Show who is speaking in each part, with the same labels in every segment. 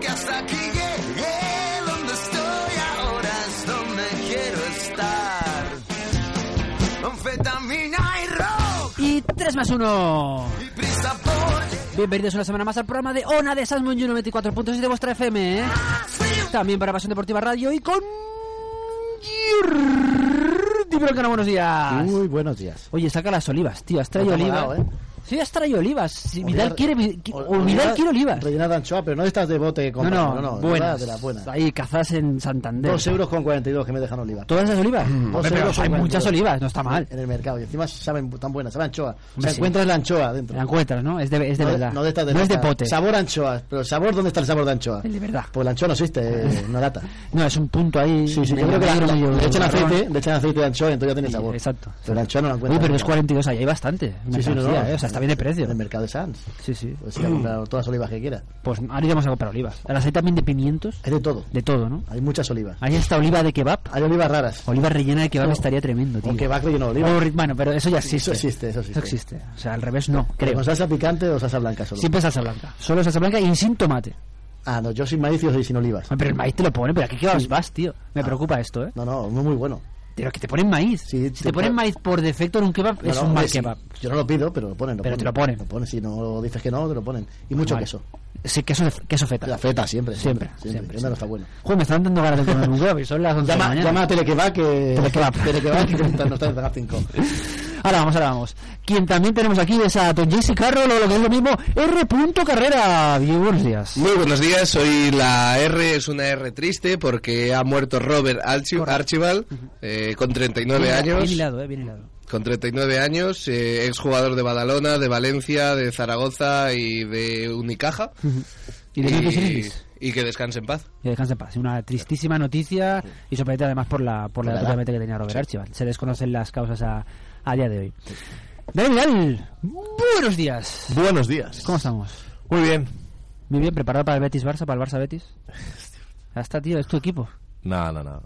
Speaker 1: que hasta aquí llegué. Donde estoy ahora es donde quiero estar. Anfetamina y rock.
Speaker 2: Y 3 más 1.
Speaker 1: Y prisa por
Speaker 2: Bienvenidos una semana más al programa de ONA de Salmon 94.6 de vuestra FM. ¿eh? También para Pasión Deportiva Radio y con... Jordi Broncano, buenos días.
Speaker 3: Muy buenos días.
Speaker 2: Oye, saca las olivas, tío. Has traído
Speaker 3: No te ha
Speaker 2: olivas.
Speaker 3: molado, ¿eh?
Speaker 2: Sí, has traído olivas. Si
Speaker 3: Olivas-
Speaker 2: Vidal quiere, vi- qui-
Speaker 3: ol-
Speaker 2: o Vidal quiere olivas.
Speaker 3: Rellenadas de anchoa, pero no de estas de bote con
Speaker 2: No, no,
Speaker 3: no, no, de
Speaker 2: buenas.
Speaker 3: las- de las buenas.
Speaker 2: Ahí, cazas en Santander.
Speaker 3: Dos euros con 42 que me dejan oliva.
Speaker 2: ¿Todas esas olivas?
Speaker 3: Dos
Speaker 2: Hombre, pero
Speaker 3: euros
Speaker 2: hay
Speaker 3: con
Speaker 2: muchas
Speaker 3: 42.
Speaker 2: olivas, no está mal.
Speaker 3: En el mercado. Y encima saben tan buenas, saben anchoa. O
Speaker 2: Hombre,
Speaker 3: sea,
Speaker 2: sí.
Speaker 3: encuentras la anchoa dentro.
Speaker 2: La encuentras, ¿no? Es de, es de
Speaker 3: no, de-
Speaker 2: verdad.
Speaker 3: no de estas de
Speaker 2: No es de
Speaker 3: lata.
Speaker 2: pote.
Speaker 3: Sabor anchoa. Pero el sabor, ¿dónde está el sabor de anchoa?
Speaker 2: El de verdad.
Speaker 3: Pues la anchoa no existe, eh, no lata.
Speaker 2: No, es un punto ahí.
Speaker 3: Sí, sí, yo
Speaker 2: medio
Speaker 3: creo que la,
Speaker 2: negro,
Speaker 3: la-
Speaker 2: medio
Speaker 3: le echan
Speaker 2: marrón.
Speaker 3: aceite, le echan aceite de anchoa y entonces ya tiene
Speaker 2: Sí,
Speaker 3: sabor.
Speaker 2: exacto.
Speaker 3: Pero la anchoa no la encuentras.
Speaker 2: Uy, pero es 42 ahí, hay bastante.
Speaker 3: Sí, sí, no, no,
Speaker 2: mercancía,
Speaker 3: no,
Speaker 2: ¿eh? O sea, está bien de precio.
Speaker 3: En el mercado de Sans.
Speaker 2: Sí, sí.
Speaker 3: Pues ir a comprar todas las olivas que quieras.
Speaker 2: Pues ahora iremos a comprar olivas. Las hay también de pimientos,
Speaker 3: Hay de todo.
Speaker 2: de todo, ¿no?
Speaker 3: Hay muchas olivas.
Speaker 2: Hay hasta oliva de kebab.
Speaker 3: Hay olivas raras.
Speaker 2: Oliva rellena de kebab
Speaker 3: No.
Speaker 2: estaría tremendo, tío.
Speaker 3: O que va relleno de oliva.
Speaker 2: O ri- Bueno, pero eso ya existe.
Speaker 3: Eso existe, eso existe.
Speaker 2: O sea, al revés no, creo.
Speaker 3: ¿Con salsa picante o salsa blanca solo?
Speaker 2: Siempre salsa blanca. Solo salsa blanca y sin tomate.
Speaker 3: Ah, no, yo sin maicios y sin olivas. Ah.
Speaker 2: Ah, Pero el maíz te lo pone, pero aquí qué vas, vas, tío. Me preocupa esto, ¿eh?
Speaker 3: No, no, no muy bueno.
Speaker 2: Pero que te ponen maíz.
Speaker 3: Sí,
Speaker 2: si
Speaker 3: te
Speaker 2: te ponen
Speaker 3: pon-
Speaker 2: maíz por defecto en un kebab,
Speaker 3: No,
Speaker 2: es
Speaker 3: no,
Speaker 2: un mal
Speaker 3: hombre, sí.
Speaker 2: kebab.
Speaker 3: Yo no lo pido, pero lo ponen. Lo
Speaker 2: Pero te lo ponen.
Speaker 3: Lo ponen, si no dices que no, te lo ponen. Y mucho
Speaker 2: Mal.
Speaker 3: queso.
Speaker 2: Sí, queso, queso feta.
Speaker 3: La feta siempre, siempre.
Speaker 2: Siempre,
Speaker 3: Siempre,
Speaker 2: siempre,
Speaker 3: Primero está bueno.
Speaker 2: Joder, me están dando ganas de comer un huevo y son las 11 de la
Speaker 3: Llama,
Speaker 2: mañana.
Speaker 3: llama a Telequebab que...
Speaker 2: Telekebab.
Speaker 3: Telekebab que está- no está en las 5.
Speaker 2: Ahora vamos, ahora vamos. Quien también tenemos aquí es a Don Jesse Carroll, o lo que es lo mismo, R. Carrera. Bien, buenos días.
Speaker 4: Muy buenos días, soy la R, es una R triste porque ha muerto Robert Archi- Archibald eh, con 39
Speaker 2: Bien
Speaker 4: años.
Speaker 2: hilado, eh, bien hilado.
Speaker 4: Con 39 años, eh, exjugador de Badalona, de Valencia, de Zaragoza y de Unicaja.
Speaker 2: Y de Memphis Grizzlies.
Speaker 4: y que descanse en paz.
Speaker 2: Y descansa en paz. Una tristísima noticia y sorprendente además por la, por la
Speaker 3: Por la
Speaker 2: edad
Speaker 3: edad.
Speaker 2: obviamente, que tenía Robert Archibald. Se desconocen las causas a, a día de hoy. Daniel Vidal, buenos días.
Speaker 5: Buenos días.
Speaker 2: ¿Cómo estamos?
Speaker 5: Muy bien.
Speaker 2: Muy bien, ¿preparado para el Betis-Barça, para el Barça-Betis? Ya está, tío, es tu equipo.
Speaker 5: No, no, no.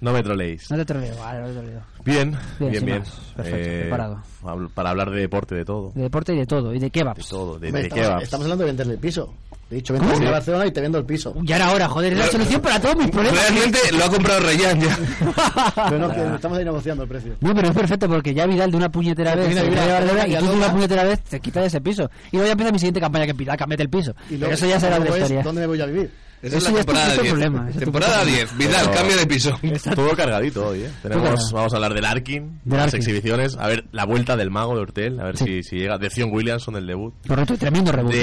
Speaker 5: No me troleéis.
Speaker 2: No te troleo, vale, no te troleo.
Speaker 5: Bien,
Speaker 2: Bien,
Speaker 5: bien,
Speaker 2: sin
Speaker 5: bien.
Speaker 2: más. Perfecto, preparado.
Speaker 5: habl- Para hablar de deporte, de todo.
Speaker 2: De deporte y de todo, y de
Speaker 5: De
Speaker 2: kebabs.
Speaker 5: todo, de,
Speaker 3: Hombre,
Speaker 5: de
Speaker 3: estamos,
Speaker 5: kebabs.
Speaker 3: estamos hablando de venderle el piso. Te he dicho, vente a Barcelona y te vendo el piso.
Speaker 2: Y ahora, ahora, joder, es la solución para todos mis problemas.
Speaker 4: Realmente lo ha comprado Reyán ya.
Speaker 3: Pero no, que estamos ahí negociando el precio.
Speaker 2: No, pero es perfecto porque ya Vidal de una puñetera
Speaker 3: Porque
Speaker 2: vez
Speaker 3: mira,
Speaker 2: se
Speaker 3: mira,
Speaker 2: puede llevar
Speaker 3: mira,
Speaker 2: Vidal, y
Speaker 3: mira,
Speaker 2: tú de una
Speaker 3: Lola.
Speaker 2: puñetera vez te quitas ese piso. Y luego ya empieza mi siguiente campaña que es Vidal, cámbiate el piso. pero eso ya será otra
Speaker 3: luego es,
Speaker 2: historia.
Speaker 3: ¿Dónde me voy a vivir?
Speaker 4: Esa
Speaker 2: Eso ya
Speaker 4: es la
Speaker 2: es tu
Speaker 4: temporada
Speaker 2: puto
Speaker 4: 10.
Speaker 2: problema, es tu
Speaker 4: temporada
Speaker 2: puto
Speaker 4: 10. Vidal,
Speaker 5: Pero-
Speaker 4: cambio de piso.
Speaker 5: Todo cargadito hoy, ¿eh?
Speaker 2: cargado.
Speaker 5: Tenemos, vamos a hablar del Arkin,
Speaker 2: Pues Del
Speaker 5: las
Speaker 2: Arkin.
Speaker 5: exhibiciones, a ver, la vuelta del mago de Hortel, a ver
Speaker 2: Sí.
Speaker 5: si, si llega, de Zion Williamson, el debut.
Speaker 2: Correcto, tremendo rebote.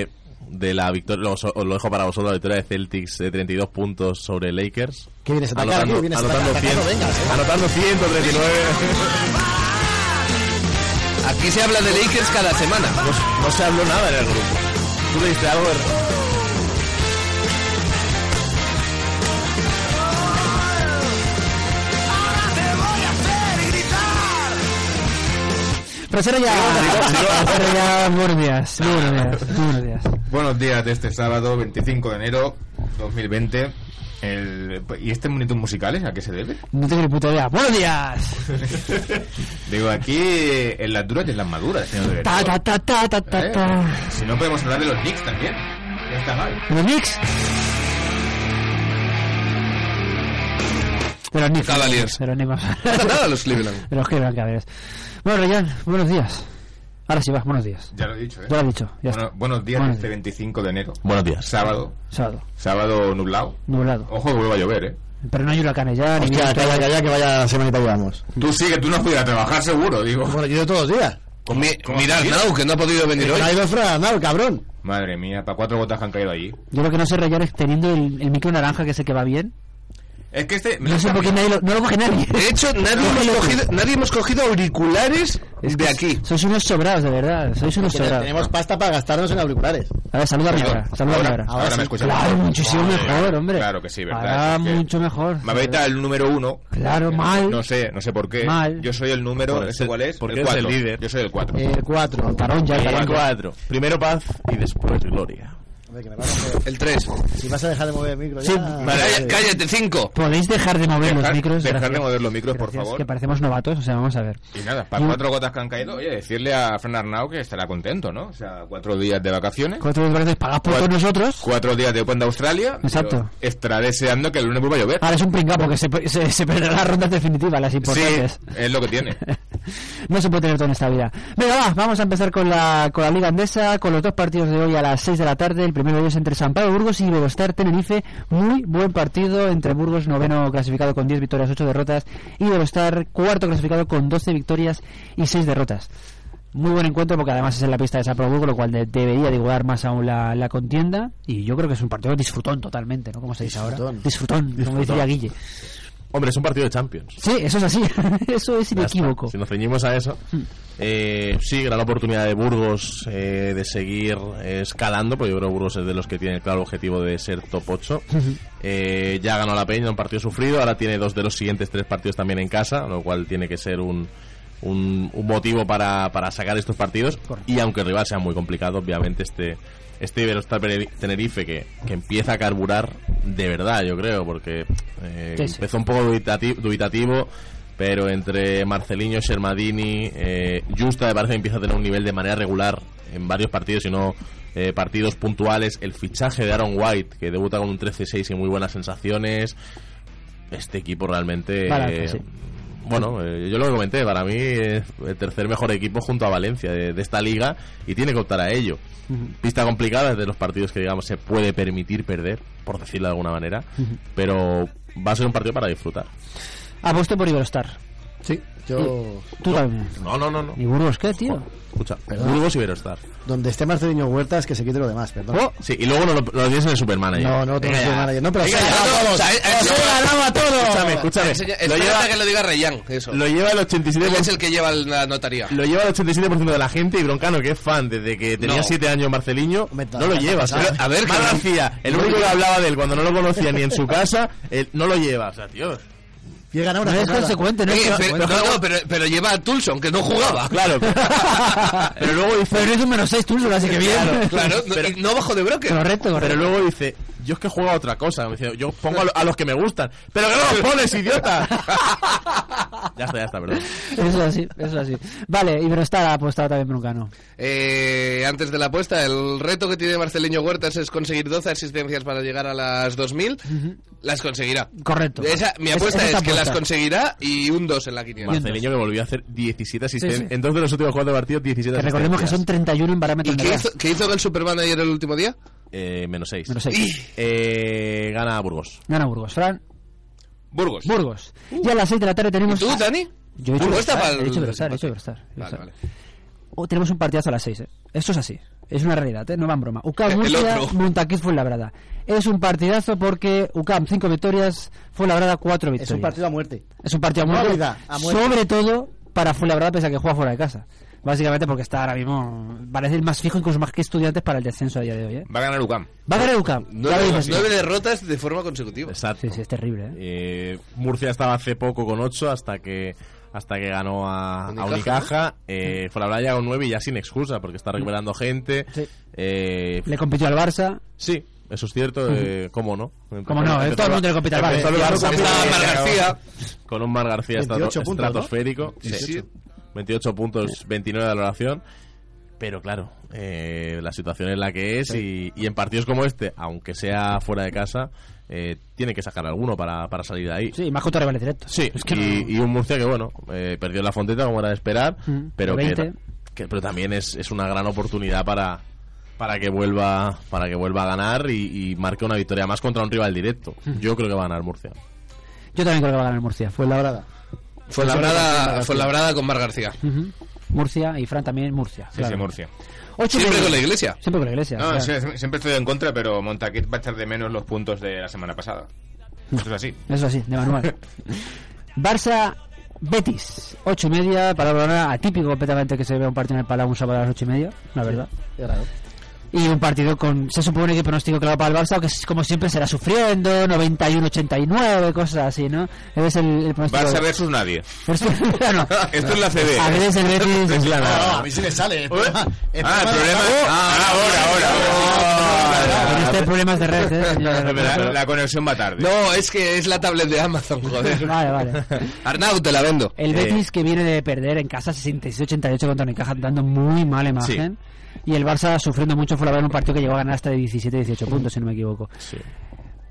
Speaker 2: ¿eh?
Speaker 5: De, de la victoria, lo- os os lo dejo para vosotros, la victoria de Celtics de 32 puntos sobre Lakers.
Speaker 3: ¿Qué vienes a atacar
Speaker 5: Anotando,
Speaker 3: aquí? ¿Vienes a
Speaker 5: anotando
Speaker 3: atacar?
Speaker 5: 100,
Speaker 3: Atacando, venga,
Speaker 5: anotando 139.
Speaker 4: Aquí se habla de Lakers cada semana.
Speaker 5: No, no se habló nada en el grupo. Tú le diste algo. de-
Speaker 2: Pero será ya. Será ya. Buenos días, muy buenos días, muy buenos días.
Speaker 6: Buenos días de este sábado 25 de enero 2020. El- ¿Y este bonito musicales a qué se debe?
Speaker 2: No tengo ni puta idea. ¡Buenos días!
Speaker 6: Digo, aquí eh, en las duras y en las maduras, señor Alberto.
Speaker 2: Ta, ta, ta, ta, ta, ta,
Speaker 6: ¿Eh?
Speaker 2: ta.
Speaker 6: Si no podemos hablar de los Knicks también. Ya está mal.
Speaker 2: ¿Los Knicks? De los Knicks.
Speaker 4: Cavaliers.
Speaker 2: De los Knicks.
Speaker 4: Los Cleveland.
Speaker 2: De los Cleveland Cavaliers. Bueno, Ryan, buenos días. Ahora sí, vas, buenos días.
Speaker 6: Ya lo he dicho, ¿eh?
Speaker 2: Ya lo has dicho, ya
Speaker 6: Bueno,
Speaker 2: está.
Speaker 6: buenos días de
Speaker 2: Buenos
Speaker 6: este
Speaker 2: días.
Speaker 6: 25 de enero.
Speaker 5: Buenos días.
Speaker 6: Sábado.
Speaker 2: Sábado,
Speaker 6: Sábado nublado.
Speaker 2: nublado.
Speaker 6: Ojo que vuelva a llover, ¿eh?
Speaker 2: Pero no hay huracanes ya, ni
Speaker 3: Hostia,
Speaker 2: nada.
Speaker 3: calla, calla, que vaya semanita llevamos.
Speaker 6: Tú sí, que tú no fuiste a trabajar seguro, digo.
Speaker 3: Bueno, yo de todos los días.
Speaker 4: Mi, mirad, Nau, que no ha podido venir hoy.
Speaker 3: Pero hay dos frases, no, cabrón.
Speaker 6: Madre mía, para cuatro gotas que han caído allí.
Speaker 2: Yo lo que no sé, Ryan, es teniendo el, el micro naranja que sé que va bien.
Speaker 6: Es que este...
Speaker 2: No sé por qué nadie lo, no lo coge nadie.
Speaker 4: De hecho, nadie, hemos cogido, nadie hemos cogido auriculares
Speaker 2: Es que
Speaker 4: de aquí.
Speaker 2: Sois unos sobrados, de verdad. Sois unos
Speaker 3: Que te-
Speaker 2: sobrados.
Speaker 3: tenemos pasta para gastarnos en auriculares.
Speaker 2: A ver, salúdame ahora. Salúdame
Speaker 6: Ahora,
Speaker 2: ahora.
Speaker 6: ahora
Speaker 3: Ahora sí.
Speaker 6: me escuchas.
Speaker 2: Claro,
Speaker 6: mejor.
Speaker 2: muchísimo
Speaker 6: Madre,
Speaker 2: mejor, hombre.
Speaker 6: Claro que sí, ¿verdad?
Speaker 2: Ahora
Speaker 6: Es que-
Speaker 2: mucho mejor.
Speaker 6: Mabeta el número uno.
Speaker 2: Claro, mal.
Speaker 6: No sé, no sé por qué.
Speaker 2: Mal.
Speaker 6: Yo soy el número.
Speaker 5: Por
Speaker 6: ¿ese
Speaker 5: el-
Speaker 6: ¿este cuál es?
Speaker 5: porque
Speaker 6: el
Speaker 5: eres el
Speaker 6: cuatro.
Speaker 5: líder.
Speaker 6: Yo soy el 4.
Speaker 2: El 4, parón Eh, ya,
Speaker 5: El
Speaker 2: parón.
Speaker 5: cuatro. Primero paz y después gloria.
Speaker 3: Hombre, que me vas a hacer-
Speaker 4: El 3.
Speaker 3: Si vas a dejar de mover el micro,
Speaker 2: Sí.
Speaker 3: ya.
Speaker 2: Vale.
Speaker 4: Cállate, 5.
Speaker 2: Podéis dejar de mover los
Speaker 6: Dejar-
Speaker 2: micros.
Speaker 6: dejar
Speaker 2: Gracias.
Speaker 6: de mover los micros, por
Speaker 2: Gracias,
Speaker 6: favor.
Speaker 2: Que parecemos novatos, o sea, vamos a ver.
Speaker 6: Y nada, para cuatro gotas que han caído, oye, decirle a Fran Arnau que estará contento, ¿no? O sea, cuatro días de vacaciones,
Speaker 2: Cuatro veces pagados por todos
Speaker 6: Cuatro.
Speaker 2: nosotros.
Speaker 6: cuatro días de Open de Australia.
Speaker 2: Exacto.
Speaker 6: pero Estará deseando que el lunes vuelva a llover.
Speaker 2: Ahora es un pringao porque se, se, se perderán las rondas definitivas, las
Speaker 6: sí,
Speaker 2: importantes.
Speaker 6: es lo que tiene.
Speaker 2: No se puede tener todo en esta vida. Venga, va, vamos a empezar con la, con la Liga Andesa, con los dos partidos de hoy a las 6 de la tarde. El primero de ellos entre San Pablo Burgos y Bebostar Tenerife. Muy buen partido entre Burgos, noveno clasificado con 10 victorias, 8 derrotas, y Bebostar, cuarto clasificado con 12 victorias y 6 derrotas. Muy buen encuentro porque además es en la pista de San Pablo Burgos, lo cual de- debería de igualar más aún la, la contienda. Y yo creo que es un partido disfrutón totalmente, ¿no? Como se dice ahora.
Speaker 3: Disfrutón.
Speaker 2: Disfrutón, como decía Guille.
Speaker 5: Hombre, es un partido de Champions.
Speaker 2: Sí, eso es así. eso es
Speaker 5: Ya está.
Speaker 2: inequívoco.
Speaker 5: Si nos ceñimos a eso, eh, sí, gran oportunidad de Burgos eh, de seguir eh, escalando, porque yo creo que Burgos es de los que tiene el claro objetivo de ser top 8. Eh, ya ganó la Peña, un partido sufrido, ahora tiene dos de los siguientes tres partidos también en casa, lo cual tiene que ser un, un, un motivo para, para sacar estos partidos. Y aunque el rival sea muy complicado, obviamente este... Este Iberostar Pere- Tenerife que, que empieza a carburar de verdad, yo creo, porque eh,
Speaker 2: Sí, sí.
Speaker 5: empezó un poco dubitati- dubitativo, pero entre Marcelinho, Shermadini, eh, Justa me parece que empieza a tener un nivel de manera regular en varios partidos, sino eh, partidos puntuales. El fichaje de Aaron White, que debuta con un 13-6 y muy buenas sensaciones. Este equipo realmente...
Speaker 2: Balance,
Speaker 5: eh,
Speaker 2: sí.
Speaker 5: Bueno, eh, yo lo comenté, para mí es el tercer mejor equipo junto a Valencia de, de esta liga y tiene que optar a ello. Pista complicada, es de los partidos que digamos se puede permitir perder, por decirlo de alguna manera, pero va a ser un partido para disfrutar.
Speaker 2: Apuesto por Iberostar.
Speaker 3: Sí, yo.
Speaker 2: Tú también.
Speaker 5: No, no, no, no.
Speaker 2: ¿Y Burgos qué, tío?
Speaker 5: Escucha,
Speaker 3: Perdón.
Speaker 5: Burgos y Iberostar.
Speaker 3: Donde esté Marcelino Huertas, que se quite lo demás, perdón.
Speaker 2: Oh.
Speaker 5: Sí, y luego no lo, lo tienes en el Supermanager.
Speaker 3: No, no,
Speaker 5: Venga
Speaker 3: tengo que
Speaker 5: ya.
Speaker 3: ganar yo. No, pero
Speaker 4: Venga,
Speaker 3: sí,
Speaker 4: ya,
Speaker 3: ganamos.
Speaker 4: no, o sea, eh, eh,
Speaker 3: ¡Os he
Speaker 4: no,
Speaker 3: ganado a todos!
Speaker 5: Escúchame, escúchame.
Speaker 4: Enseña-
Speaker 5: Lo
Speaker 4: Espérate
Speaker 5: lleva,
Speaker 4: que lo diga Reyán, eso.
Speaker 5: lo lleva el
Speaker 4: Él
Speaker 5: 87%.
Speaker 4: es el que lleva la notaría.
Speaker 5: Lo lleva el 87% de la gente y Broncano, que es fan desde que tenía
Speaker 4: No.
Speaker 5: 7 años Marceliño,
Speaker 3: Hombre,
Speaker 5: no lo llevas.
Speaker 3: pero-
Speaker 4: a ver,
Speaker 5: Mar
Speaker 4: cabrón.
Speaker 5: García, el único que hablaba de él cuando no lo conocía ni en su casa, él no lo lleva. O sea, tío.
Speaker 3: Y he ganado
Speaker 2: No
Speaker 3: una
Speaker 2: es
Speaker 3: jornada.
Speaker 2: consecuente, no es
Speaker 4: Oye,
Speaker 2: consecuente.
Speaker 4: pero, no, no, pero, pero lleva a Tulson, que no jugaba.
Speaker 5: Claro, pero, pero luego dice.
Speaker 2: Pero es un menos 6 Tulson, así que bien.
Speaker 5: Claro,
Speaker 4: Claro, no,
Speaker 5: Pero-
Speaker 4: y no bajo de broque.
Speaker 2: Correcto, correcto.
Speaker 5: Pero luego dice, yo es que juego a otra cosa. Me dice, yo pongo a, lo- a los que me gustan. Pero que no los pones, idiota. ya está, ya está, perdón.
Speaker 2: Eso es así, eso es así. Vale, Iberostar ha apostado también Broncano.
Speaker 4: Eh, antes de la apuesta, el reto que tiene Marceliño Huertas es conseguir 12 asistencias para llegar a las 2000. Las conseguirá.
Speaker 2: Correcto.
Speaker 4: Esa- mi
Speaker 2: Es-
Speaker 4: apuesta
Speaker 2: esa
Speaker 4: es,
Speaker 2: es la
Speaker 4: que las
Speaker 2: apuesta.
Speaker 4: conseguirá y un 2 en la quiniela.
Speaker 5: Marceliño que volvió a hacer 17 asistencias.
Speaker 2: Sí, sí.
Speaker 5: En dos de los últimos cuatro partidos, 17
Speaker 2: Que recordemos que son
Speaker 5: asistencias.
Speaker 2: 31 en
Speaker 4: ¿Y
Speaker 2: parámetros de
Speaker 4: qué
Speaker 2: gas.
Speaker 4: hizo, qué hizo el Superman ayer el último día?
Speaker 5: Eh, menos 6.
Speaker 2: Menos 6.
Speaker 5: Eh, gana Burgos.
Speaker 2: Gana Burgos. Fran,
Speaker 6: Burgos.
Speaker 2: Burgos. Ya a las 6 de la tarde
Speaker 4: Uh. ¿Y
Speaker 2: tenemos...
Speaker 4: tú, Dani?
Speaker 2: Yo he dicho
Speaker 4: Burgos está
Speaker 2: Iberostar,
Speaker 4: pa'l-
Speaker 2: he dicho Iberostar, he dicho Iberostar,
Speaker 4: Vale,
Speaker 2: Iberostar.
Speaker 4: vale.
Speaker 2: O tenemos un partidazo a las 6, ¿eh? Eso es así. Es una realidad, ¿eh? No van broma. UCAM
Speaker 4: El
Speaker 2: Murcia,
Speaker 4: otro.
Speaker 2: Montaquís Fuenlabrada. Es un partidazo porque UCAM 5 victorias, Fuenlabrada 4 victorias.
Speaker 3: Es un partido a muerte.
Speaker 2: Es un partido a
Speaker 3: No
Speaker 2: muerte,
Speaker 3: olvida, a muerte.
Speaker 2: Sobre todo para Fuenlabrada, pese a que juega fuera de casa. Básicamente porque está ahora mismo, parece el más fijo, incluso más que estudiantes para el descenso a día de hoy. ¿eh?
Speaker 6: Va a ganar UCAM.
Speaker 2: Va a ganar UCAM. ya lo
Speaker 4: Nueve,
Speaker 2: dices.
Speaker 4: nueve derrotas de forma consecutiva.
Speaker 5: Exacto.
Speaker 2: Sí, sí, es terrible. ¿eh?
Speaker 5: Eh, Murcia estaba hace poco con 8 hasta que hasta que ganó a, a
Speaker 4: Unicaja,
Speaker 5: Unicaja. Eh, Fuenlabrada ya con 9 y ya sin excusa porque está recuperando gente.
Speaker 3: Sí.
Speaker 5: Eh,
Speaker 2: Le compitió al Barça.
Speaker 5: sí, eso es cierto. eh, ¿Cómo no?
Speaker 2: Cómo no, eh, todo el mundo le compite al Barça.
Speaker 5: empezó el Barça
Speaker 4: Estaba
Speaker 5: muy
Speaker 4: Mar
Speaker 5: bien,
Speaker 4: García.
Speaker 5: con un Mar García
Speaker 3: 28
Speaker 5: estrato-
Speaker 3: puntos, ¿no?
Speaker 5: estratosférico. Sí,
Speaker 4: 18.
Speaker 5: sí. 28 puntos, 29 de valoración. Pero claro, eh, la situación es la que es y, y en partidos como este, aunque sea fuera de casa, eh, tiene que sacar alguno para, para salir de ahí.
Speaker 2: Sí, más contra rivales directos.
Speaker 5: Sí,
Speaker 2: Es que
Speaker 5: y,
Speaker 2: no-
Speaker 5: y un Murcia que, bueno, eh, perdió la fonteta como era de esperar,
Speaker 2: Mm,
Speaker 5: pero que,
Speaker 2: 20.
Speaker 5: que- pero también es, es una gran oportunidad para para que vuelva para que vuelva a ganar y, y marque una victoria más contra un rival directo.
Speaker 2: Hmm.
Speaker 5: Yo creo que va a ganar Murcia.
Speaker 2: Yo también creo que va a ganar Murcia.
Speaker 3: Fue labrada.
Speaker 4: Fue labrada, fue labrada Ah, con Mar García.
Speaker 2: Ujú. Murcia y Fran también Murcia.
Speaker 6: Sí,
Speaker 2: claro.
Speaker 6: sí, Murcia.
Speaker 2: Ocho y
Speaker 4: Siempre
Speaker 2: media.
Speaker 4: con la iglesia.
Speaker 2: Siempre con la iglesia.
Speaker 6: No,
Speaker 2: o sea,
Speaker 6: sí, siempre estoy en contra, pero Montaquit va a echar de menos los puntos de la semana pasada. Eso es así.
Speaker 2: Eso así, de manual. Barça Betis, ocho y media, palabra atípico completamente que se vea un partido en el Palau un sábado a las ocho y media, la verdad.
Speaker 3: Qué raro.
Speaker 2: Y un partido con, se supone que pronóstico claro para el Barça, que es- como siempre será sufriendo, 91-89, cosas así, ¿no? Ese es el, el pronóstico.
Speaker 3: pues-
Speaker 5: Barça versus nadie.
Speaker 2: no.
Speaker 5: Esto es la
Speaker 6: ¿eh?
Speaker 5: CB.
Speaker 2: A veces el Betis-
Speaker 5: Es la
Speaker 3: No,
Speaker 5: nada.
Speaker 3: a mí sí me sale. El
Speaker 5: Ah,
Speaker 3: problema-
Speaker 5: el
Speaker 3: el
Speaker 5: problema. Ah, ahora, ahora,
Speaker 2: Con
Speaker 5: ahora.
Speaker 2: este problemas de red, ¿eh?
Speaker 5: Espera,
Speaker 2: señor?
Speaker 5: espera, La conexión va tarde.
Speaker 4: No, es que es la tablet de Amazon, joder.
Speaker 2: Vale, vale.
Speaker 4: Arnau, te la vendo.
Speaker 2: El
Speaker 5: Eh.
Speaker 2: Betis que viene de perder en casa 66-88 contra Unicaja, dando muy mala imagen. Y el Barça sufriendo mucho fue la verdad en un partido que llegó a ganar hasta de 17-18 puntos, si no me equivoco.
Speaker 5: Sí.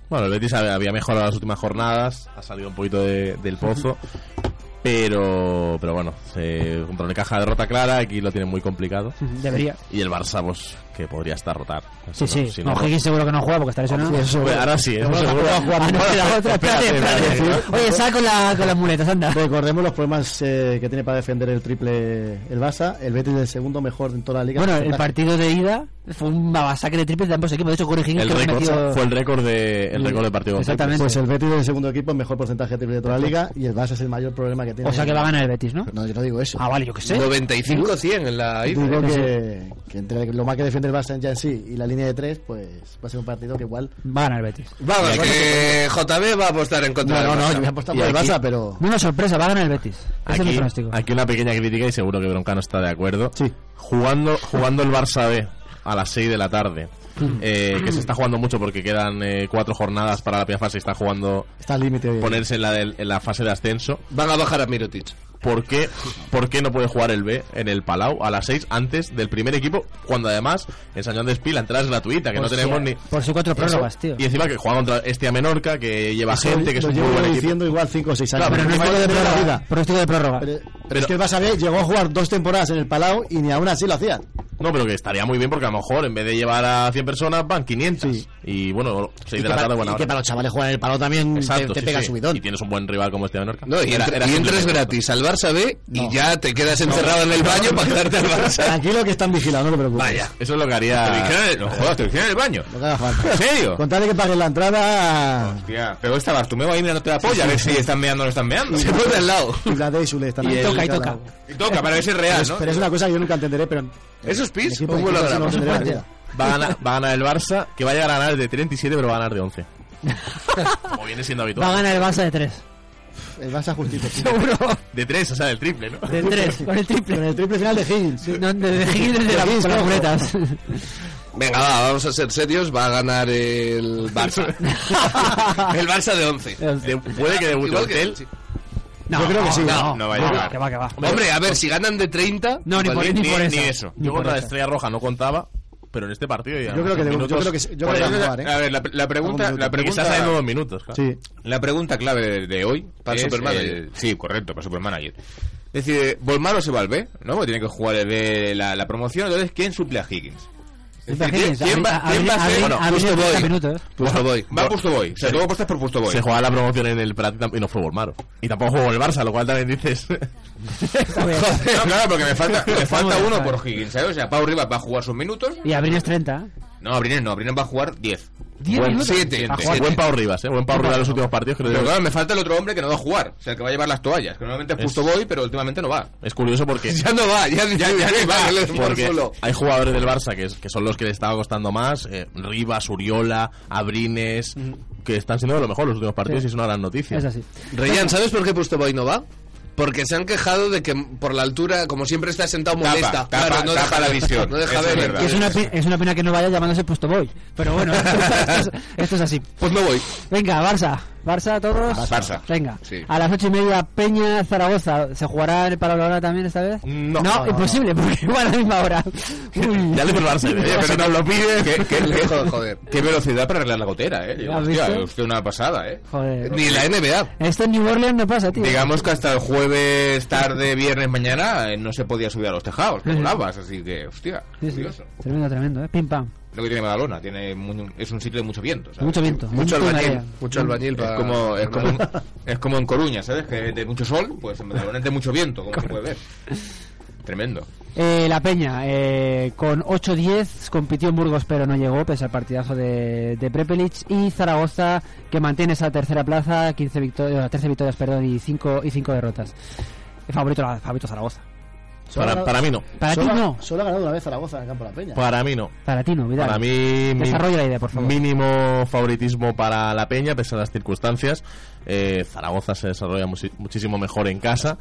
Speaker 5: Bueno, el Betis había había mejorado las últimas jornadas, ha salido un poquito de- del pozo, pero pero bueno, se, contra una caja derrota clara, aquí lo tienen muy complicado.
Speaker 2: Hmm, Debería.
Speaker 5: Y el Barça, pues, que podría estar rotar. Eso
Speaker 2: Sí,
Speaker 5: no,
Speaker 2: sí.
Speaker 5: si no-
Speaker 2: No, Higgins seguro que no juega porque está lesionado.
Speaker 5: Hombre, ahora sí, eso seguro.
Speaker 2: Ah, no, que la otra.
Speaker 5: Espérate,
Speaker 2: Espérate, espérate.
Speaker 5: espérate.
Speaker 2: Oye, sal con, la, con las muletas, anda.
Speaker 3: Recordemos los problemas eh, que tiene para defender el triple el Barça. El Betis es el segundo mejor en toda la liga.
Speaker 2: Bueno, el
Speaker 3: Porcentaje.
Speaker 2: partido de ida fue un babasacre de triples de ambos equipos. De hecho, Corey Higgins
Speaker 5: El
Speaker 2: creo que
Speaker 5: récord
Speaker 2: metió-
Speaker 5: fue el récord de el récord de partido.
Speaker 2: Exactamente.
Speaker 3: Pues el Betis es el segundo equipo, mejor porcentaje de triple de toda la liga. Y el Barça es el mayor problema que tiene.
Speaker 2: O sea que va a ganar el Betis, ¿no?
Speaker 3: No, yo no digo eso.
Speaker 2: Ah, vale, yo qué sé.
Speaker 4: 95-100 en la ida.
Speaker 3: Digo que, que entre lo más que defiende el Barça ya en sí y la línea de tres, pues va a ser un partido que igual.
Speaker 2: Va a ganar el Betis.
Speaker 4: Vamos, que JB va a apostar en contra
Speaker 3: No, no, pues, eh, no, yo
Speaker 4: del Barça.
Speaker 3: voy a apostar
Speaker 5: Y
Speaker 3: por el
Speaker 5: aquí-
Speaker 3: Barça, pero.
Speaker 2: Una sorpresa, va a ganar el Betis. Ese es mi
Speaker 5: Aquí,
Speaker 2: pronóstico.
Speaker 5: aquí una pequeña crítica y seguro que Broncano está de acuerdo.
Speaker 3: Sí.
Speaker 5: Jugando, jugando el Barça B a las 6 de la tarde,
Speaker 3: Mm.
Speaker 5: eh, que se está jugando mucho porque quedan eh, cuatro jornadas para la primera fase y está jugando
Speaker 3: Está al límite de.
Speaker 5: ponerse en la, del- en la fase de ascenso.
Speaker 4: Van a bajar a Mirotic.
Speaker 5: ¿Por qué, ¿Por qué no puede jugar el B en el Palau a las 6 antes del primer equipo? Cuando además en San Juan de Espí la entrada es gratuita, que no tenemos ni...
Speaker 2: Por su cuatro prórrogas, tío.
Speaker 5: Y encima que juega contra este a Menorca, que lleva
Speaker 3: Eso
Speaker 5: gente, que es
Speaker 3: lo
Speaker 5: un muy
Speaker 3: llevo
Speaker 5: buen equipo.
Speaker 3: diciendo igual 5 o 6 años.
Speaker 5: Claro, pero no es
Speaker 3: Pero-
Speaker 5: de
Speaker 3: pero-
Speaker 5: prórroga.
Speaker 2: Pronóstico de prórroga.
Speaker 3: Pero, pero
Speaker 5: Pero-
Speaker 3: es que el Barça B llegó a jugar dos temporadas en el Palau y ni aún así lo hacían.
Speaker 5: No, pero que estaría muy bien porque a lo mejor en vez de llevar a 100 personas van 500.
Speaker 3: Sí.
Speaker 5: Y bueno, 6
Speaker 3: Y
Speaker 5: de
Speaker 3: que
Speaker 5: la
Speaker 3: para-
Speaker 5: tarde,
Speaker 3: y
Speaker 5: buena
Speaker 3: que
Speaker 5: hora.
Speaker 3: para los chavales jugar en el Palau también te-
Speaker 5: Exacto,
Speaker 3: te,
Speaker 5: sí,
Speaker 3: pega
Speaker 5: sí.
Speaker 3: subidón.
Speaker 5: Y tienes un buen rival como este de Menorca.
Speaker 4: No, y,
Speaker 5: Era-
Speaker 4: entra-
Speaker 5: era
Speaker 4: y entras
Speaker 5: simplemente
Speaker 4: gratis al Barça B y ya te quedas encerrado en el baño para quedarte al Barça.
Speaker 3: Tranquilo que están vigilados, no te preocupes.
Speaker 5: Vaya. Eso es lo que haría.
Speaker 6: No jodas, te lo hicieron en el baño.
Speaker 3: Lo que haga falta.
Speaker 6: ¿En serio?
Speaker 3: Con tal de que paguen la entrada.
Speaker 6: Hostia, pero estabas tú me vas a ir mirándote la polla a ver si están meando o no están meando.
Speaker 4: Se pone al lado.
Speaker 3: Y la de Sule está
Speaker 2: Y
Speaker 3: ahí.
Speaker 2: toca, y toca.
Speaker 6: Y toca para ver si es real, ¿no?
Speaker 3: Pero es una cosa que yo nunca entenderé, pero.
Speaker 4: Eso es
Speaker 3: mi
Speaker 4: pis.
Speaker 3: equipo- mi
Speaker 4: Un buen
Speaker 3: equipo sí
Speaker 4: holograma.
Speaker 3: lo entenderé en la vida.
Speaker 5: Va a, ganar, va a ganar el Barça, que vaya a ganar de 37, pero va a ganar de 11. Como viene
Speaker 2: Va
Speaker 5: siendo
Speaker 2: a
Speaker 5: habitual.
Speaker 2: ganar el Barça de tres.
Speaker 3: El Barça justito. sí.
Speaker 5: De 3, o sea, del triple, ¿no?
Speaker 2: De tres, con el
Speaker 3: Con
Speaker 2: triple.
Speaker 3: el triple final de Higgins. sí.
Speaker 2: No, de, de Higgins desde la,
Speaker 3: Higgins,
Speaker 2: con las
Speaker 3: ojo.
Speaker 2: muletas.
Speaker 4: Venga, va, vamos a ser serios. Va a ganar el Barça. el Barça de 11.
Speaker 5: De- puede que debute
Speaker 4: Igual que-
Speaker 5: Hortel.
Speaker 4: sí.
Speaker 2: No,
Speaker 3: Yo creo que sí.
Speaker 2: No,
Speaker 6: no va a
Speaker 2: no,
Speaker 6: llegar.
Speaker 2: Que va, que va.
Speaker 4: Hombre, a ver, si ganan de 30...
Speaker 2: No, ni por,
Speaker 4: vale.
Speaker 2: ni,
Speaker 5: pues Ni-
Speaker 2: por eso.
Speaker 5: ni eso.
Speaker 2: Ni
Speaker 5: Yo
Speaker 2: por
Speaker 5: contra la
Speaker 2: eso.
Speaker 5: Estrella Roja no contaba, pero en este partido ya.
Speaker 3: Yo creo que
Speaker 5: en
Speaker 3: debo- yo
Speaker 5: minutos-
Speaker 3: creo que sí- yo creo
Speaker 5: Por
Speaker 3: que
Speaker 5: ahí-
Speaker 3: va a jugar, ¿eh?
Speaker 6: A ver, la, la pregunta,
Speaker 3: Algún
Speaker 6: la
Speaker 3: minuto.
Speaker 5: porque Quizás hay
Speaker 6: pregunta,
Speaker 5: nuevos minutos, claro.
Speaker 3: Sí.
Speaker 6: la pregunta clave de hoy
Speaker 4: Para el
Speaker 6: es
Speaker 4: Supermanager.
Speaker 6: el- sí, correcto, para Supermanager. Es decir, Volmaro se va al B, ¿no? Porque tiene que jugar el B la, la promoción. Entonces, ¿quién suple a Higgins? Es decir, ¿quién-
Speaker 2: Higgins,
Speaker 6: ¿Quién
Speaker 2: a-
Speaker 6: va
Speaker 2: a-
Speaker 6: quién va
Speaker 2: a-
Speaker 6: a ser?
Speaker 2: a-
Speaker 6: Bueno,
Speaker 2: a-
Speaker 4: Justo
Speaker 2: a-
Speaker 4: voy.
Speaker 2: minutos.
Speaker 4: Justo voy.
Speaker 6: Va a Puesto Boy. O sea, tú apuestas por Puesto Boy.
Speaker 5: Se jugaba la promoción en el Prat y no fue Volmaro. Y tampoco jugó el Barça, lo cual también dices.
Speaker 2: Está bien.
Speaker 6: No, claro, porque me falta, me
Speaker 2: Estamos
Speaker 6: falta uno
Speaker 2: bien.
Speaker 6: por Higgins, ¿sabes? O sea, Pau Rivas va a jugar sus minutos.
Speaker 2: Y Abrines 30.
Speaker 6: No, Abrines no, Abrines va a jugar 10.
Speaker 2: ¿Diez
Speaker 5: Buen-
Speaker 2: minutos?
Speaker 6: siete,
Speaker 2: A
Speaker 6: siete.
Speaker 2: jugar.
Speaker 5: Buen Pau Rivas, ¿eh? Buen Pau Rivas en los últimos partidos. Creo
Speaker 6: Pero
Speaker 5: que
Speaker 6: claro, me falta el otro hombre que no va a jugar. O sea, el que va a llevar las toallas. Que normalmente es Puesto Boy, pero últimamente no va.
Speaker 5: es curioso porque.
Speaker 4: Ya no va, ya, ya, ya no va. que le den por
Speaker 5: Porque
Speaker 4: culo.
Speaker 5: hay jugadores del Barça que, es- que son los que le estaba costando más. eh, Rivas, Uriola, Abrines. Que están siendo de lo mejor los últimos partidos y es una gran noticia.
Speaker 2: Mm. Es así.
Speaker 4: Reyán, ¿sabes por qué Pustoboy no va? Porque se han quejado de que por la altura, como siempre está sentado
Speaker 6: Tapa,
Speaker 4: molesta.
Speaker 6: tapa,
Speaker 4: claro, no
Speaker 6: tapa
Speaker 4: deja
Speaker 6: la
Speaker 4: ver,
Speaker 6: visión.
Speaker 4: No deja
Speaker 6: Eso es
Speaker 4: ver.
Speaker 6: verdad.
Speaker 2: Que es, una, pi- es una pena que no vaya llamándose Puesto Boy. Pero bueno, esto es- esto es así.
Speaker 4: Pues no voy.
Speaker 2: Venga, Barça. Barça a todos.
Speaker 6: Barça.
Speaker 2: Venga.
Speaker 4: Sí.
Speaker 2: A las ocho y media, Peña, Zaragoza. ¿Se jugará el Palau Laura también esta vez?
Speaker 5: No.
Speaker 2: No,
Speaker 5: No, no,
Speaker 2: imposible, porque igual a la misma hora. Uy.
Speaker 5: Ya le por el Barça.
Speaker 6: Oye,
Speaker 5: ¿eh?
Speaker 6: pero no lo pide. ¿Qué, qué,
Speaker 4: Hijo
Speaker 6: qué-
Speaker 4: de joder.
Speaker 6: qué velocidad para arreglar la gotera, eh. Digo,
Speaker 2: ¿Has
Speaker 6: hostia,
Speaker 2: visto?
Speaker 6: usted una pasada, eh.
Speaker 2: Joder.
Speaker 4: Ni la NBA.
Speaker 2: Esto Este en New Orleans no pasa, tío.
Speaker 6: Digamos que hasta el jueves, tarde, viernes, mañana, eh, no se podía subir a los tejados, no volabas, así que, hostia,
Speaker 2: Sí, sí.
Speaker 6: curioso.
Speaker 2: Tremendo, tremendo, ¿eh? Pim pam.
Speaker 6: Lo que tiene Badalona, tiene mu- es un sitio de mucho viento, ¿sabes?
Speaker 2: Mucho viento.
Speaker 4: Mucho
Speaker 2: mucho
Speaker 4: albañil.
Speaker 2: marea.
Speaker 4: Mucho
Speaker 6: Es
Speaker 4: albañil. para-
Speaker 6: como, es, como, en- es como en Coruña, ¿sabes? Que de mucho sol, pues en Badalona es de mucho viento, como se puede ver. Tremendo.
Speaker 2: Eh, la Peña, eh, con 8-10, compitió en Burgos pero no llegó, pese al partidazo de, de Prepelic. Y Zaragoza, que mantiene esa tercera plaza, eh, 15 victorias, 13 victorias perdón, y 5 y cinco derrotas. El favorito, la- favorito Zaragoza.
Speaker 3: Solo ha
Speaker 5: Para,
Speaker 3: ganado-
Speaker 5: para mí no.
Speaker 2: Para ti
Speaker 3: solo ha-
Speaker 2: no.
Speaker 3: Solo ha ganado una vez Zaragoza en el campo de la Peña.
Speaker 5: Para mí no.
Speaker 2: Para ti no, Vidal.
Speaker 5: Para mí, mi-
Speaker 2: Desarrolla la idea, por favor.
Speaker 5: mínimo favoritismo para la Peña, pese a las circunstancias. Eh, Zaragoza se desarrolla musi- muchísimo mejor en casa.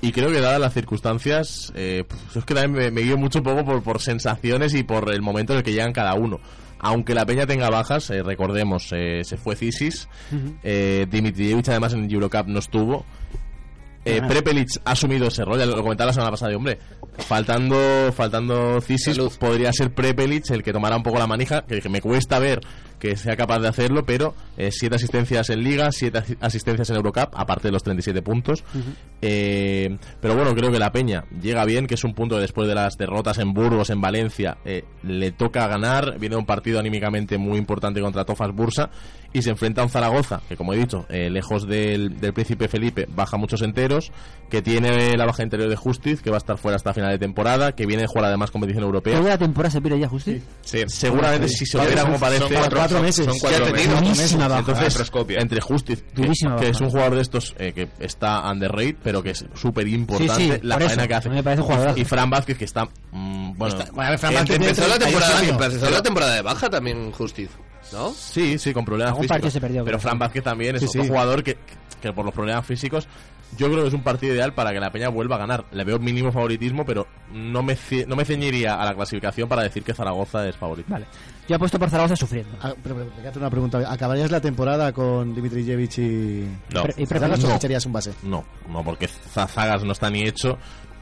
Speaker 5: Y creo que, dadas las circunstancias, eh, pues, es que también me, me guío mucho poco por, por sensaciones y por el momento en el que llegan cada uno. Aunque la Peña tenga bajas, eh, recordemos, eh, se fue Cisis. eh, Dimitrievich, además, en el Eurocup no estuvo. Eh,
Speaker 2: Ah.
Speaker 5: Prepelic ha asumido ese rol, ya lo comentaba la semana pasada, y, hombre, faltando, faltando Cisis, podría ser Prepelic el que tomara un poco la manija, que me cuesta ver que sea capaz de hacerlo, pero eh, siete asistencias en Liga, siete asi- asistencias en Eurocup, aparte de los 37 puntos.
Speaker 7: Mm-hmm.
Speaker 5: Eh, pero bueno, creo que la Peña llega bien, que es un punto que después de las derrotas en Burgos, en Valencia, eh, le toca ganar, viene un partido anímicamente muy importante contra Tofas Bursa y se enfrenta a un Zaragoza, que como he dicho, eh, lejos del, del príncipe Felipe, baja muchos enteros, que tiene la baja interior de Justiz, que va a estar fuera hasta final de temporada, que viene a jugar además competición europea.
Speaker 2: Toda la temporada se pierde ya, Justi.
Speaker 6: Sí.
Speaker 5: Seguramente si se opera como parece,
Speaker 6: Son cuatro,
Speaker 3: cuatro
Speaker 6: son-
Speaker 3: meses.
Speaker 6: Son cuatro
Speaker 4: Ya ha
Speaker 6: meses.
Speaker 4: tenido.
Speaker 3: Buenísima baja.
Speaker 5: entonces,
Speaker 6: artroscopia.
Speaker 5: entre Justiz, que,
Speaker 2: Durísima
Speaker 5: que
Speaker 2: baja.
Speaker 5: es un jugador de estos eh, que está underrated, pero que es súper importante
Speaker 2: Sí, sí,
Speaker 5: la
Speaker 2: por
Speaker 5: faena
Speaker 2: eso.
Speaker 5: que hace.
Speaker 2: A mí me parece un jugadorazo.
Speaker 5: y Fran Vázquez, que está. mm, bueno,
Speaker 3: Bueno, a ver, Fran
Speaker 4: Em-
Speaker 3: Martín
Speaker 4: empezó
Speaker 3: tiene
Speaker 4: la
Speaker 3: 38
Speaker 4: temporada,
Speaker 3: años.
Speaker 4: empezó la temporada de baja también Justiz, ¿no?
Speaker 5: sí, sí, con problemas
Speaker 2: Algún
Speaker 5: físicos.
Speaker 2: partido se perdió,
Speaker 5: pero
Speaker 2: creo.
Speaker 5: Fran Vázquez también es
Speaker 3: Sí,
Speaker 5: otro
Speaker 3: sí.
Speaker 5: jugador que, que por los problemas físicos. Yo creo que es un partido ideal para que la Peña vuelva a ganar. Le veo mínimo favoritismo, pero no me, ce- no me ceñiría a la clasificación para decir que Zaragoza es favorito.
Speaker 2: Vale. Yo apuesto por Zaragoza sufriendo.
Speaker 3: Ah, pero, pero, te hago una pregunta. ¿Acabarías la temporada con Dimitrijevic y.
Speaker 5: No.
Speaker 2: Pre- y
Speaker 3: Zaragoza
Speaker 2: Prepelic.
Speaker 3: o ficharías un base?
Speaker 5: No, no, porque Z- Zagas no está ni hecho.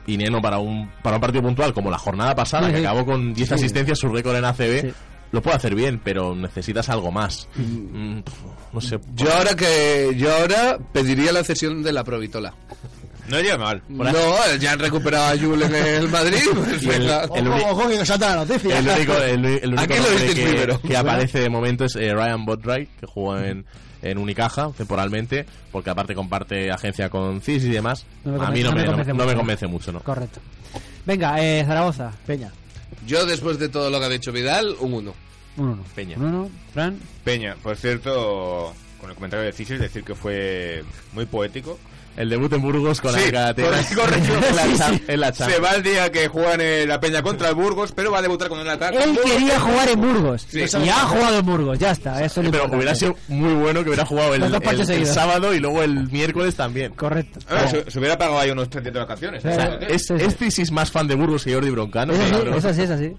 Speaker 5: Y Neno para un, para un partido puntual como la jornada pasada,
Speaker 2: Sí,
Speaker 5: que
Speaker 2: sí.
Speaker 5: acabó con 10 asistencias, su récord en ACB,
Speaker 2: Sí.
Speaker 5: lo puede hacer bien, pero necesitas algo más. Mm, pf, no sé.
Speaker 4: Yo ahora que yo ahora pediría la cesión de la Provitola.
Speaker 6: No llega mal.
Speaker 4: No, ya han recuperado a Jul en el Madrid, pues
Speaker 5: Y el-
Speaker 4: venga.
Speaker 5: el uni-
Speaker 3: Ojo, ojo, que salta la noticia.
Speaker 5: el único, el, el único
Speaker 4: Aquí lo
Speaker 5: nombre
Speaker 4: visteis primero.
Speaker 5: que, que aparece de momento es eh, Ryan Botwright, que jugó en, en Unicaja temporalmente, porque aparte comparte agencia con CIS y demás.
Speaker 2: No me
Speaker 5: A
Speaker 2: convence-
Speaker 5: mí no,
Speaker 2: no me
Speaker 5: me, no-
Speaker 2: convence
Speaker 5: no me
Speaker 2: mucho.
Speaker 5: convence mucho, ¿no?
Speaker 2: Correcto. Venga, eh, Zaragoza.
Speaker 3: Peña.
Speaker 4: Yo después de todo lo que ha dicho Vidal, un 1.
Speaker 2: Un 1
Speaker 5: Peña.
Speaker 2: Un 1 Fran.
Speaker 6: Peña, por cierto, con el comentario de Cisis, decir que fue muy poético.
Speaker 5: El debut en Burgos con
Speaker 6: Sí,
Speaker 5: Alcateras.
Speaker 6: corre- correcto.
Speaker 5: En la cha- en la
Speaker 6: Se
Speaker 5: Champions.
Speaker 6: va el día que juegan eh, la Peña contra el Burgos, pero va a debutar con un ataque.
Speaker 2: Él quería jugar en Burgos.
Speaker 6: Sí.
Speaker 2: Y ha jugado en Burgos. Ya está. Eso es lo
Speaker 5: Pero
Speaker 2: importante.
Speaker 5: hubiera sido muy bueno que hubiera jugado el,
Speaker 2: Los dos parches
Speaker 5: el- el
Speaker 2: seguidos.
Speaker 5: sábado y luego el miércoles también.
Speaker 2: Correcto.
Speaker 6: A ver, Ah, se, se hubiera pagado ahí unos 30 de vacaciones.
Speaker 2: O
Speaker 5: O sea,
Speaker 6: ¿eh?
Speaker 5: es, es Cisis más fan de Burgos que Jordi
Speaker 3: Ah,
Speaker 5: Broncano.
Speaker 2: Eso sí,
Speaker 5: cabrón.
Speaker 2: eso sí, eso sí.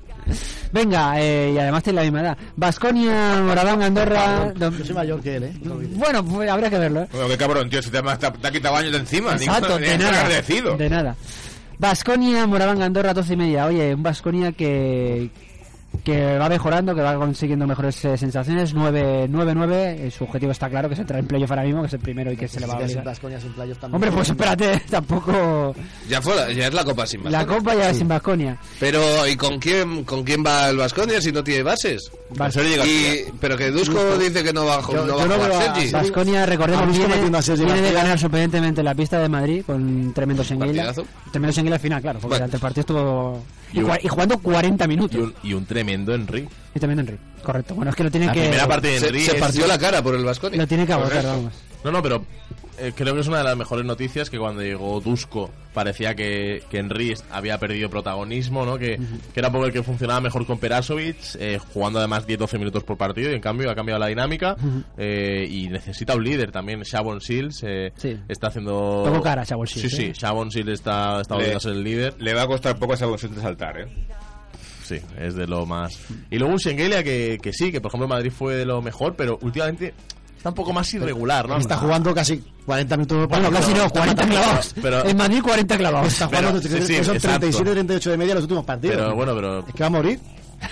Speaker 2: Venga, eh, y además tiene la misma edad. Basconia, Moraván, Andorra. Dom-
Speaker 3: Yo soy mayor que él, ¿eh?
Speaker 2: Bueno, pues habría que verlo, ¿eh?
Speaker 6: Bueno, qué cabrón, tío, si te, ha- te ha- te ha quitado años de encima.
Speaker 2: Exacto,
Speaker 6: Ni-
Speaker 2: de
Speaker 6: ni estás
Speaker 2: nada.
Speaker 6: agradecido.
Speaker 2: De nada. Basconia, Moraván, Andorra, 12 y media. Oye, un Basconia que que va mejorando, que va consiguiendo mejores eh, sensaciones. 9-9-9. eh, Su objetivo está claro, que se trae en playoff ahora mismo, que es el primero y que se le va a
Speaker 3: Si te
Speaker 2: obligar.
Speaker 3: sientas coñas en playos también.
Speaker 2: Hombre, pues espérate, tampoco...
Speaker 4: Ya fue, la- ya es la copa sin más.
Speaker 2: La copa ya es en Basconia.
Speaker 4: Pero ¿y con quién con quién va el Vasconia si no tiene bases?
Speaker 2: Vas-
Speaker 4: Y, pero que Dusko dice que no va, a ju-
Speaker 3: Yo-
Speaker 4: no va
Speaker 3: yo no
Speaker 4: a jugar
Speaker 3: veo a-
Speaker 4: Sergi.
Speaker 2: Vasconia,
Speaker 3: A
Speaker 2: recordemos,
Speaker 3: mí es que
Speaker 2: viene,
Speaker 3: metiendo a Sergi
Speaker 2: viene de
Speaker 3: García.
Speaker 2: ganar sorprendentemente en la pista de Madrid con tremendo Senguila.
Speaker 4: Partidazo.
Speaker 2: Tremendo Senguila al final, claro, porque
Speaker 4: Bueno.
Speaker 2: durante el partido estuvo. Y,
Speaker 5: Y un-
Speaker 2: cua- y jugando 40
Speaker 5: Y,
Speaker 2: minutos.
Speaker 5: un, y un tremendo Henry.
Speaker 2: Y también Henry. Correcto. Bueno, es que lo tiene
Speaker 5: La
Speaker 2: que.
Speaker 5: primera parte de
Speaker 4: Se,
Speaker 5: Henry.
Speaker 4: se
Speaker 5: es-
Speaker 4: partió la cara por el Vasconia.
Speaker 2: Lo tiene que agotar,
Speaker 6: Correcto.
Speaker 2: vamos.
Speaker 5: No, no, pero eh, creo que es una de las mejores noticias que cuando llegó Dusko parecía que, que Henry est- había perdido protagonismo, ¿no? Que, que era un poco el que funcionaba mejor con Perasovic, eh, jugando además 10-12 minutos por partido y en cambio ha cambiado la dinámica eh, y necesita un líder también. Shabon Shields eh,
Speaker 2: Sí.
Speaker 5: está haciendo...
Speaker 2: Tocó cara Shavon Shields,
Speaker 5: Sí,
Speaker 2: ¿eh?
Speaker 5: sí, Shavon Shields está, está
Speaker 6: Le-
Speaker 5: volviendo a ser el líder.
Speaker 6: Le va a costar poco a esa bolsita de saltar, ¿eh?
Speaker 5: Sí, es de lo más. Y luego un Shengelia que, que sí, que por ejemplo Madrid fue de lo mejor, pero últimamente está un poco más irregular, ¿no?
Speaker 3: Está jugando casi 40 minutos.
Speaker 2: Bueno, casi no, 40 clavados.
Speaker 5: pero-
Speaker 2: en Madrid, 40 clavados.
Speaker 3: Está jugando
Speaker 5: Pero- sí, sí,
Speaker 3: son
Speaker 5: exacto.
Speaker 3: 37, 38 de media los últimos partidos.
Speaker 5: Pero bueno, pero
Speaker 3: Es que va a morir.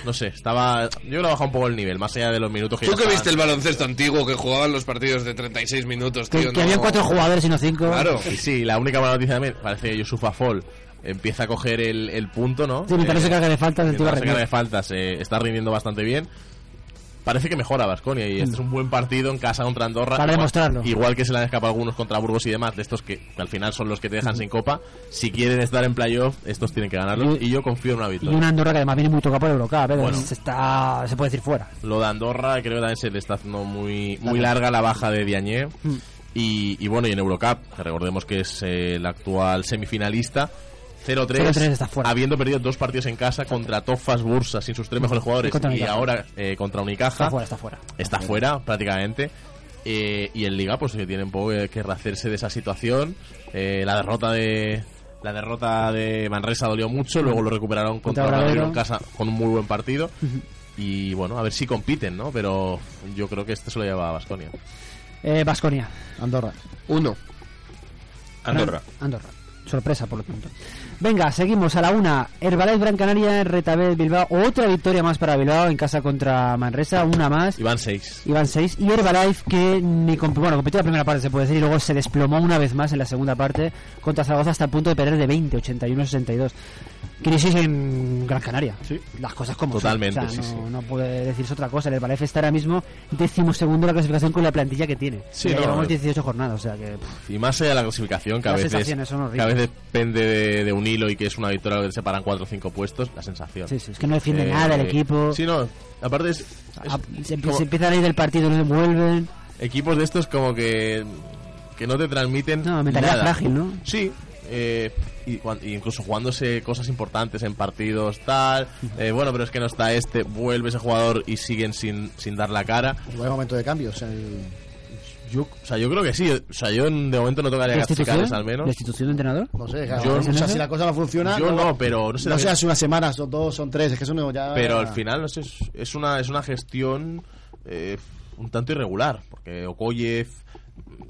Speaker 5: no sé, estaba. Yo creo que ha bajado un poco el nivel, más allá de los minutos que
Speaker 4: ¿Tú
Speaker 5: ya
Speaker 4: que
Speaker 5: estaban-
Speaker 4: viste el baloncesto antiguo que jugaban los partidos de 36 minutos,
Speaker 2: Que,
Speaker 4: tío?
Speaker 2: que
Speaker 4: no-
Speaker 2: habían cuatro jugadores y no cinco.
Speaker 4: Claro.
Speaker 5: Y sí, la única mala noticia también, parece que Yusufa Fall empieza a coger el, el punto, ¿no? Eh,
Speaker 2: Sí, mientras no se carga de faltas, el tío va a
Speaker 5: mientras no se carga
Speaker 2: rendir.
Speaker 5: de faltas, eh, está rindiendo bastante bien. Parece que mejora Vasconia y este es un buen partido en casa contra Andorra.
Speaker 2: Para
Speaker 5: Igual-
Speaker 2: demostrarlo.
Speaker 5: Igual que se le han escapado algunos contra Burgos y demás, de estos que al final son los que te dejan sin copa. Si quieren estar en playoff, estos tienen que ganarlos.
Speaker 2: Y-
Speaker 5: Y yo confío en una
Speaker 2: Y
Speaker 5: victoria.
Speaker 2: una Andorra que además viene muy tocada por Eurocup. ¿eh?
Speaker 5: Bueno.
Speaker 2: Se, está, se puede decir fuera.
Speaker 5: Lo de Andorra creo que también se le está haciendo muy, muy larga la baja de Diagne.
Speaker 2: Mm.
Speaker 5: Y, y bueno, y en Eurocup, que recordemos que es eh, el actual semifinalista,
Speaker 2: 0-3
Speaker 5: 0-3,
Speaker 2: está fuera.
Speaker 5: habiendo perdido dos partidos en casa contra Tofas Bursa sin sus tres mejores jugadores
Speaker 2: Y contra
Speaker 5: y
Speaker 2: Unicaja.
Speaker 5: ahora eh, contra Unicaja
Speaker 2: Está fuera, está fuera.
Speaker 5: está fuera prácticamente. Eh, y en Liga, pues que tiene un poco que rehacerse de esa situación. Eh, la derrota de la derrota de Manresa dolió mucho, luego lo recuperaron
Speaker 2: Contra
Speaker 5: contra Obradoiro
Speaker 2: Obradoiro.
Speaker 5: en casa con un muy buen partido. Y bueno, a ver si compiten, ¿no? Pero yo creo que este se lo lleva a Basconia.
Speaker 2: Eh, Basconia.
Speaker 3: Andorra.
Speaker 4: Uno.
Speaker 6: Andorra.
Speaker 2: Andorra. Sorpresa, por lo tanto. Venga, seguimos a la una. Herbalife Gran Canaria, Retabel Bilbao. Otra victoria más para Bilbao en casa contra Manresa. Una más.
Speaker 5: Y van seis.
Speaker 2: Iban 6 y Herbalife que ni comp- bueno, compitió la primera parte se puede decir y luego se desplomó una vez más en la segunda parte contra Zaragoza hasta el punto de perder de 20, 81, 62. Crisis en Gran Canaria.
Speaker 5: Sí.
Speaker 2: Las cosas como son.
Speaker 5: Totalmente,
Speaker 2: O sea,
Speaker 5: sí,
Speaker 2: no,
Speaker 5: sí.
Speaker 2: no puede decirse otra cosa. El Herbalife está ahora mismo decimosegundo en la clasificación con la plantilla que tiene.
Speaker 5: Sí,
Speaker 2: Y ya
Speaker 5: no,
Speaker 2: llevamos
Speaker 5: no.
Speaker 2: 18 jornadas, o sea que pff,
Speaker 5: Y más allá de la clasificación, que a
Speaker 2: Las
Speaker 5: veces,
Speaker 2: sensaciones son
Speaker 5: que a
Speaker 2: horribles.
Speaker 5: veces depende de, de un hilo y que es una victoria que separan cuatro o cinco puestos, la sensación.
Speaker 2: sí, sí, es que no defiende
Speaker 5: Eh,
Speaker 2: nada el equipo.
Speaker 5: Sí, no. Aparte es, es
Speaker 2: Ah, se, empie-
Speaker 5: como-
Speaker 2: se empiezan a ir del partido, no se vuelven.
Speaker 5: equipos de estos como que que no te transmiten
Speaker 2: No, mentalidad
Speaker 5: nada.
Speaker 2: frágil, ¿no?
Speaker 5: Sí. eh, y cuan- y incluso jugándose cosas importantes en partidos tal eh, bueno pero es que no está este vuelve ese jugador y siguen sin, sin dar la cara
Speaker 3: Buen momento de cambios. el-
Speaker 5: yo o sea yo creo que sí o sea yo en- de momento no tocaría
Speaker 2: ¿Destitución?
Speaker 5: casticales al menos
Speaker 2: ¿Destitución de entrenador?
Speaker 3: No sé, claro,
Speaker 5: Yo-
Speaker 3: o sea, si la cosa no funciona.
Speaker 5: yo no pero no sé,
Speaker 3: No sé,
Speaker 5: también-
Speaker 3: hace unas semanas, son dos, son tres, es que eso no ya...
Speaker 5: pero al final no sé, es, es una es una gestión eh, un tanto irregular porque Okoyev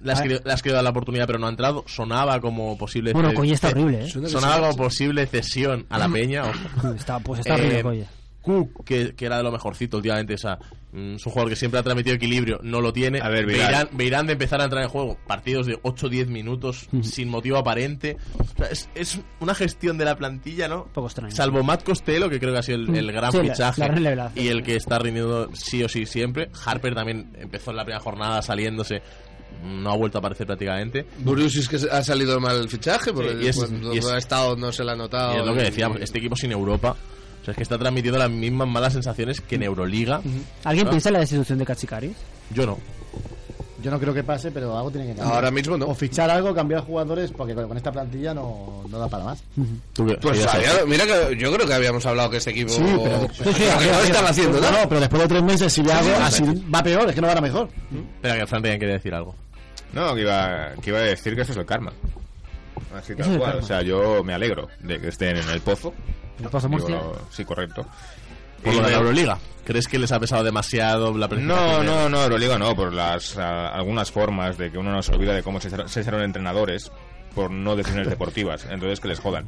Speaker 5: las que, las que le da la oportunidad pero no ha entrado sonaba como posible
Speaker 2: Bueno,
Speaker 5: ce-
Speaker 2: Coye está
Speaker 5: ce-
Speaker 2: horrible, ¿eh? Mm.
Speaker 5: sonaba como posible cesión a la peña ojo.
Speaker 2: Está, pues está
Speaker 5: Eh,
Speaker 2: horrible, Coye.
Speaker 5: Cook, que, que era de lo mejorcito últimamente, o sea, mm, es un jugador que siempre ha transmitido equilibrio, no lo tiene.
Speaker 6: A ver, Vidal.
Speaker 5: Beirán, Beirán de empezar a entrar en juego, partidos de 8-10 minutos sin motivo aparente. O sea, es, es una gestión de la plantilla, ¿no?
Speaker 2: poco extraño.
Speaker 5: Salvo Matt Costello, que creo que ha sido el, el gran
Speaker 2: Sí, la-
Speaker 5: fichaje
Speaker 2: la gran revelación.
Speaker 5: y el que está rindiendo sí o sí siempre. Harper también empezó en la primera jornada saliéndose, no ha vuelto a aparecer prácticamente.
Speaker 4: Buriusis que ha salido mal el fichaje, porque
Speaker 5: Sí, y es-
Speaker 4: cuando
Speaker 5: y es-
Speaker 4: ha estado no se le ha notado.
Speaker 5: Y es lo que
Speaker 4: y-
Speaker 5: decíamos, este equipo sin Europa. O sea, es que está transmitiendo las mismas malas sensaciones que en Euroliga.
Speaker 2: ¿Alguien
Speaker 5: Ah.
Speaker 2: piensa en la destitución de Katsikaris?
Speaker 5: Yo no.
Speaker 3: Yo no creo que pase, pero algo tiene que cambiar.
Speaker 4: Ahora mismo no.
Speaker 3: O fichar algo, cambiar jugadores, porque con esta plantilla no, no da para más.
Speaker 5: ¿Tú qué?
Speaker 4: Pues
Speaker 5: Sí, ya
Speaker 4: había-
Speaker 5: sabes.
Speaker 4: mira que yo creo que habíamos hablado que este equipo
Speaker 3: Sí, pero-
Speaker 4: creo que no estaba haciendo
Speaker 3: No,
Speaker 4: nada.
Speaker 3: no, pero después de tres meses, si le hago
Speaker 5: sí,
Speaker 3: así, va peor, es que no va a mejor.
Speaker 5: Espera, que Fran tenía que decir algo.
Speaker 6: No, que iba, que iba a decir que eso es el karma. Así
Speaker 2: Eso es el
Speaker 6: tal cual.
Speaker 2: karma.
Speaker 6: O sea, yo me alegro de que estén en el pozo.
Speaker 2: ¿El Pozo
Speaker 6: Digo,
Speaker 2: Murcia?
Speaker 6: sí, correcto.
Speaker 5: Por
Speaker 6: Y
Speaker 5: lo de la
Speaker 6: luego-
Speaker 5: Euroliga. ¿Crees que les ha pesado demasiado la
Speaker 6: No,
Speaker 5: planificación de-
Speaker 6: no, no, Euroliga no, por las a- algunas formas de que uno no se olvida de cómo se cesaron- se cesaron entrenadores por no decisiones deportivas, entonces que les jodan.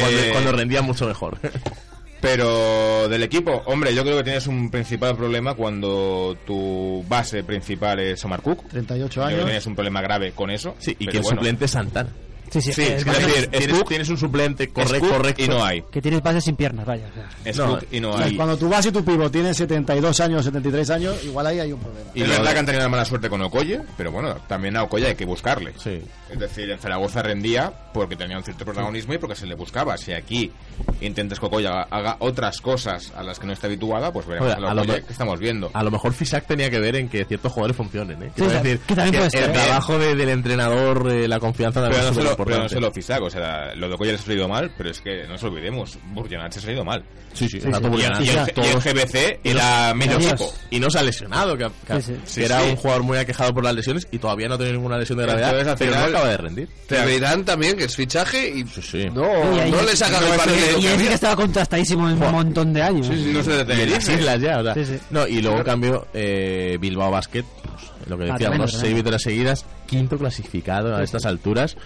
Speaker 5: Cuando,
Speaker 6: Eh,
Speaker 5: cuando rendía mucho mejor.
Speaker 6: Pero del equipo, hombre, yo creo que tienes un principal problema cuando tu base principal es Omar Cook.
Speaker 3: 38
Speaker 6: Yo creo que
Speaker 3: años.
Speaker 6: tienes un problema grave con eso.
Speaker 5: sí, y
Speaker 6: pero
Speaker 5: que el
Speaker 6: bueno.
Speaker 5: suplente es Santana.
Speaker 2: Sí, sí.
Speaker 6: Sí,
Speaker 2: eh,
Speaker 6: es que
Speaker 2: vaya,
Speaker 6: decir,
Speaker 5: Tienes-
Speaker 6: es
Speaker 5: tienes,
Speaker 6: Cook-
Speaker 5: tienes un suplente
Speaker 6: Es
Speaker 5: correcto,
Speaker 6: Cook
Speaker 5: correcto.
Speaker 6: Y no hay.
Speaker 2: que tienes bases sin piernas, vaya. o sea.
Speaker 6: Es
Speaker 5: No,
Speaker 6: Cook y no
Speaker 5: o
Speaker 3: O sea,
Speaker 6: hay.
Speaker 3: Cuando tú vas y tu pivo tiene 72 años, 73 años, igual ahí hay un problema.
Speaker 6: Y es verdad que han tenido mala suerte con Okoye, pero bueno, también a Okoye hay que buscarle.
Speaker 5: Sí.
Speaker 6: Es decir, en Zaragoza rendía porque tenía un cierto protagonismo y porque se le buscaba. Si aquí intentas que Okoye haga, haga otras cosas a las que no está habituada, pues veremos
Speaker 5: Oye,
Speaker 6: a lo
Speaker 5: a lo
Speaker 6: Okoye
Speaker 5: me-
Speaker 6: que estamos viendo.
Speaker 5: A lo mejor Fisac tenía que ver en que ciertos jugadores funcionen, ¿eh? Quiero
Speaker 2: sí,
Speaker 5: decir,
Speaker 2: que también puede
Speaker 5: el
Speaker 2: ser, ¿eh?
Speaker 5: trabajo de- del entrenador, eh, la confianza de
Speaker 6: Pero no, se lo, pero no se lo fisac, o sea, lo de Okoye les ha salido mal, pero es que no nos olvidemos, Burjanach se ha salido mal.
Speaker 5: Sí, sí,
Speaker 2: Sí,
Speaker 5: está
Speaker 2: sí.
Speaker 5: todo
Speaker 6: Y el,
Speaker 5: bien.
Speaker 6: y el- y el
Speaker 5: Todos-
Speaker 6: GBC era medio
Speaker 2: Dios.
Speaker 6: equipo.
Speaker 5: y no se ha lesionado, que, que-
Speaker 2: Sí, sí.
Speaker 5: que
Speaker 6: Sí,
Speaker 5: era
Speaker 6: sí.
Speaker 5: un jugador muy aquejado por las lesiones y todavía no ha tenido ninguna lesión de gravedad,
Speaker 6: Entonces, al
Speaker 5: pero no
Speaker 6: final-
Speaker 5: acaba de rendir.
Speaker 4: Te verán también que es fichaje y
Speaker 5: Sí, sí.
Speaker 4: no,
Speaker 2: Y ahí-
Speaker 4: no le sacan
Speaker 2: y-
Speaker 4: el partido.
Speaker 2: Y y ahí sí que estaba contrastadísimo en un montón de años.
Speaker 6: No se
Speaker 5: Y en las islas ya, o sea,
Speaker 2: Sí, sí.
Speaker 5: No, y luego en cambio eh, Bilbao Basket, pues, lo que
Speaker 2: Ah, tremendo,
Speaker 5: decíamos, ¿no?
Speaker 2: tremendo.
Speaker 5: seis victorias seguidas, quinto clasificado a estas alturas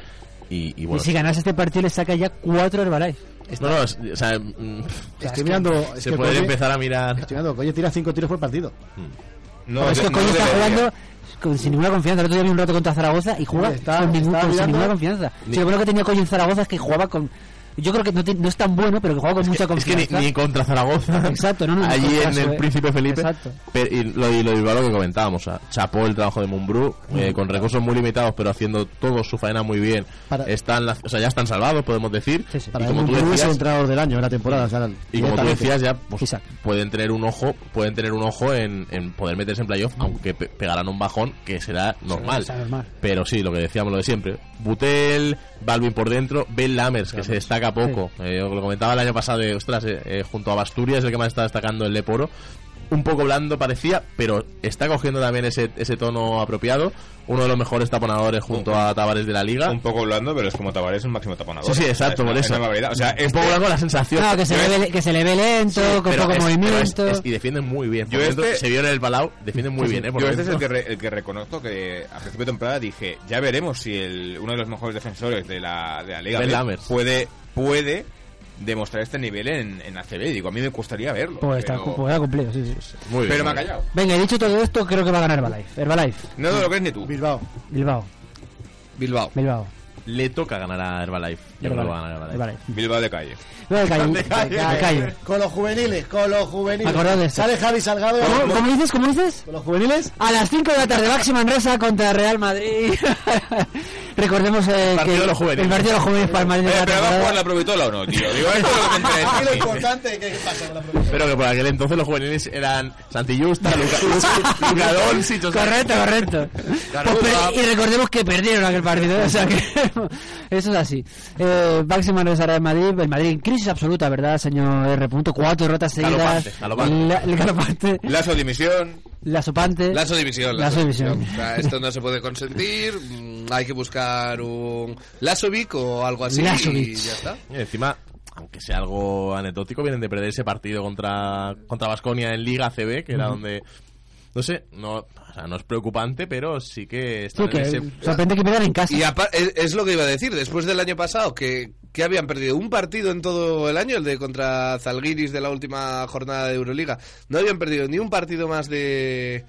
Speaker 5: y, y
Speaker 2: Y
Speaker 5: bueno.
Speaker 2: si ganas este partido le saca ya 4 Herbalife.
Speaker 5: no, no, es- o sea, mm,
Speaker 3: Estoy mirando... es
Speaker 5: se
Speaker 3: que
Speaker 5: puede
Speaker 3: Okoye-
Speaker 5: empezar a mirar.
Speaker 3: Estoy mirando, Okoye tira 5 tiros por partido.
Speaker 6: No,
Speaker 2: Pero es que
Speaker 6: no
Speaker 2: Coye está
Speaker 6: debería.
Speaker 2: jugando con- sin ninguna confianza. El otro día vi un rato contra Zaragoza y juega
Speaker 3: Está-
Speaker 2: con, ningún-
Speaker 3: está
Speaker 2: con- sin
Speaker 3: mirando-
Speaker 2: ninguna confianza. Si
Speaker 5: Ni-
Speaker 2: lo bueno que tenía Coye en Zaragoza es que jugaba con... Yo creo que no, te- no es tan bueno, pero que juega con mucha
Speaker 5: Es que
Speaker 2: confianza.
Speaker 5: ni, ni contra Zaragoza,
Speaker 2: Exacto, no, no, ni
Speaker 5: allí
Speaker 2: contra
Speaker 5: en
Speaker 2: eso,
Speaker 5: el
Speaker 2: eh.
Speaker 5: Príncipe Felipe,
Speaker 2: Exacto.
Speaker 5: pero- y lo, y lo de Bilbao lo que comentábamos, o sea, chapó el trabajo de Mumbrú,
Speaker 2: Mm.
Speaker 5: eh, con recursos muy limitados, pero haciendo todo su faena muy bien.
Speaker 3: Para-
Speaker 5: Están, la- o sea, ya están salvados, podemos decir.
Speaker 2: Sí, sí.
Speaker 5: Y
Speaker 3: Para
Speaker 5: como
Speaker 3: él,
Speaker 5: tú
Speaker 3: Mumbrú es el
Speaker 5: decías,
Speaker 3: entrenador del año en la temporada. o sea,
Speaker 5: y como tú
Speaker 3: directamente.
Speaker 5: decías ya pues,
Speaker 2: Isaac.
Speaker 5: pueden tener un ojo pueden tener un ojo en, en poder meterse en playoff aunque pe- pegarán un bajón que será normal,
Speaker 2: Mm. será normal.
Speaker 5: pero sí lo que decíamos lo de siempre Butel Balvin por dentro Ben Lammers que se destaca destaca poco. Eh, lo comentaba el año pasado, eh, ostras, eh, eh, junto a Basturias es el que más está destacando el Leporo. Un poco blando parecía, pero está cogiendo también ese, ese tono apropiado. Uno de los mejores taponadores junto a Tavares de la liga.
Speaker 6: Un poco blando, pero es como Tavares, es un máximo taponador.
Speaker 5: Sí, sí, exacto,
Speaker 6: Es una-
Speaker 5: por
Speaker 6: es
Speaker 5: eso.
Speaker 6: una barbaridad. O sea,
Speaker 5: un
Speaker 6: este-
Speaker 5: poco blando la sensación.
Speaker 2: Claro, que se,
Speaker 5: Yo
Speaker 2: le
Speaker 5: es-
Speaker 2: ve, que se le ve lento, con
Speaker 5: pero
Speaker 2: poco
Speaker 5: es- pero es-
Speaker 2: movimiento.
Speaker 5: es- y defienden muy bien. Por
Speaker 6: Yo
Speaker 5: ejemplo,
Speaker 6: este-
Speaker 5: Se vio en el Palau, defienden muy bien, ¿eh? por
Speaker 6: Yo este es el
Speaker 5: dentro.
Speaker 6: que, re- el que reconozco que a principio de temporada dije, ya veremos si el, uno de los mejores defensores de la, de la Liga
Speaker 5: Ben
Speaker 6: B
Speaker 5: Lammers.
Speaker 6: puede, puede demostrar este nivel en, en ACB. Digo, a mí me gustaría verlo.
Speaker 2: Pues está,
Speaker 6: pero,
Speaker 2: pues ha cumplido, sí, sí.
Speaker 5: Muy bien,
Speaker 6: pero me ha
Speaker 5: muy bien.
Speaker 6: callado.
Speaker 2: Venga, he dicho todo esto, creo que va a ganar Herbalife. Herbalife,
Speaker 6: No te lo crees ni tú.
Speaker 3: Bilbao.
Speaker 2: Bilbao,
Speaker 4: Bilbao.
Speaker 2: Bilbao.
Speaker 5: Le toca ganar a Herbalife. Yo creo que va a ganar Herbalife.
Speaker 2: Herbalife.
Speaker 6: Bilbao de calle.
Speaker 2: Luego de calle,
Speaker 5: De calle.
Speaker 2: de calle.
Speaker 3: Con los juveniles, con los juveniles.
Speaker 2: Acordad de esto.
Speaker 3: Sale Javi Salgado.
Speaker 2: ¿Cómo, cómo dices? ¿Cómo dices?
Speaker 3: Con los juveniles.
Speaker 2: A las 5 de la tarde, Baxi Manresa contra Real Madrid. Recordemos eh,
Speaker 5: Partido
Speaker 2: que
Speaker 5: de los juveniles.
Speaker 2: el partido de los juveniles para el Madrid. de
Speaker 6: Oye, pero
Speaker 2: la
Speaker 6: va a
Speaker 2: temporada.
Speaker 6: jugar la provitola o no, tío. Digo, esto es lo que me interesa.
Speaker 3: Aquí lo importante es que pasa con la provincia.
Speaker 5: Pero que por aquel entonces los juveniles eran Santi Justa, Luca, Luca Doncic, o sea,
Speaker 2: Correcto, correcto.
Speaker 5: Claro,
Speaker 2: Pues
Speaker 5: va.
Speaker 2: per- y recordemos que perdieron aquel partido, o sea que eso es así. Eh, Baxi Manresa Real Madrid, el Madrid en crisis absoluta, ¿verdad, señor R. Punto? Cuatro derrotas seguidas.
Speaker 5: Galopante, galopante.
Speaker 2: La, el galopante,
Speaker 6: Lazo dimisión.
Speaker 2: la sopante.
Speaker 4: Lazo división.
Speaker 2: Lazo división.
Speaker 4: O sea, esto no se puede consentir. mm, Hay que buscar un Lazovic o algo así.
Speaker 2: Lazovic.
Speaker 4: Y ya está.
Speaker 5: Y encima, aunque sea algo anecdótico, vienen de perder ese partido contra contra Vasconia en Liga CB, que era donde no sé, no, o sea, no es preocupante, pero sí
Speaker 2: Sí,
Speaker 5: que están en
Speaker 2: que
Speaker 5: ese-
Speaker 2: sorprende que pierdan en casa.
Speaker 4: Y apa- es, es lo que iba a decir, después del año pasado, que, que habían perdido un partido en todo el año, el de contra Zalgiris de la última jornada de Euroliga, no habían perdido ni un partido más de,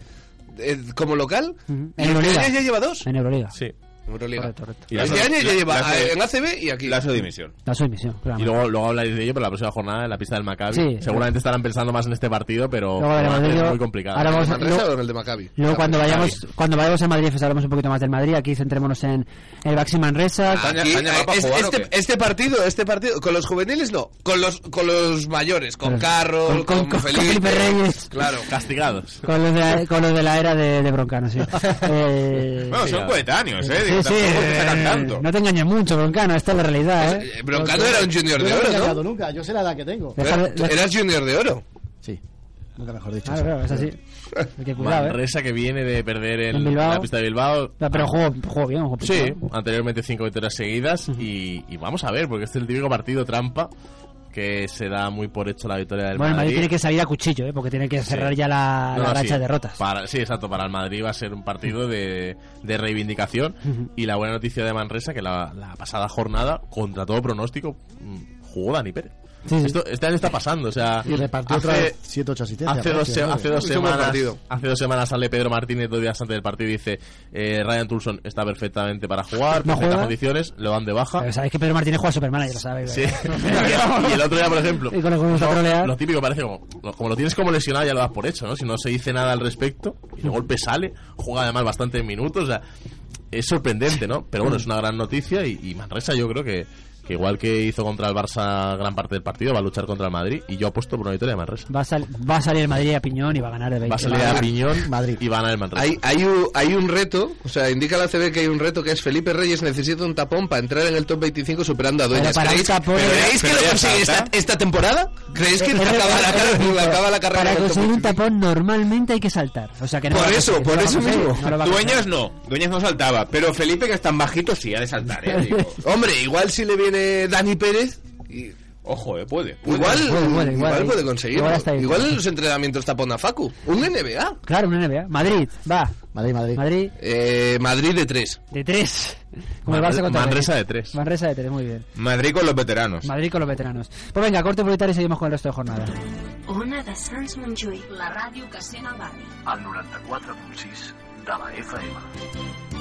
Speaker 4: de- como local.
Speaker 2: Ujú.
Speaker 4: Y
Speaker 2: En
Speaker 4: este
Speaker 2: Euroliga.
Speaker 4: año ya lleva dos.
Speaker 2: En Euroliga.
Speaker 5: sí.
Speaker 4: Euroliga.
Speaker 2: Correcto, correcto.
Speaker 6: Y
Speaker 4: este
Speaker 6: Lazo-
Speaker 4: año ya lleva
Speaker 6: Lazo-
Speaker 4: eh, en ACB y aquí.
Speaker 6: Lazo dimisión.
Speaker 2: La sumisión,
Speaker 5: Y luego, luego habláis de ello, pero la próxima jornada en la pista del Maccabi.
Speaker 2: Ah, Sí.
Speaker 5: Seguramente estarán pensando más en este partido, pero
Speaker 2: Luego hablaremos de
Speaker 5: es
Speaker 2: ello.
Speaker 5: muy complicado.
Speaker 2: Ahora vamos-
Speaker 4: ¿En Manresa
Speaker 2: luego-
Speaker 4: o en el de Maccabi?
Speaker 2: Luego
Speaker 4: Ah,
Speaker 2: cuando
Speaker 4: Maccabi.
Speaker 2: vayamos, cuando vayamos a Madrid pues, hablaremos un poquito más del Madrid, aquí centrémonos en el Baxi Manresa.
Speaker 4: Ah, Aquí,
Speaker 6: ¿Te han llamado para
Speaker 4: es-
Speaker 6: jugar o
Speaker 4: este,
Speaker 6: qué?
Speaker 4: este partido, este partido, con los juveniles no, con los con los mayores, con
Speaker 2: Con-
Speaker 4: Carroll,
Speaker 2: con- con-
Speaker 4: con,
Speaker 2: con
Speaker 4: Felipe,
Speaker 2: Felipe Reyes.
Speaker 4: Claro.
Speaker 5: Castigados.
Speaker 2: Con los, de la, con los de la era de, de Broncano, sí. Eh,
Speaker 6: Bueno, son
Speaker 5: ya.
Speaker 6: coetáneos, eh.
Speaker 2: sí,
Speaker 6: Digo,
Speaker 2: sí,
Speaker 6: tampoco te sacan
Speaker 2: eh,
Speaker 6: tanto.
Speaker 2: no te engañes mucho, Broncano, esta es la realidad, ¿eh?
Speaker 4: Eh, Broncano era un junior
Speaker 3: Yo no
Speaker 4: de
Speaker 3: me he
Speaker 4: oro,
Speaker 3: engañado
Speaker 4: ¿no?
Speaker 3: nunca, yo sé la edad que tengo.
Speaker 2: Deja de-
Speaker 4: Era-
Speaker 2: deja-
Speaker 4: Eras junior de oro.
Speaker 3: Sí, nunca mejor dicho.
Speaker 2: Claro, claro, es así. Hay que cuidado, ¿eh?
Speaker 5: Manresa que viene de perder en,
Speaker 2: En Bilbao.
Speaker 5: la pista de Bilbao.
Speaker 2: Ah, Pero juego, juego bien, juego
Speaker 5: Sí,
Speaker 2: bien.
Speaker 5: anteriormente cinco victorias seguidas y, y vamos a ver, porque este es el típico partido trampa que se da muy por hecho la victoria del
Speaker 2: Bueno, el Madrid
Speaker 5: Madrid.
Speaker 2: tiene que salir a cuchillo, ¿eh? Porque tiene que cerrar
Speaker 5: Sí.
Speaker 2: ya la,
Speaker 5: No,
Speaker 2: la
Speaker 5: no,
Speaker 2: racha
Speaker 5: sí.
Speaker 2: de derrotas.
Speaker 5: Para, sí, exacto. Para el Madrid va a ser un partido de, de reivindicación. Y la buena noticia de Manresa, que la, la pasada jornada, contra todo pronóstico, mm, jugó Dani Pérez.
Speaker 2: Sí, sí.
Speaker 5: Esto, este año está pasando. O sea,
Speaker 3: Y repartió
Speaker 5: hace,
Speaker 3: otra vez 7 8 asistencias.
Speaker 5: Hace dos, se-
Speaker 3: parece, ¿no?
Speaker 5: hace dos
Speaker 4: Hizo un buen
Speaker 5: semanas
Speaker 4: partido.
Speaker 5: hace dos semanas sale Pedro Martínez dos días antes del partido y dice eh, Ryan Tulson está perfectamente para jugar,
Speaker 2: No
Speaker 5: perfectas
Speaker 2: juega.
Speaker 5: condiciones, lo dan de baja.
Speaker 2: Pero sabéis que Pedro Martínez juega Superman, ya lo sabes.
Speaker 5: Sí.
Speaker 2: ¿eh?
Speaker 5: y el otro día, por ejemplo,
Speaker 2: Y con lo que nos gusta trolear.
Speaker 5: lo típico parece como, lo- como lo tienes como lesionado ya lo das por hecho, ¿no? Si no se dice nada al respecto y de
Speaker 2: Mm.
Speaker 5: golpe sale, juega además bastantes minutos, o sea, es sorprendente, ¿no? Pero
Speaker 2: Mm.
Speaker 5: bueno, es una gran noticia y, y Manresa yo creo que, que igual que hizo contra el Barça gran parte del partido, va a luchar contra el Madrid y yo apuesto por una victoria de Manresa.
Speaker 2: Va a, sal- va a salir el Madrid a piñón y va a ganar de 20.
Speaker 5: Va a salir a Piñón
Speaker 3: Madrid.
Speaker 5: y va a ganar el Manresa.
Speaker 4: Hay, hay, un, hay un reto, o sea, indica la CB que hay un reto que es Felipe Reyes necesita un tapón para entrar en el top 25 superando a
Speaker 2: Pero
Speaker 4: Dueñas.
Speaker 2: para un
Speaker 4: ¿Creéis,
Speaker 2: tapón-
Speaker 4: ¿creéis que
Speaker 6: Pero
Speaker 4: lo
Speaker 6: ya
Speaker 4: consigue esta,
Speaker 6: salta.
Speaker 4: esta temporada? ¿Creéis que
Speaker 2: Es- es-
Speaker 4: acaba, la,
Speaker 2: es-
Speaker 4: carrera-
Speaker 2: es-
Speaker 4: acaba la carrera
Speaker 2: Para
Speaker 4: en el top
Speaker 2: conseguir un
Speaker 4: 25?
Speaker 2: tapón normalmente hay que saltar. O sea que no
Speaker 4: Por
Speaker 2: lo va a
Speaker 4: eso,
Speaker 2: conseguir, no
Speaker 4: por
Speaker 2: lo va
Speaker 4: eso
Speaker 2: a conseguir,
Speaker 4: mismo.
Speaker 2: no lo va a
Speaker 6: Dueñas no, Dueñas no saltaba, pero Felipe que es tan bajito sí ha de saltar, eh. Digo,
Speaker 4: Hombre, igual si le viene Dani Pérez. y-
Speaker 6: ojo, eh, puede. puede.
Speaker 4: Igual,
Speaker 2: puede, puede,
Speaker 4: igual,
Speaker 2: igual.
Speaker 4: puede conseguirlo.
Speaker 2: Igual hasta ahí.
Speaker 4: Igual en los entrenamientos tapón a Facu. Un NBA.
Speaker 2: Claro, una NBA. Madrid, va.
Speaker 3: Madrid, Madrid.
Speaker 2: Madrid
Speaker 4: Eh, Madrid de 3.
Speaker 2: de 3. Como el
Speaker 5: Manre-
Speaker 2: Barça contra el
Speaker 5: Manresa
Speaker 2: Betis.
Speaker 5: de tres.
Speaker 2: Manresa de 3, muy bien.
Speaker 6: Madrid con los veteranos.
Speaker 2: Madrid con los veteranos. Pues venga, corte publicitario y seguimos con el resto de jornada.
Speaker 8: Ona de Sants Montjuïc.
Speaker 9: La ràdio que sent el barri.
Speaker 7: al 94.6 de la FM.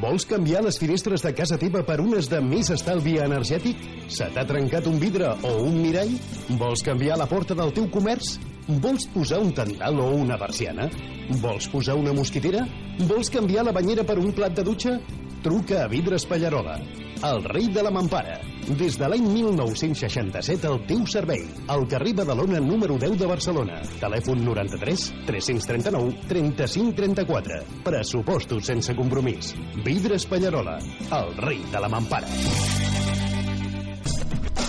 Speaker 10: Vols canviar les finestres de casa teva per unes de més estalvi energètic? Se t'ha trencat un vidre o un mirall? Vols canviar la porta del teu comerç? Vols posar un tendal o una persiana? Vols posar una mosquitera? Vols canviar la banyera per un plat de dutxa? Truca a Vidres Pallarola, el rei de la mampara. Des de l'any 1967 al teu servei, al carrer Badalona número 10 de Barcelona. Telèfon 93 339 35 34. Pressupostos sense compromís. Vidres Pallarola, el rei de la mampara.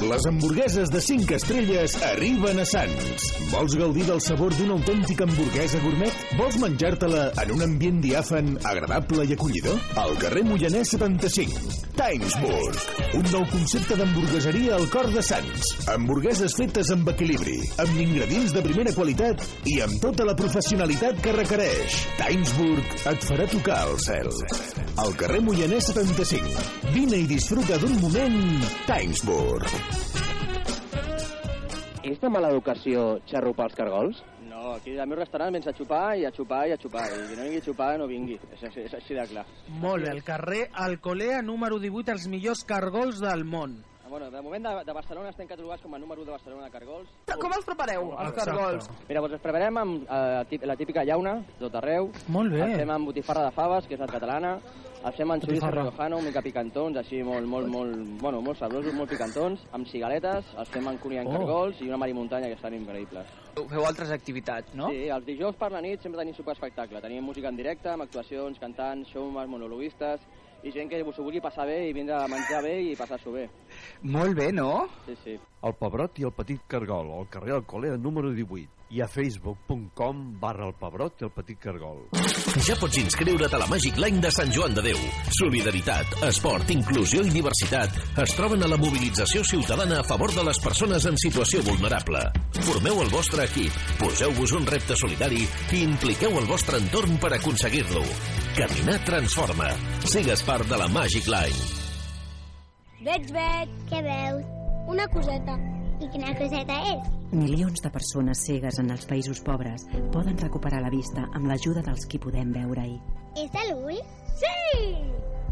Speaker 7: Les hamburgueses de 5 estrelles arriben a Sants. Vols gaudir del sabor d'una autèntica hamburguesa gourmet? Vols menjar-te-la en un ambient diàfan agradable i acollidor? Al carrer Mollaner 75, Timesburg. Un nou concepte d'hamburgueseria al cor de Sants. Hamburgueses fetes amb equilibri, amb ingredients de primera qualitat i amb tota la professionalitat que requereix. Timesburg et farà tocar el cel. Al carrer Mollaner 75. Vine i disfruta d'un moment Timesburg.
Speaker 11: És de mala educació xarrupar els cargols?
Speaker 12: No, aquí al meu restaurant vens a xupar i a xupar i a xupar. I qui no vingui a xupar no vingui. És, és, és així de clar.
Speaker 13: Molt, el carrer Alcolea, número 18, els millors cargols del món.
Speaker 12: Ah, Bueno, de moment de, de Barcelona estem catalogats com a número u de Barcelona de cargols.
Speaker 14: Com els prepareu, els cargols?
Speaker 12: Mira, doncs els preparem amb eh, tip- la típica llauna, tot arreu.
Speaker 14: Molt bé.
Speaker 12: Els fem amb botifarra de faves, que és la catalana. Els fem amb xoriço
Speaker 14: Botifarra.
Speaker 12: riojano, una mica picantons, així molt, molt, molt, bueno, molt sabrosos, molt picantons, amb cigaletes, els fem amb cunyant
Speaker 14: Oh.
Speaker 12: oh. cargols i una marimuntanya que estan increïbles.
Speaker 14: Feu altres activitats, no?
Speaker 12: Sí, els dijous per la nit sempre tenim superespectacle. Tenim música en directe, amb actuacions, cantants, showmans, monologuistes i gent que s'ho vulgui passar bé i vindre a menjar bé i passar-s'ho bé.
Speaker 14: Molt bé, no?
Speaker 12: Sí, sí.
Speaker 15: El Pebrot i el Petit Cargol, al carrer Alcolea número 18 i a facebook.com barra el Pebrot i el Petit Cargol.
Speaker 16: Ja pots inscriure't a la Màgic l'any de Sant Joan de Déu. Solidaritat, esport, inclusió i diversitat es troben a la mobilització ciutadana a favor de les persones en situació vulnerable. Formeu el vostre equip, poseu-vos un repte solidari i impliqueu el vostre entorn per aconseguir-lo. Caminar transforma. Sigues part de la Màgic Line.
Speaker 8: Veig, veig. Què veus? Una coseta. I quina coseta és?
Speaker 17: Milions de persones cegues en els països pobres poden recuperar la vista amb l'ajuda dels qui podem veure-hi.
Speaker 8: És de l'ull? Sí!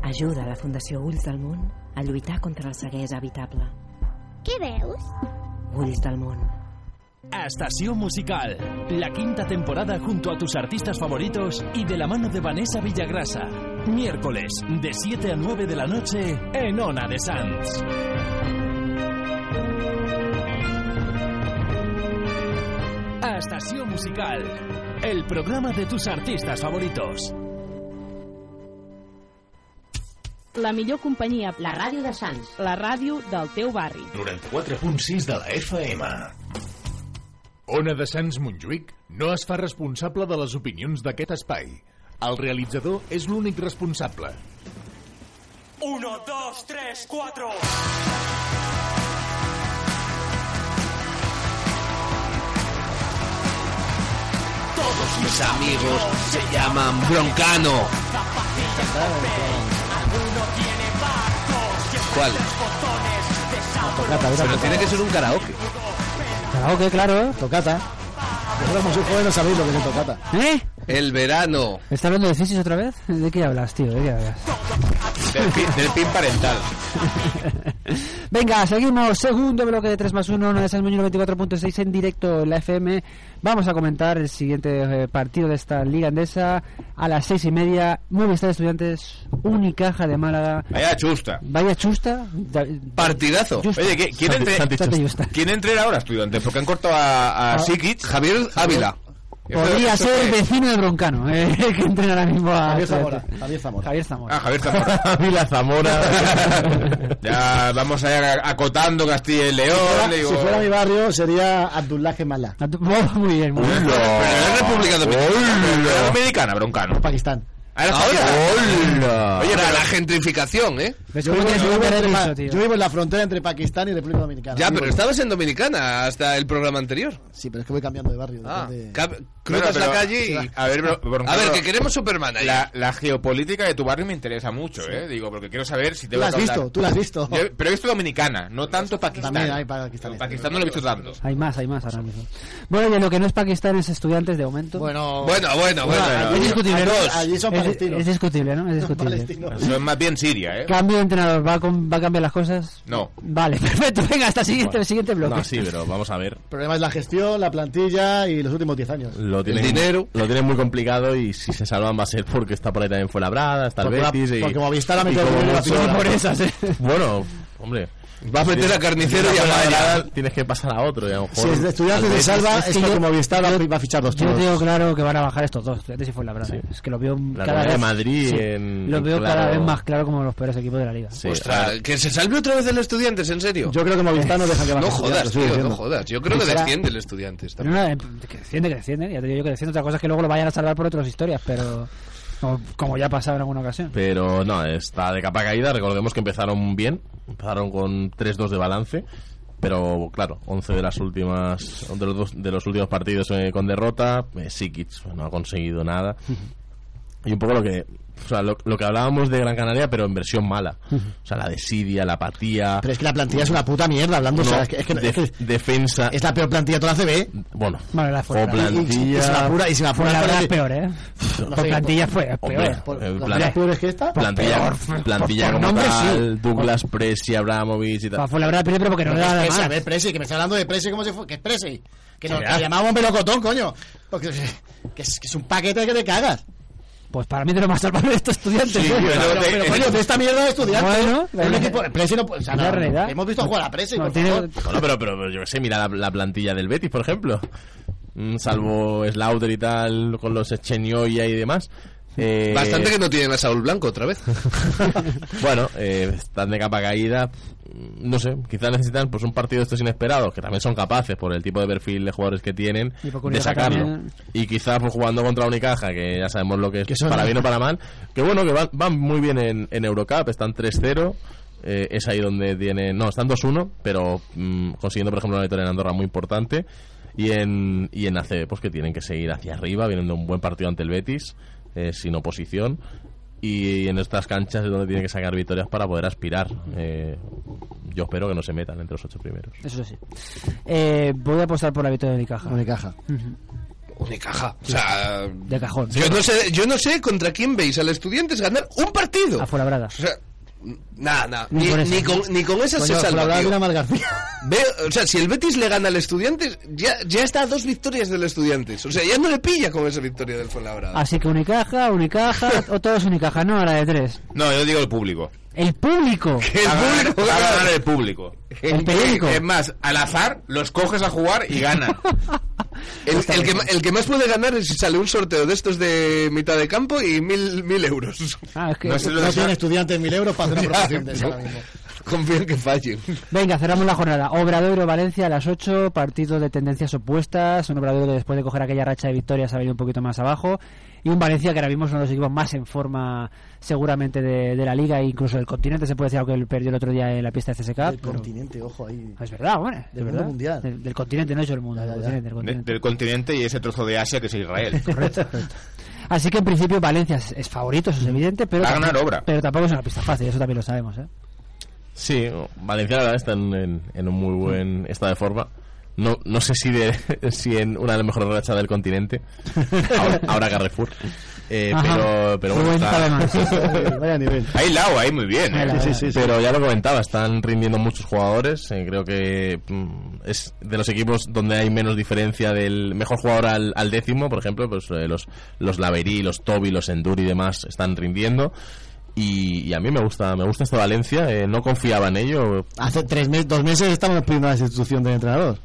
Speaker 17: Ajuda la Fundació Ulls del Món a lluitar contra la ceguesa habitable.
Speaker 8: Què veus?
Speaker 17: Ulls del Món.
Speaker 18: Estación Musical, la quinta temporada junto a tus artistas favoritos y de la mano de Vanessa Villagrasa. Miércoles, de 7 a 9 de la noche, en Ona de Sanz. Estación Musical, el programa de tus artistas favoritos.
Speaker 19: La millor companyia. La ràdio de Sants. La ràdio del teu barri.
Speaker 20: 94.6 de la FM. Ona de Sants Montjuïc no es fa responsable de les opinions d'aquest espai. El realitzador és l'únic responsable.
Speaker 21: 1, 2, 3, 4.
Speaker 16: Todos mis amigos se llaman Broncano. ¿Cuál?
Speaker 4: Pero tiene que ser un karaoke.
Speaker 2: Karaoke, claro.
Speaker 3: Tocata. Vosotros muy jóvenes no sabéis lo que es el tocata.
Speaker 2: ¿Eh?
Speaker 4: El verano.
Speaker 2: ¿Está hablando de Cisis otra vez? ¿De qué hablas, tío? ¿De qué hablas?
Speaker 6: Del pin, del pin parental.
Speaker 2: Venga, seguimos. Segundo bloque de 3 más 1, una de esas 94.6 en directo en la FM. Vamos a comentar el siguiente eh, partido de esta Liga Andesa a las 6 y media. Movistar Estudiantes, Unicaja de Málaga.
Speaker 6: Vaya chusta.
Speaker 2: Vaya chusta. Da-
Speaker 4: Partidazo.
Speaker 2: Justa.
Speaker 6: Oye, ¿qué- ¿quién, entre,
Speaker 2: Santi Justa.
Speaker 6: ¿quién entra ahora, estudiantes? Porque han cortado a, a
Speaker 2: Ah.
Speaker 6: Sikic. Javier Ávila.
Speaker 2: Podría
Speaker 6: Eso-
Speaker 2: ser el vecino de Broncano, eh, que entrena ahora mismo a...
Speaker 3: Javier Zamora. Javier Zamora.
Speaker 2: Javier Zamora.
Speaker 6: Ah, Javier Zamora.
Speaker 5: Ávila Zamora.
Speaker 6: ya vamos a ir acotando Castilla y León.
Speaker 3: Si fuera-
Speaker 6: digo,
Speaker 3: si fuera mi barrio sería Abdullah Gemala.
Speaker 2: Muy bien, muy
Speaker 6: bien. República Dominicana. República Dominicana, broncano.
Speaker 3: Pakistán.
Speaker 6: Ahora,
Speaker 4: Ahora.
Speaker 6: Oye,
Speaker 4: Ahora, la gentrificación, ¿eh?
Speaker 3: Yo vivo, yo vivo entre Pa- yo vivo en la frontera entre Pakistán y República Dominicana.
Speaker 4: Ya,
Speaker 3: Vivo-
Speaker 4: pero estabas en Dominicana hasta el programa anterior. Ah.
Speaker 3: Sí, pero es que voy cambiando de barrio. depende-
Speaker 4: Cab- Cruzas
Speaker 6: Bueno,
Speaker 4: la
Speaker 6: pero-
Speaker 4: calle y...
Speaker 6: A ver, bro-
Speaker 4: A ver,
Speaker 6: broncano,
Speaker 4: que queremos Superman ahí.
Speaker 6: La, la geopolítica de tu barrio me interesa mucho, ¿eh? Digo, porque quiero saber si te
Speaker 3: Tú la
Speaker 6: vas
Speaker 3: has
Speaker 6: a hablar-
Speaker 3: visto, tú la has visto.
Speaker 6: Yo- pero he visto Dominicana, no tanto Pakistán.
Speaker 3: También hay pakistaníes.
Speaker 6: Pakistán no lo he visto tanto.
Speaker 2: Hay más, hay más ahora mismo. Bueno, y en lo que no es Pakistán es estudiantes de momento.
Speaker 3: Bueno,
Speaker 6: Bueno, bueno, bueno.
Speaker 2: Es discutible, ¿no?
Speaker 6: Dos.
Speaker 3: Allí son
Speaker 2: Es-
Speaker 3: palestinos.
Speaker 2: Es discutible, ¿no? Es discutible.
Speaker 6: Eso es más bien Siria, ¿eh?
Speaker 2: Cambio de entrenador, ¿va a, com- va a cambiar las cosas?
Speaker 6: No.
Speaker 2: Vale, perfecto. Venga, hasta el siguiente, el siguiente bloque.
Speaker 5: No, sí, pero vamos a ver.
Speaker 3: El problema es la gestión, la plantilla y los últimos 10 años.
Speaker 5: Lo tienen,
Speaker 3: dinero.
Speaker 5: Lo tienen muy complicado y si se salvan va a ser porque está por ahí también fue labrada, está el
Speaker 3: Porque la-
Speaker 5: Betis y...
Speaker 3: porque Movistar ha
Speaker 5: y
Speaker 3: metido
Speaker 5: como
Speaker 3: dinero en la
Speaker 5: mucho-
Speaker 3: piscina por esas, ¿eh?
Speaker 5: Bueno, hombre...
Speaker 4: Va a meter
Speaker 5: Si
Speaker 4: a carnicero
Speaker 5: tienes
Speaker 4: y a
Speaker 5: una
Speaker 4: Maya.
Speaker 5: grada, Tienes que pasar a otro. Y a lo
Speaker 3: Si
Speaker 5: mejor
Speaker 3: el de estudiantes
Speaker 5: al
Speaker 3: se
Speaker 5: Betis-
Speaker 3: salva,
Speaker 2: es
Speaker 3: es,
Speaker 2: que
Speaker 3: que
Speaker 2: yo-
Speaker 3: Movistar va, va a fichar dos
Speaker 2: Yo
Speaker 3: tíos.
Speaker 2: tengo claro que van a bajar estos dos, Betis y Fuenlabrada. ¿eh? Es que lo veo
Speaker 5: La
Speaker 2: cada
Speaker 5: Real de
Speaker 2: vez,
Speaker 5: Madrid en-
Speaker 2: lo veo
Speaker 5: en
Speaker 2: cada
Speaker 5: claro.
Speaker 2: vez más claro como los peores equipos de la liga.
Speaker 4: Ostras, que se salve otra vez el Estudiantes, en serio.
Speaker 3: Yo creo que Movistar no deja que baje
Speaker 4: No
Speaker 3: Estudiantes,
Speaker 4: jodas,
Speaker 3: lo sigo
Speaker 4: tío, no
Speaker 3: diciendo.
Speaker 4: jodas. Yo creo que
Speaker 2: Será-
Speaker 4: desciende el Estudiantes.
Speaker 2: No, no, eh, que desciende, que desciende. Ya te digo yo que desciende. Otra cosa es que luego lo vayan a salvar por otras historias, pero como, como ya ha pasado en alguna ocasión.
Speaker 5: Pero no, está de capa caída. Recordemos que empezaron bien. Empezaron con 3-2 de balance. Pero claro, 11 de las últimas de los, dos- de los últimos partidos eh, con derrota, eh, Sikic no ha conseguido nada. Y un poco lo que o sea, lo, lo que hablábamos de Gran Canaria, pero en versión mala. O sea, la desidia, la apatía.
Speaker 3: Pero es que la plantilla es una puta mierda, hablando. o sea,
Speaker 5: No,
Speaker 3: es que, es que-
Speaker 5: de-
Speaker 3: es que-
Speaker 5: defensa.
Speaker 3: es la peor plantilla de toda la CB.
Speaker 5: Bueno,
Speaker 2: Vale, la
Speaker 5: o plantilla.
Speaker 3: Y si la pura- y si la pura-
Speaker 2: Fuenlabrada es peor, ¿eh?
Speaker 3: No
Speaker 2: Con
Speaker 3: sé,
Speaker 2: plantilla
Speaker 3: por-
Speaker 2: fue es
Speaker 5: Hombre,
Speaker 2: peor.
Speaker 5: por- en
Speaker 3: ¿La
Speaker 5: plan-
Speaker 3: peor es que esta? pues
Speaker 5: plantilla,
Speaker 3: Peor.
Speaker 5: plantilla
Speaker 3: por
Speaker 5: como
Speaker 3: nombre,
Speaker 5: tal,
Speaker 3: sí.
Speaker 5: Douglas Presi, Abramovich y tal.
Speaker 2: Fue la verdad primero, pero que no le da
Speaker 3: Presi,
Speaker 2: nada
Speaker 3: A
Speaker 2: más.
Speaker 3: ver, Presi, que me está hablando de Presi como si fuera... Que es Presi. Que nos
Speaker 2: Sí,
Speaker 3: que
Speaker 2: ya.
Speaker 3: llamamos melocotón, coño. Porque, que, es, que es un paquete que te cagas.
Speaker 2: Pues para mí de lo más salvable de estos estudiantes.
Speaker 3: Sí,
Speaker 2: ¿eh?
Speaker 3: pero, pero, coño, de esta mierda de estudiantes.
Speaker 2: Bueno,
Speaker 3: Es un equipo- Presi no... puede- O sea,
Speaker 2: La
Speaker 3: no,
Speaker 2: realidad.
Speaker 3: hemos visto jugar a Presi,
Speaker 2: No,
Speaker 3: por
Speaker 2: tiene-
Speaker 3: favor.
Speaker 5: Bueno, pero, pero, pero yo qué sé, mira la, la plantilla del Betis, por ejemplo. Mm, salvo Slaughter y tal, con los Echenioia y demás. Eh,
Speaker 4: Bastante que no tienen a Saúl Blanco otra vez.
Speaker 5: Bueno, eh, están de capa caída. Mm, No sé, quizás necesitan pues un partido de estos inesperados, que también son capaces por el tipo de perfil de jugadores que tienen
Speaker 2: Y por
Speaker 5: de
Speaker 2: curiosidad
Speaker 5: sacarlo.
Speaker 2: también.
Speaker 5: Y quizás pues, jugando contra Unicaja, que ya sabemos lo que es,
Speaker 2: Que son-
Speaker 5: para bien o para mal. Que bueno, que van, van muy bien en, en Eurocup, están 3-0. eh, es ahí donde tiene. No, están 2-1, pero mm, consiguiendo, por ejemplo, una victoria en Andorra muy importante. Y en, y en ACB, pues que tienen que seguir hacia arriba, vienen de un buen partido ante el Betis, eh, sin oposición. Y en estas canchas es donde tienen que sacar victorias para poder aspirar. Eh, yo espero que no se metan entre los ocho primeros.
Speaker 2: Eso sí. Eh, voy a apostar por la victoria de Unicaja.
Speaker 3: Unicaja.
Speaker 4: Unicaja. O sea,
Speaker 2: De cajón.
Speaker 4: yo no sé, yo no sé contra quién veis al Estudiantes ganar un partido.
Speaker 2: A Fuenlabrada.
Speaker 4: O sea, nada, nada.
Speaker 2: Ni
Speaker 4: Ni,
Speaker 2: con esa.
Speaker 4: ni con, ni con esas
Speaker 2: Coño,
Speaker 4: se salva,
Speaker 2: Fuenlabrada
Speaker 4: tío.
Speaker 2: tiene a
Speaker 4: Ve- o sea, si el Betis le gana al Estudiantes, ya, ya está a dos victorias del Estudiantes. O sea, ya no le pilla con esa victoria del Fuenlabrada.
Speaker 2: Así que Unicaja, Unicaja, o todos Unicaja, no a la de tres.
Speaker 6: No, yo digo el público.
Speaker 2: El público.
Speaker 6: Va a ganar- va a ganar el público.
Speaker 2: El periódico.
Speaker 6: Es más, al azar los coges a jugar y ganan.
Speaker 4: El, el que, ma- el que más puede ganar es si sale un sorteo de estos de mitad de campo y mil, mil euros.
Speaker 2: Ah, es que-
Speaker 3: No, tiene estudiantes mil euros para hacer una
Speaker 4: Ya,
Speaker 3: promoción de esa
Speaker 4: yo-
Speaker 3: ahora mismo.
Speaker 4: Confío en que fallen.
Speaker 2: Venga, cerramos la jornada. Obradoiro Valencia a las 8, partido de tendencias opuestas. Un Obradoiro que después de coger aquella racha de victorias ha venido un poquito más abajo. Y un Valencia que ahora mismo es uno de los equipos más en forma, seguramente, de, de la liga e incluso del continente. Se puede decir algo que perdió el otro día en la pista de CSK.
Speaker 3: El continente, ojo ahí.
Speaker 2: Ah, Es verdad, hombre.
Speaker 3: Del
Speaker 2: es
Speaker 3: mundo
Speaker 2: verdad.
Speaker 3: mundial.
Speaker 2: Del, del continente, no es el mundo. del continente, del
Speaker 6: De-
Speaker 2: continente.
Speaker 6: del continente y ese trozo de Asia que es Israel.
Speaker 2: Así que en principio Valencia es, es favorito, eso es evidente. Pero
Speaker 6: Va a
Speaker 2: tampoco-
Speaker 6: ganar Obra.
Speaker 2: Pero tampoco es una pista fácil, eso también lo sabemos. ¿eh?
Speaker 5: Sí, Valencia la verdad está en, en- en un muy buen estado de forma. No, no sé si, de, si en una de las mejores rachas del continente. Ahora, ahora Carrefour. Eh,
Speaker 2: Ajá.
Speaker 5: pero, pero bueno,
Speaker 2: Rubén
Speaker 5: está-
Speaker 2: Sabemans.
Speaker 3: Vaya nivel.
Speaker 6: Ahí lao, ahí muy bien.
Speaker 2: Ahí
Speaker 6: ¿eh?
Speaker 2: lao, Sí, sí, ahí sí,
Speaker 5: Pero ya lo comentaba, están rindiendo muchos jugadores. eh, creo que mm, es de los equipos donde hay menos diferencia del mejor jugador al, al décimo, por ejemplo, pues eh, los, los Laverí, los Toby, los Enduri y demás están rindiendo. Y, y a mí me gusta, me gusta esta Valencia. eh, no confiaba en ello.
Speaker 3: Hace tres meses, dos meses estamos pidiendo la destitución del entrenador.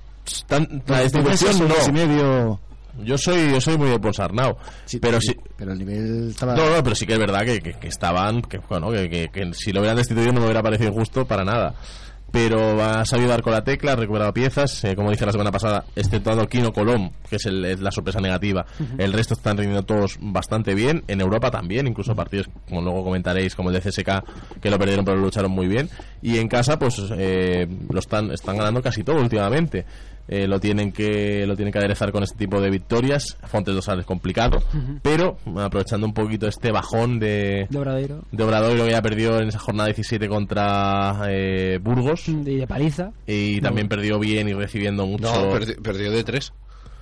Speaker 5: Tan- la
Speaker 3: Dos meses,
Speaker 5: distribución
Speaker 3: un mes y
Speaker 5: no.
Speaker 3: medio.
Speaker 5: Yo soy, yo soy muy de Ponsarnau. pero Oh. sí,
Speaker 3: Pero el nivel estaba...
Speaker 5: No, no, pero sí que es verdad que, que- que estaban, que, bueno, que, que- que si lo hubieran destituido no me hubiera parecido injusto para nada. Pero ha sabido dar con la tecla, ha recuperado piezas, eh, como dije la semana pasada, exceptuando Kino Colom, que es, el- es la sorpresa negativa. El resto están rindiendo todos bastante bien, en Europa también, incluso partidos, como luego comentaréis, como el de CSK, que lo perdieron pero lo lucharon muy bien. Y en casa, pues eh, lo están, están ganando casi todo últimamente. Eh, lo tienen que lo tienen que aderezar con este tipo de victorias. Fontes dos es complicado, pero aprovechando un poquito este bajón de,
Speaker 2: De Obradoiro.
Speaker 5: de Obradoiro que ya perdió en esa jornada 17 contra eh, Burgos
Speaker 2: Y de paliza.
Speaker 5: y también perdió bien y recibiendo mucho.
Speaker 4: No, perdi- perdió de tres.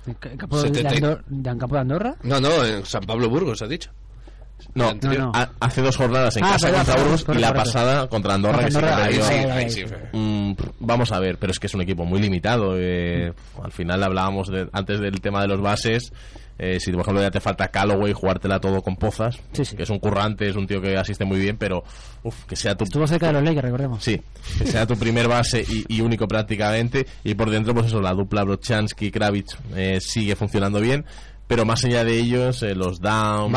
Speaker 2: En ca- en campo de,
Speaker 4: 70 y-
Speaker 2: Andor- de- en campo de Andorra.
Speaker 4: No, no, en San Pablo Burgos, ha dicho.
Speaker 5: No,
Speaker 4: No, no.
Speaker 5: ha- hace dos jornadas en
Speaker 4: Ah,
Speaker 5: casa
Speaker 4: perdón,
Speaker 5: contra
Speaker 4: perdón,
Speaker 5: Burgos
Speaker 4: perdón,
Speaker 5: y la
Speaker 4: perdón.
Speaker 5: pasada contra Andorra,
Speaker 4: Contra
Speaker 5: que sí que
Speaker 4: Andorra, ahí
Speaker 5: perdió.
Speaker 4: sí, ahí Ahí sí. sí.
Speaker 5: Mm, pff, vamos a ver, pero es que es un equipo muy limitado. eh, al final hablábamos de- antes del tema de los bases. Eh, si, por ejemplo, ya te falta Calloway, jugártela todo con pozas, que es un currante, es un tío que asiste muy bien, pero uf, que sea tu...
Speaker 2: Estuvo cerca de los Lakers, recordemos.
Speaker 5: Sí, que sea tu primer base y, y único prácticamente. Y por dentro, pues eso, la dupla Brochansky Kravitz eh, sigue funcionando bien, pero más allá de ellos, eh, los Down,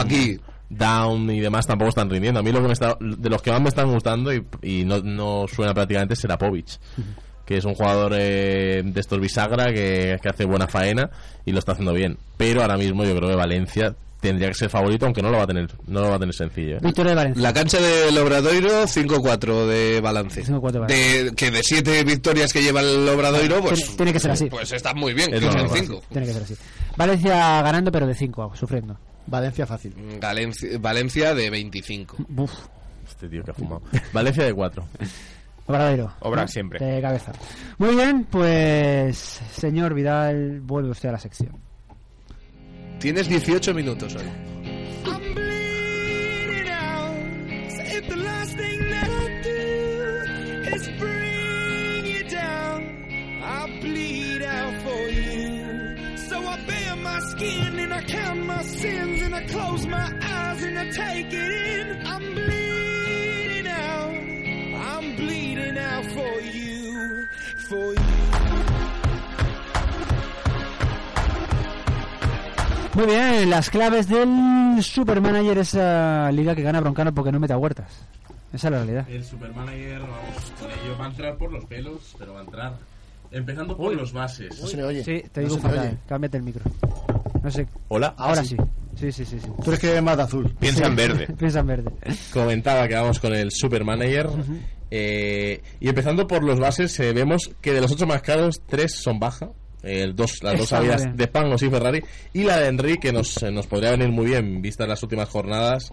Speaker 5: Down y demás tampoco están rindiendo. A mí lo que me está, de los que más me están gustando y, y no, no suena prácticamente es Serapovic, que es un jugador eh, de estos bisagra que, que hace buena faena y lo está haciendo bien. Pero ahora mismo yo creo que Valencia tendría que ser favorito, aunque no lo va a tener, no lo va a tener sencillo. ¿eh?
Speaker 2: Victoria de Valencia.
Speaker 4: La cancha del Obradoiro, 5-4 de balance.
Speaker 2: 5-4
Speaker 4: De, que de 7 victorias que lleva el Obradoiro,
Speaker 2: Tiene-
Speaker 4: pues.
Speaker 2: tiene que ser así.
Speaker 4: Pues está muy bien,
Speaker 5: Es
Speaker 4: que son
Speaker 5: normal.
Speaker 4: 5.
Speaker 2: Tiene que ser así. Valencia ganando, pero de 5, sufriendo.
Speaker 3: Valencia fácil.
Speaker 4: Valencia, Valencia de 25.
Speaker 2: Buf.
Speaker 5: Este tío que ha fumado. Valencia de 4.
Speaker 2: Obradero.
Speaker 5: Obra
Speaker 2: ¿no?
Speaker 5: siempre.
Speaker 2: De cabeza. Muy bien, pues. Señor Vidal, vuelve usted a la sección.
Speaker 4: Tienes 18 minutos hoy.
Speaker 21: If the last thing that I do is bring you down, I'll bleed out for you. So I bare my skin and I count my sins and I close my eyes and I take it in. I'm bleeding out. I'm bleeding out for you. For you.
Speaker 2: Muy bien, las claves del Supermanager, esa liga que gana Broncano porque no mete a huertas. Esa es la realidad.
Speaker 5: El supermanager, vamos, con ello va a entrar por los pelos, pero va a entrar. Empezando por los bases.
Speaker 2: Sí, te digo fatal. Cámbiate el micro. No sé.
Speaker 5: Hola.
Speaker 2: Ahora
Speaker 5: Ah,
Speaker 2: sí. Sí,
Speaker 5: sí.
Speaker 2: sí, sí. sí.
Speaker 3: Tú eres que ves más de azul.
Speaker 5: Piensa en verde.
Speaker 2: Piensa en verde.
Speaker 5: Comentaba que vamos con el supermanager. Eh, y empezando por los bases, eh, vemos que de los ocho más caros, tres son baja. Eh, el dos, las dos
Speaker 2: Está muy
Speaker 5: salidas
Speaker 2: bien.
Speaker 5: de Pangos y Ferrari. Y la de Enrique, que nos, eh, nos podría venir muy bien, vistas las últimas jornadas,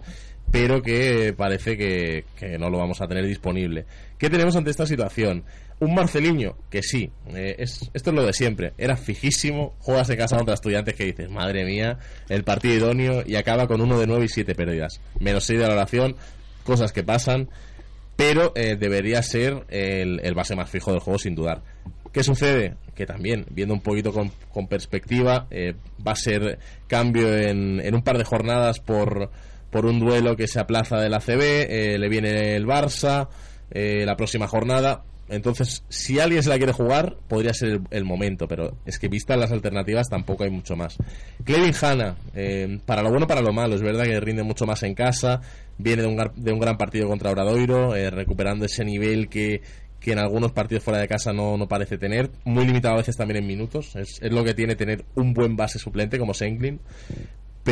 Speaker 5: pero que eh, parece que, que no lo vamos a tener disponible. ¿Qué tenemos ante esta situación? Un Marceliño, que sí, eh, es, esto es lo de siempre, era fijísimo, juegas en casa contra estudiantes que dices, madre mía, el partido idóneo y acaba con uno de nueve y siete pérdidas. Menos seis de valoración, cosas que pasan, pero eh, debería ser el, el base más fijo del juego sin dudar. ¿Qué sucede? Que también, viendo un poquito con, con perspectiva, eh, va a ser cambio en, en un par de jornadas por, por un duelo que se aplaza del ACB, eh, le viene el Barça eh, la próxima jornada. Entonces, si alguien se la quiere jugar, podría ser el, el momento, pero es que vistas las alternativas tampoco hay mucho más. Clevin Hanna, eh, para lo bueno, para lo malo, es verdad que rinde mucho más en casa, viene de un, gar- de un gran partido contra Obradoiro, eh, recuperando ese nivel que, que en algunos partidos fuera de casa no, no parece tener, muy limitado a veces también en minutos, es, es lo que tiene tener un buen base suplente como Senglin,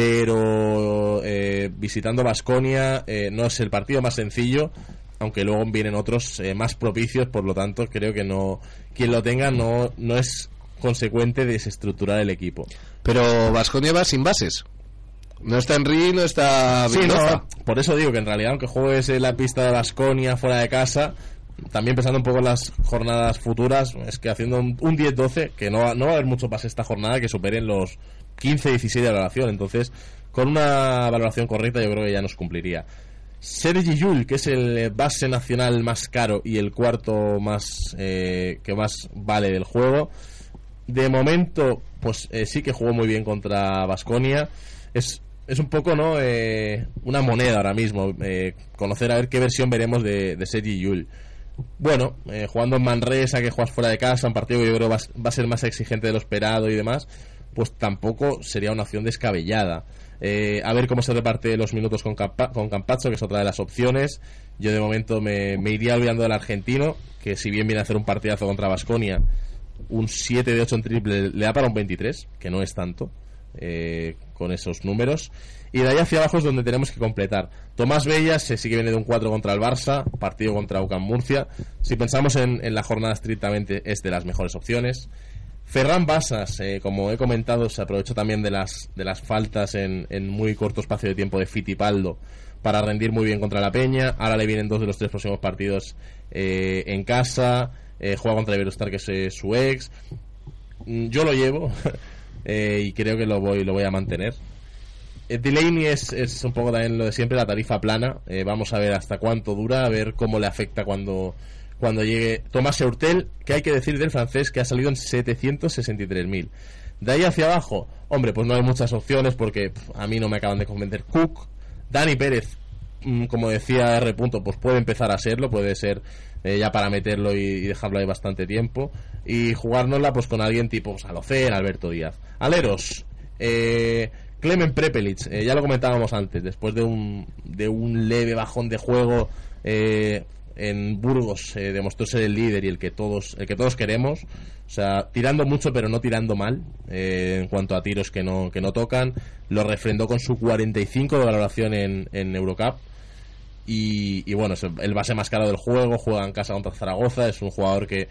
Speaker 5: pero eh, visitando Basconia eh, no es el partido más sencillo, aunque luego vienen otros eh, más propicios, por lo tanto creo que no quien lo tenga no, no es consecuente desestructurar el equipo.
Speaker 4: Pero Vasconia va sin bases. No está Henry, no está
Speaker 5: Sí,
Speaker 4: Vildoza.
Speaker 5: no, Por eso digo que en realidad, aunque juegues en la pista de Basconia fuera de casa, también pensando un poco en las jornadas futuras, es que haciendo un, un 10-12, que no, va- no va a haber mucho pase esta jornada que superen los 15-16 de valoración. Entonces, con una valoración correcta, yo creo que ya nos cumpliría. Sergi Yul, que es el eh, base nacional más caro y el cuarto más eh, que más vale del juego, de momento, pues eh, sí que jugó muy bien contra Vasconia. Es, es un poco, ¿no? Eh, una moneda ahora mismo. eh, conocer a ver qué versión veremos de, de Sergi Yul. Bueno, eh, jugando en Manresa, que juegas fuera de casa, un partido que yo creo va, a- va a ser más exigente de lo esperado y demás, pues tampoco sería una opción descabellada. Eh, a ver cómo se reparte los minutos con, Campa- con Campazzo, que es otra de las opciones. Yo de momento me, me iría olvidando del argentino, que si bien viene a hacer un partidazo contra Vasconia, un 7 de 8 en triple le da para un 23, que no es tanto eh, con esos números. Y de ahí hacia abajo es donde tenemos que completar. Tomás Bellas se sí que viene de un 4 contra el Barça, partido contra UCAM Murcia. Si pensamos en, en la jornada estrictamente, es de las mejores opciones. Ferran Basas, eh, como he comentado, se aprovechó también de las, de las faltas en, en muy corto espacio de tiempo de Fittipaldo para rendir muy bien contra la Peña. Ahora le vienen dos de los tres próximos partidos eh, en casa. Eh, juega contra Iberostar, que es eh, su ex. Mm, Yo lo llevo eh, y creo que lo voy, lo voy a mantener. Eh, Delaney es, es un poco también lo de siempre, la tarifa plana. Eh, vamos a ver hasta cuánto dura, a ver cómo le afecta cuando, cuando llegue Tomás Eurtel, que hay que decir del francés que ha salido en 763.000. De ahí hacia abajo, hombre, pues no hay muchas opciones porque pf, a mí no me acaban de convencer. Cook, Dani Pérez, mm, como decía R. Punto, pues puede empezar a serlo, puede ser eh, ya para meterlo y, y dejarlo ahí bastante tiempo. Y jugárnosla pues con alguien tipo Salocén, Alberto Díaz. Aleros, eh, Clemen Prepelic, eh, ya lo comentábamos antes, después de un, de un leve bajón de juego eh, en Burgos eh, demostró ser el líder y el que todos el que todos queremos, o sea, tirando mucho pero no tirando mal eh, en cuanto a tiros que no que no tocan, lo refrendó con su 45 de valoración en, en Eurocup. Y, y bueno, es el el base más caro del juego, juega en casa contra Zaragoza, es un jugador que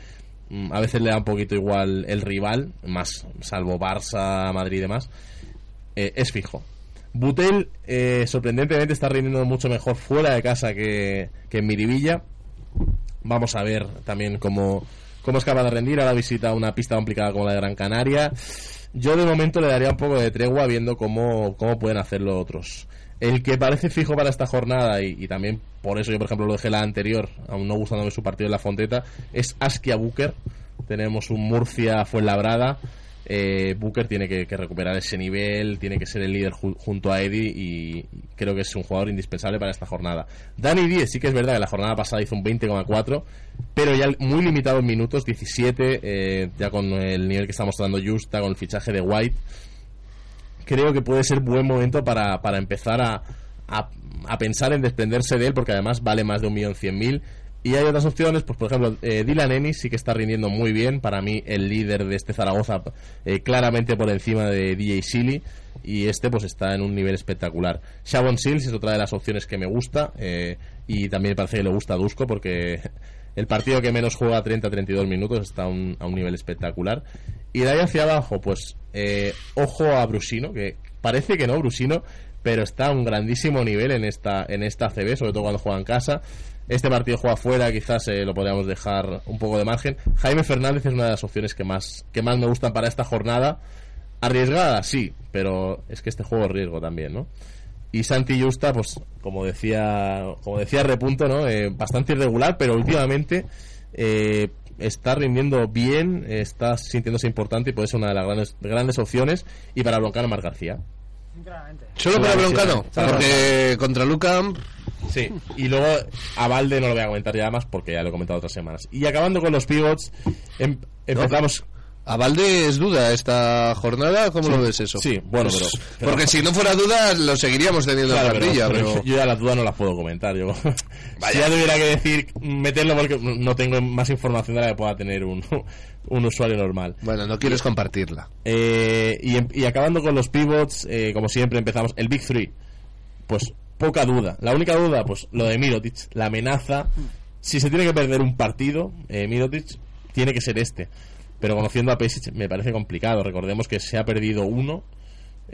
Speaker 5: mm, a veces le da un poquito igual el rival, más salvo Barça, Madrid y demás, eh, es fijo. Butel eh, sorprendentemente está rindiendo mucho mejor fuera de casa que, que en Miribilla. Vamos a ver también cómo, cómo es capaz de rendir. Ahora visita una pista complicada como la de Gran Canaria. Yo de momento le daría un poco de tregua viendo cómo, cómo pueden hacerlo otros. El que parece fijo para esta jornada, y, y también por eso yo, por ejemplo, lo dejé la anterior, aún no gustándome su partido en la Fonteta, es Askia Booker. Tenemos un Murcia Fuenlabrada. Eh, Booker tiene que, que recuperar ese nivel, tiene que ser el líder ju- junto a Eddie y creo que es un jugador indispensable para esta jornada. Dani 10 sí que es verdad que la jornada pasada hizo un 20,4, pero ya muy limitado en minutos, 17, eh, ya con el nivel que está mostrando Justa, con el fichaje de White creo que puede ser buen momento para, para empezar a, a- a pensar en desprenderse de él, porque además vale más de un millón cien mil. Y hay otras opciones, pues por ejemplo, eh, Dylan Ennis sí que está rindiendo muy bien, para mí el líder de este Zaragoza, eh, claramente por encima de DJ Silly, y este pues está en un nivel espectacular. Shavon Sills es otra de las opciones que me gusta, eh, y también parece que le gusta a Dusko, porque el partido que menos juega 30-32 minutos está a un, a un nivel espectacular. Y de ahí hacia abajo, pues eh, ojo a Brusino, que parece que no Brusino, pero está a un grandísimo nivel en esta, en esta CB, sobre todo cuando juega en casa. Este partido juega fuera, quizás eh, lo podríamos dejar un poco de margen. Jaime Fernández es una de las opciones que más, que más me gustan para esta jornada. Arriesgada, sí, pero es que este juego es riesgo también, ¿no? Y Santi Justa, pues como decía, como decía Repunto, ¿no? Eh, bastante irregular, pero últimamente eh, está rindiendo bien, eh, está sintiéndose importante y puede ser una de las grandes, grandes opciones. Y para Broncano, Mar García.
Speaker 4: Solo para
Speaker 5: Claro, sí,
Speaker 4: Broncano,
Speaker 5: claro.
Speaker 4: porque contra Lucan
Speaker 5: Sí, y luego a Valde no lo voy a comentar ya más porque ya lo he comentado otras semanas. Y acabando con los pivots, em- empezamos.
Speaker 4: A Valde es duda esta jornada, ¿cómo
Speaker 5: Sí.
Speaker 4: lo ves eso? Pues,
Speaker 5: Sí, bueno, pero- pero-
Speaker 4: Porque si no fuera duda, lo seguiríamos teniendo
Speaker 5: Claro,
Speaker 4: en
Speaker 5: pero-
Speaker 4: plantilla,
Speaker 5: pero
Speaker 4: pero...
Speaker 5: Yo ya las dudas no las puedo comentar. Yo, si ya tuviera que decir, meterlo porque no tengo más información de la que pueda tener un, un usuario normal.
Speaker 4: Bueno, no quieres compartirla.
Speaker 5: Eh, y, em- y acabando con los pivots, eh, como siempre empezamos, el Big Three, pues poca duda. La única duda, pues lo de Mirotic, la amenaza. Si se tiene que perder un partido, eh, Mirotic tiene que ser este. Pero conociendo a Pesic me parece complicado. Recordemos que se ha perdido uno.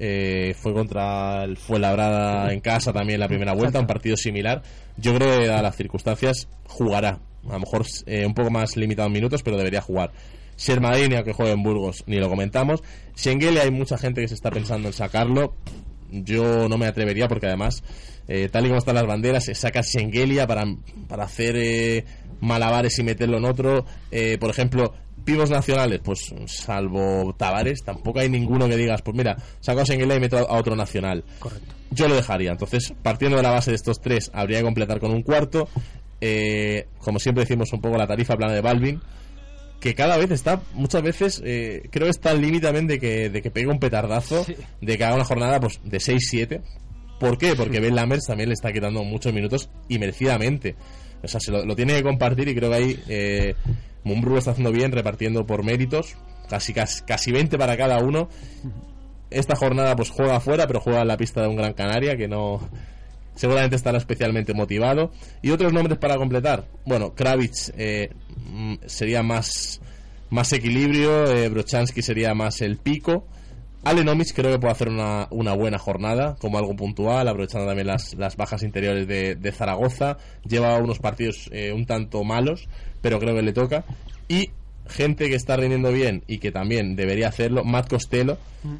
Speaker 5: eh, fue contra el Fuenlabrada en casa también la primera vuelta, un partido similar. Yo creo que a las circunstancias jugará. A lo mejor eh, un poco más limitado en minutos, pero debería jugar. Sermadini, aunque juegue en Burgos, ni lo comentamos. Sengele, hay mucha gente que se está pensando en sacarlo. Yo no me atrevería porque además, eh, tal y como están las banderas, se saca Sengelia para, para hacer eh, malabares y meterlo en otro. Eh, por ejemplo, pibos nacionales, pues salvo Tavares, tampoco hay ninguno que digas, pues mira, saco a Sengelia y meto a otro nacional. Correcto. Yo lo dejaría. Entonces, partiendo de la base de estos tres, habría que completar con un cuarto. Eh, como siempre decimos un poco la tarifa plana de Balvin que cada vez está, muchas veces, eh, creo que está al límite también de que, de que pegue un petardazo, de que haga una jornada pues, de 6-7. ¿Por qué? Porque Ben Lammers también le está quitando muchos minutos y merecidamente. O sea, se lo, lo tiene que compartir y creo que ahí eh, Mumbrú lo está haciendo bien, repartiendo por méritos, casi, casi, casi 20 para cada uno. Esta jornada pues juega afuera, pero juega en la pista de un Gran Canaria que no, seguramente estará especialmente motivado. Y otros nombres para completar. Bueno, Kravitz eh, mm, sería más, más equilibrio, eh, Brochansky sería más el pico. Alenomic creo que puede hacer una, una buena jornada, como algo puntual, aprovechando también las, las bajas interiores de, de Zaragoza. Lleva unos partidos eh, un tanto malos, pero creo que le toca. Y gente que está rindiendo bien y que también debería hacerlo, Matt Costello.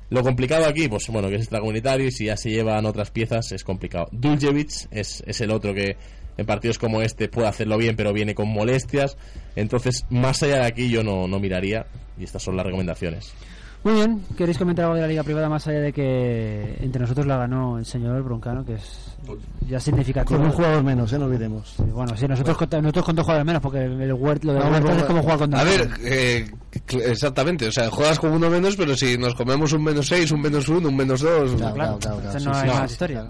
Speaker 5: Lo complicado aquí, pues bueno, que es extracomunitario y si ya se llevan otras piezas es complicado. Duljevic es, es el otro que en partidos como este puede hacerlo bien, pero viene con molestias. Entonces, más allá de aquí yo no, no miraría y estas son las recomendaciones.
Speaker 2: Muy bien, ¿queréis comentar algo de la liga privada más allá de que entre nosotros la ganó el señor Broncano, que es ya significativo?
Speaker 3: Con un jugador menos, eh, no olvidemos.
Speaker 2: Bueno, sí, nosotros, contra- nosotros con dos jugadores menos, porque el, el Huert- lo de
Speaker 3: No,
Speaker 2: Huertas
Speaker 3: no,
Speaker 2: es como jugar con dos.
Speaker 4: A ver, eh, cl- exactamente. O sea, juegas con uno menos, pero si nos comemos un menos 6, un menos 1, un menos 2.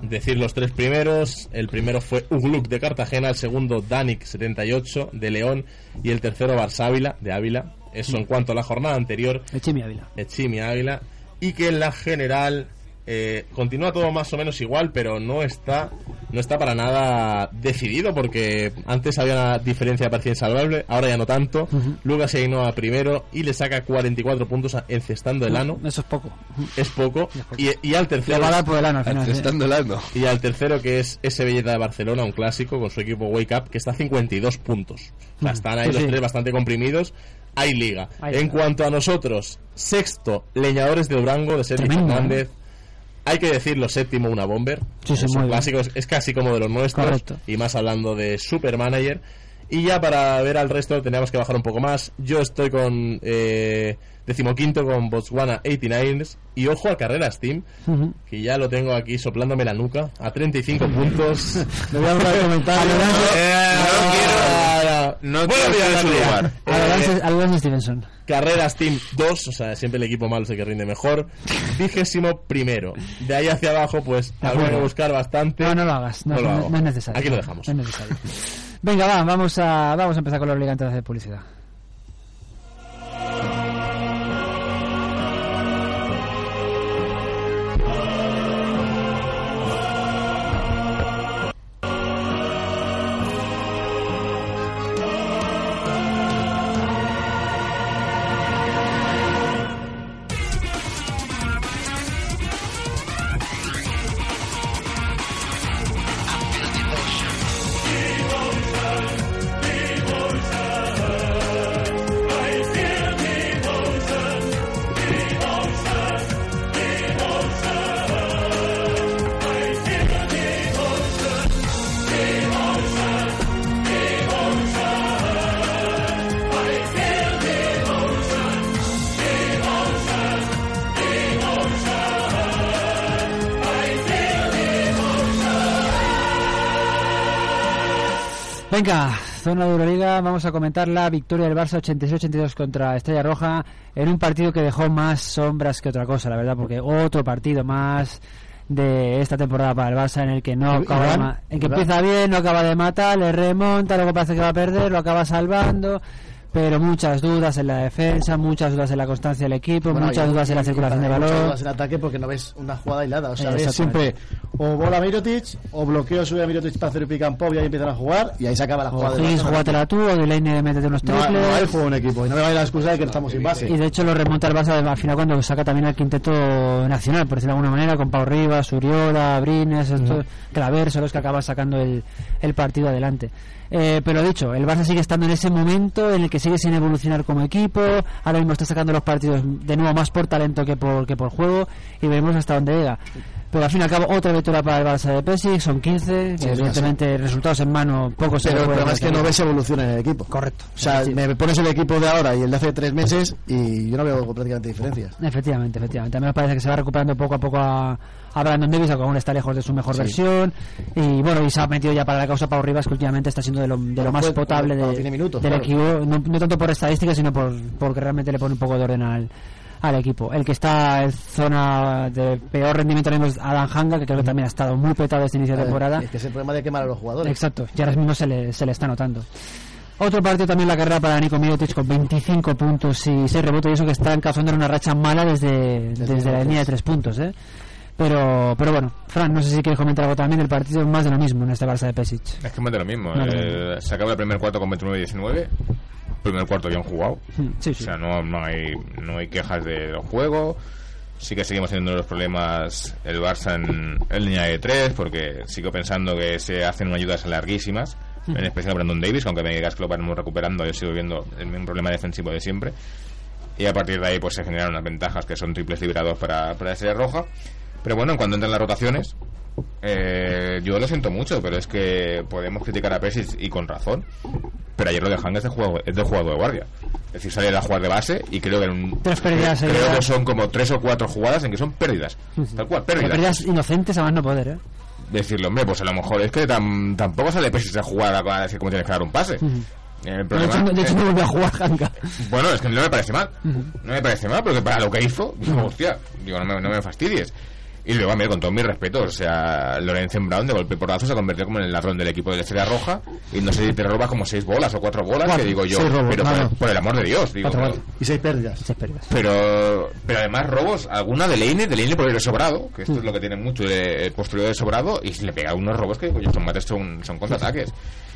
Speaker 5: Decir los tres primeros. El primero fue Ugluk de Cartagena, el segundo Danik 78 de León y el tercero Barsávila de Ávila. Eso en cuanto a la jornada anterior.
Speaker 2: Echimi Ávila.
Speaker 5: Echimi Ávila. Y que en la general eh, continúa todo más o menos igual, pero no está, no está para nada decidido porque antes había una diferencia de parecía insalvable, ahora ya no tanto. Lucas se a primero y le saca 44 puntos a- encestando el ano.
Speaker 2: Eso es poco.
Speaker 5: Es poco. Y, y al tercero.
Speaker 2: Le va a dar por el ano al final, ¿eh? Encestando
Speaker 4: el ano.
Speaker 5: Y al tercero, que es ese Belleta de Barcelona, un clásico, con su equipo Wake Up, que está a 52 puntos. O sea, están ahí
Speaker 2: Sí,
Speaker 5: los
Speaker 2: sí.
Speaker 5: tres bastante comprimidos. Hay liga.
Speaker 2: Hay
Speaker 5: en
Speaker 2: liga.
Speaker 5: cuanto a nosotros, sexto, Leñadores de Durango, de Sergio
Speaker 2: Tremendo, ¿eh?
Speaker 5: Fernández. Hay que decirlo, séptimo, una Bomber.
Speaker 2: Sí, sí,
Speaker 5: es
Speaker 2: muy
Speaker 5: un
Speaker 2: bien.
Speaker 5: clásico, es, es casi como de los nuestros.
Speaker 2: Correcto.
Speaker 5: Y más hablando de Supermanager. Y ya para ver al resto teníamos que bajar un poco más. Yo estoy con eh, decimoquinto con Botswana 89ers. Y ojo a Carreras Team, que ya lo tengo aquí soplándome la nuca, a 35 puntos.
Speaker 2: Me voy a borrar el comentario.
Speaker 5: No quiero olvidar su lugar. eh,
Speaker 2: Adelante, adelante, Stevenson.
Speaker 5: Carreras Team 2, o sea, siempre el equipo malo es el que rinde mejor. Vigésimo primero. De ahí hacia abajo, pues
Speaker 2: De
Speaker 5: habrá que
Speaker 2: acuerdo.
Speaker 5: buscar bastante.
Speaker 2: No, no lo hagas, no,
Speaker 5: No lo
Speaker 2: no-
Speaker 5: hago.
Speaker 2: no es necesario.
Speaker 5: Aquí lo dejamos.
Speaker 2: No es necesario. Venga, va, vamos a, vamos a empezar con los ligantes de publicidad. Venga, zona de Euroliga, vamos a comentar la victoria del Barça 86-82 contra Estrella Roja en un partido que dejó más sombras que otra cosa, la verdad, porque otro partido más de esta temporada para el Barça en el que no
Speaker 3: Y- y
Speaker 2: acaba de
Speaker 3: van,
Speaker 2: ma- en que
Speaker 3: y van.
Speaker 2: empieza bien, no acaba de matar, le remonta, luego parece que va a perder, lo acaba salvando, pero muchas dudas en la defensa, muchas dudas en la constancia del equipo,
Speaker 3: Bueno,
Speaker 2: muchas
Speaker 3: y-
Speaker 2: dudas en la
Speaker 3: y-
Speaker 2: circulación
Speaker 3: y-
Speaker 2: de
Speaker 3: Muchas
Speaker 2: balón.
Speaker 3: dudas en ataque porque no ves una jugada hilada. O sea, ves siempre
Speaker 2: Exactamente.
Speaker 3: o bola a Mirotic, o bloqueo sube a Mirotic para hacer el pick and pop y ahí empiezan a jugar y ahí se acaba la
Speaker 2: O
Speaker 3: jugada. del
Speaker 2: Higgins,
Speaker 3: Barça.
Speaker 2: jugátela tú, o Delaney de métete unos
Speaker 3: no,
Speaker 2: triples.
Speaker 3: hay- no hay juego en equipo y no me vale la excusa de que estamos sin base.
Speaker 2: Y de hecho lo remonta el Barça al final cuando saca también al quinteto nacional, por decirlo de alguna manera, con Pau Rivas, Uriola, Brines, estos, Claver, son los que acaban sacando el, el partido adelante. Eh, pero dicho, el Barça sigue estando en ese momento en el que sigue sin evolucionar como equipo, ahora mismo está sacando los partidos de nuevo más por talento que por, que por juego y veremos hasta dónde llega. Pero al fin y al cabo otra victoria para el Barça de Pesic, son 15,
Speaker 3: Sí,
Speaker 2: que
Speaker 3: es
Speaker 2: evidentemente resultados en mano poco se
Speaker 3: Pero
Speaker 2: le puede
Speaker 3: el problema es que no
Speaker 2: reclamar.
Speaker 3: ves evolución en el equipo.
Speaker 2: Correcto.
Speaker 3: O sea, me pones el equipo de ahora y el de hace tres meses y yo no veo prácticamente diferencias.
Speaker 2: Efectivamente, efectivamente. A mí me parece que se va recuperando poco a poco a, a Brandon Davis, aunque aún está lejos de su mejor
Speaker 3: Sí.
Speaker 2: versión. Y bueno, y se ha metido ya para la causa Pau Rivas, que últimamente está siendo de lo, de lo más
Speaker 3: Cuando-
Speaker 2: potable
Speaker 3: cuando
Speaker 2: de-
Speaker 3: tiene minutos,
Speaker 2: del
Speaker 3: claro.
Speaker 2: equipo. No, no tanto por estadísticas, sino por, porque realmente le pone un poco de orden al, al equipo. El que está en zona de peor rendimiento ahora mismo es Adam Hanga, que creo que también ha estado muy petado este inicio de temporada.
Speaker 3: Es que es el problema de quemar a los jugadores.
Speaker 2: Exacto, y ahora mismo se le, se le está notando. Otro partido también la carrera para Nico Mirotic con 25 puntos y 6 rebotes y eso que está encauzando en una racha mala desde, desde, la línea de 3 puntos. ¿eh? Pero, pero bueno, Fran, no sé si quieres comentar algo también del partido, más de lo mismo en este Barça de Pesic.
Speaker 6: Es que más de lo mismo.
Speaker 2: No,
Speaker 6: eh, se acaba el primer cuarto con 29-19. Primer cuarto bien jugado.
Speaker 2: Hmm, Sí,
Speaker 6: O sea, no, no, hay, no hay quejas de los juegos. Sí que seguimos teniendo los problemas el Barça en, en línea de tres, porque sigo pensando que se hacen unas ayudas larguísimas, en especial Brandon Davis, que aunque me digas que lo vamos recuperando, yo sigo viendo el mismo problema defensivo de siempre. Y a partir de ahí pues se generan unas ventajas que son triples liberados para, para la serie roja. Pero bueno, en cuanto entran las rotaciones, eh, yo lo siento mucho, pero es que podemos criticar a Pesis y con razón. Pero ayer lo de Hanga es de juego, es de jugador de guardia. Es decir, sale a jugar de base y creo que en un-
Speaker 2: Tres pérdidas
Speaker 6: creo
Speaker 2: seguidas.
Speaker 6: que son como tres o cuatro jugadas en que son pérdidas. Tal cual, pérdidas.
Speaker 2: Pérdidas inocentes a más no poder, ¿eh?
Speaker 6: Decirle, hombre, pues a lo mejor es que tam- tampoco sale pesis a jugar a, a decir cómo tienes que dar un pase. El
Speaker 2: De hecho,
Speaker 6: problema-
Speaker 2: de hecho, Ah, no volvió a jugar Hanga.
Speaker 6: bueno, es que no me parece mal. No me parece mal, porque para lo que hizo, digo, hostia, digo, no me, no me fastidies. Y luego, a mí, con todos mis respetos, o sea, Lorenzen Brown de golpe y porrazo se convirtió como en el ladrón del equipo de la Estrella Roja y no sé si te robas como seis bolas o cuatro bolas,
Speaker 3: Cuatro,
Speaker 6: que digo yo,
Speaker 3: seis robos,
Speaker 6: pero
Speaker 3: no,
Speaker 6: por,
Speaker 3: no.
Speaker 6: por el amor de Dios, digo.
Speaker 3: Cuatro,
Speaker 6: pero-
Speaker 3: cuatro. Y seis pérdidas. Seis pérdidas.
Speaker 6: pero, pero además robos, alguna de Leine, de Leine por el sobrado, que esto
Speaker 3: Mm.
Speaker 6: es lo que tiene mucho de- el postureo de sobrado, y le pega unos robos que coño, son mates, son, son contraataques.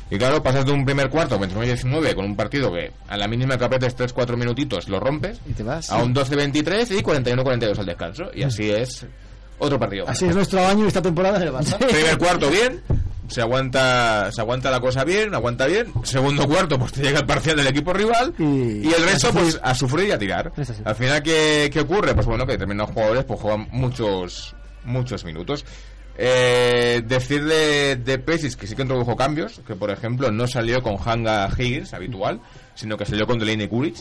Speaker 6: Y claro, pasas de un primer cuarto 29-19 con un partido que a la mínima que apretes 3-4 minutitos lo rompes,
Speaker 3: Y te vas.
Speaker 6: a un 12-23 y 41-42 al descanso. Y así es otro partido.
Speaker 3: Mm. Así es nuestro año y esta temporada del Barça.
Speaker 6: Primer cuarto bien, se aguanta, se aguanta la cosa bien, aguanta bien. Segundo cuarto, pues te llega el parcial del equipo rival. Y, el resto, pues a sufrir y a tirar. Al final, ¿qué, qué ocurre? Pues bueno, que determinados jugadores pues juegan muchos, muchos minutos. Eh, decir de, de Pesis que sí que introdujo cambios, que por ejemplo no salió con Hanga Higgins habitual, sino que salió con Delaney Kuric,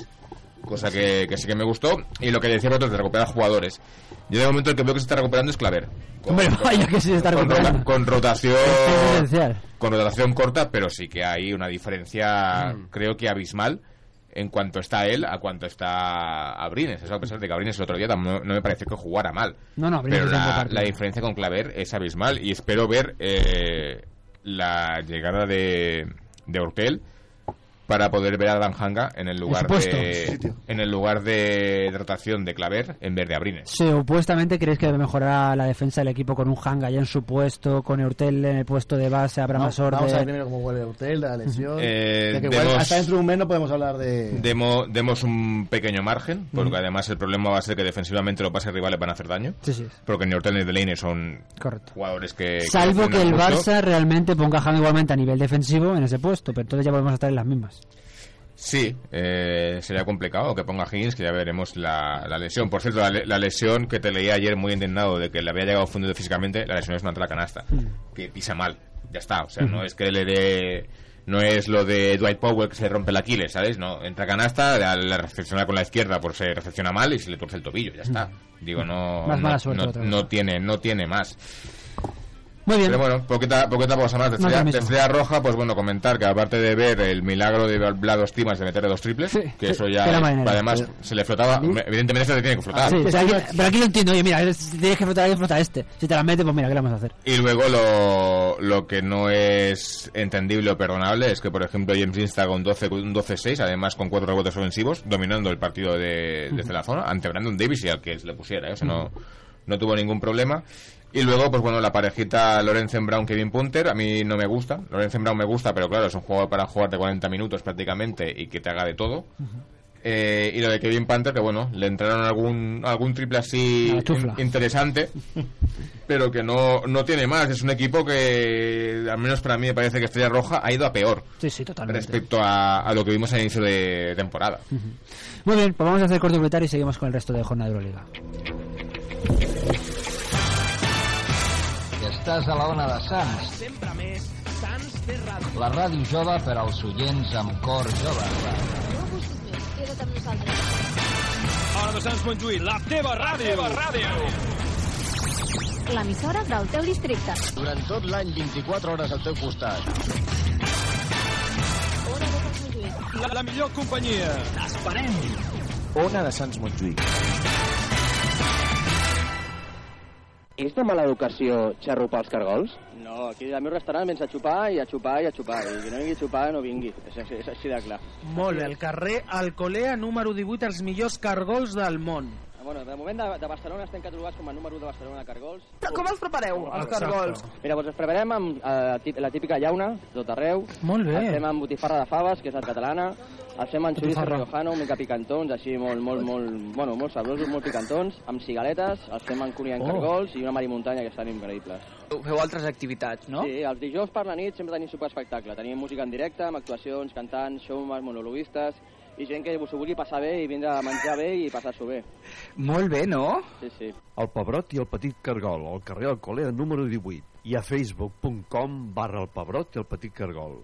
Speaker 6: cosa que, que sí que me gustó. Y lo que decía otros de recuperar jugadores. Yo de momento el que veo que se está recuperando es Claver. Con-
Speaker 2: Hombre,
Speaker 6: con-
Speaker 2: vaya que sí se está
Speaker 6: con,
Speaker 2: recuperando.
Speaker 6: rota- con rotación
Speaker 2: Es esencial.
Speaker 6: con rotación corta, pero sí que hay una diferencia,
Speaker 2: Mm.
Speaker 6: creo que abismal, en cuanto está él a cuanto está Abrines. Eso a pesar de que Abrines el otro día tam- no, no me pareció que jugara mal.
Speaker 2: No, no, Abrines
Speaker 6: pero
Speaker 2: hizo un buen
Speaker 6: la,
Speaker 2: partido.
Speaker 6: la diferencia con Claver es abismal y espero ver eh, la llegada de, de Hortel para poder ver a Dan Hanga en el lugar
Speaker 2: supuesto, en su
Speaker 6: de en el lugar de, de rotación de Claver en vez de Abrines.
Speaker 2: Sí, opuestamente creéis que mejorará la defensa del equipo con un Hanga ya en su puesto, con Eurtel en el puesto de base,
Speaker 3: No,
Speaker 2: Abramasor
Speaker 3: vamos a ver
Speaker 2: de...
Speaker 3: primero cómo vuelve Urtel, la lesión.
Speaker 6: Eh,
Speaker 3: Ya que igual
Speaker 6: demos-
Speaker 3: hasta dentro de un mes no podemos hablar de.
Speaker 6: Demo- demos un pequeño margen, porque
Speaker 3: Ujú.
Speaker 6: además el problema va a ser que defensivamente los pases rivales van a hacer daño.
Speaker 2: Sí, sí.
Speaker 6: Porque Nortel y Delaney son
Speaker 2: Correcto.
Speaker 6: jugadores que. que
Speaker 2: Salvo que
Speaker 6: defienden
Speaker 2: el
Speaker 6: mucho.
Speaker 2: Barça realmente ponga a Hanga igualmente a nivel defensivo en ese puesto, pero entonces ya volvemos a estar en las mismas.
Speaker 6: Sí, eh, sería complicado que ponga Higgins, que ya veremos la, la lesión. Por cierto, la, le- la lesión que te leí ayer muy indignado de que le había llegado fundido físicamente, la lesión es una entrada canasta, que pisa mal. Ya está, o sea, no es que le dé. No es lo de Dwight Powell que se rompe el Aquiles, ¿sabes? No, entra canasta, la, la recepciona con la izquierda por se recepciona mal y se le torce el tobillo, ya está. Digo, no.
Speaker 2: Más
Speaker 6: no-
Speaker 2: mala suerte
Speaker 6: no-
Speaker 2: otra vez.
Speaker 6: no tiene, no tiene más.
Speaker 2: Muy bien.
Speaker 6: Pero bueno, poquita, poquita cosa más. De
Speaker 2: Más
Speaker 6: estrella,
Speaker 2: lo
Speaker 6: de
Speaker 2: mismo.
Speaker 6: Estrella roja, pues bueno, comentar que aparte de ver el milagro de Vlados Timas de meter dos triples, que eso ya.
Speaker 2: que era
Speaker 6: es-
Speaker 2: marinero.
Speaker 6: además,
Speaker 2: Pero- Ah,
Speaker 6: se le flotaba. Evidentemente, se le tiene que flotar.
Speaker 2: Sí, o sea, aquí- pero aquí lo entiendo, oye, mira, eres- si tienes que frotar, hay que frotar este. Si te la metes, pues mira, ¿qué le vamos a hacer?
Speaker 6: Y luego lo, lo que no es entendible o perdonable es que, por ejemplo, James Insta con 12, un 12-6, además con cuatro rebotes ofensivos, dominando el partido de, desde la zona, ante Brandon Davis y al que se le pusiera, ¿eh? o sea, no, no tuvo ningún problema. Y luego, pues bueno, la parejita Lorenzen Brown, Kevin Punter, a mí no me gusta. Lorenzen Brown me gusta, pero claro, es un jugador para jugar de 40 minutos prácticamente y que te haga de todo. Eh, y lo de Kevin Panther, que bueno, le entraron algún, algún triple así
Speaker 2: A la chufla.
Speaker 6: in- interesante, pero que no, no tiene más. Es un equipo que, al menos para mí, me parece que Estrella Roja ha ido a peor
Speaker 2: Sí, sí, totalmente.
Speaker 6: respecto a, a lo que vimos al inicio de temporada.
Speaker 2: Muy bien, pues vamos a hacer corto propietario y seguimos con el resto de jornada de Euroliga.
Speaker 1: Estàs a la ona de Sants.
Speaker 22: Sempre més, Sants té ràdio.
Speaker 1: La ràdio jove per als oients amb cor jove.
Speaker 8: Queda't amb nosaltres.
Speaker 18: Hora de Sants Montjuïc, la teva ràdio. La teva ràdio.
Speaker 8: L'emissora del teu districte.
Speaker 1: Durant tot l'any, 24 hores al teu costat.
Speaker 18: La, la millor companyia. T'esperem.
Speaker 1: Ona de Sants Montjuïc.
Speaker 12: És de mala educació xarrupar els cargols? No, aquí al meu restaurant vens a xupar i a xupar i a xupar. I qui no vingui a xupar no vingui. És, és, és així de clar.
Speaker 22: Molt bé, al carrer Alcolea, número 18, els millors cargols del món.
Speaker 12: Ah, Bueno, de moment de, de Barcelona estem catalogats com a número 1 de Barcelona cargols.
Speaker 23: Però com els prepareu, els cargols?
Speaker 12: Mira, doncs els preparem amb eh, tip- la típica llauna, tot arreu.
Speaker 23: Molt bé.
Speaker 12: El fem amb botifarra de faves, que és la catalana. El fem amb xoriço
Speaker 23: Botifarra.
Speaker 12: riojano, mica picantons, així molt, molt, molt, bueno, molt sabrosos, molt picantons, amb cigaletes, els fem amb cunia en
Speaker 23: Oh.
Speaker 12: cargols i una marimuntanya que estan increïbles.
Speaker 23: Feu altres activitats, no?
Speaker 12: Sí, els dijous per la nit sempre tenim super espectacle. Tenim música en directe, amb actuacions, cantants, showmans, monologuistes i gent que s'ho vulgui passar bé i vindre a menjar bé i passar-s'ho bé.
Speaker 23: Molt bé, Eh, no?
Speaker 12: Sí, sí.
Speaker 24: El Pebrot i el Petit Cargol, al carrer Alcolea número 18 i a facebook.com barra el Pebrot i el Petit Cargol.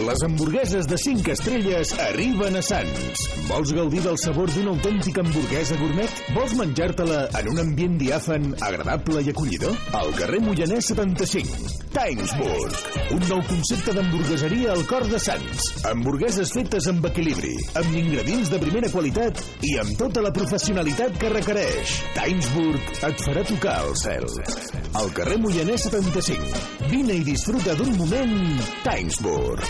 Speaker 7: Les hamburgueses de 5 estrelles arriben a Sants. Vols gaudir del sabor d'una autèntica hamburguesa gourmet? Vols menjar-te-la en un ambient diàfan agradable i acollidor? Al carrer Mollanès 75. Timesburg, un nou concepte d'hamburgueseria al cor de Sants. Hamburgueses fetes amb equilibri, amb ingredients de primera qualitat i amb tota la professionalitat que requereix. Timesburg et farà tocar el cel. Al carrer Mollanès 75. Vine i disfruta d'un moment Timesburg.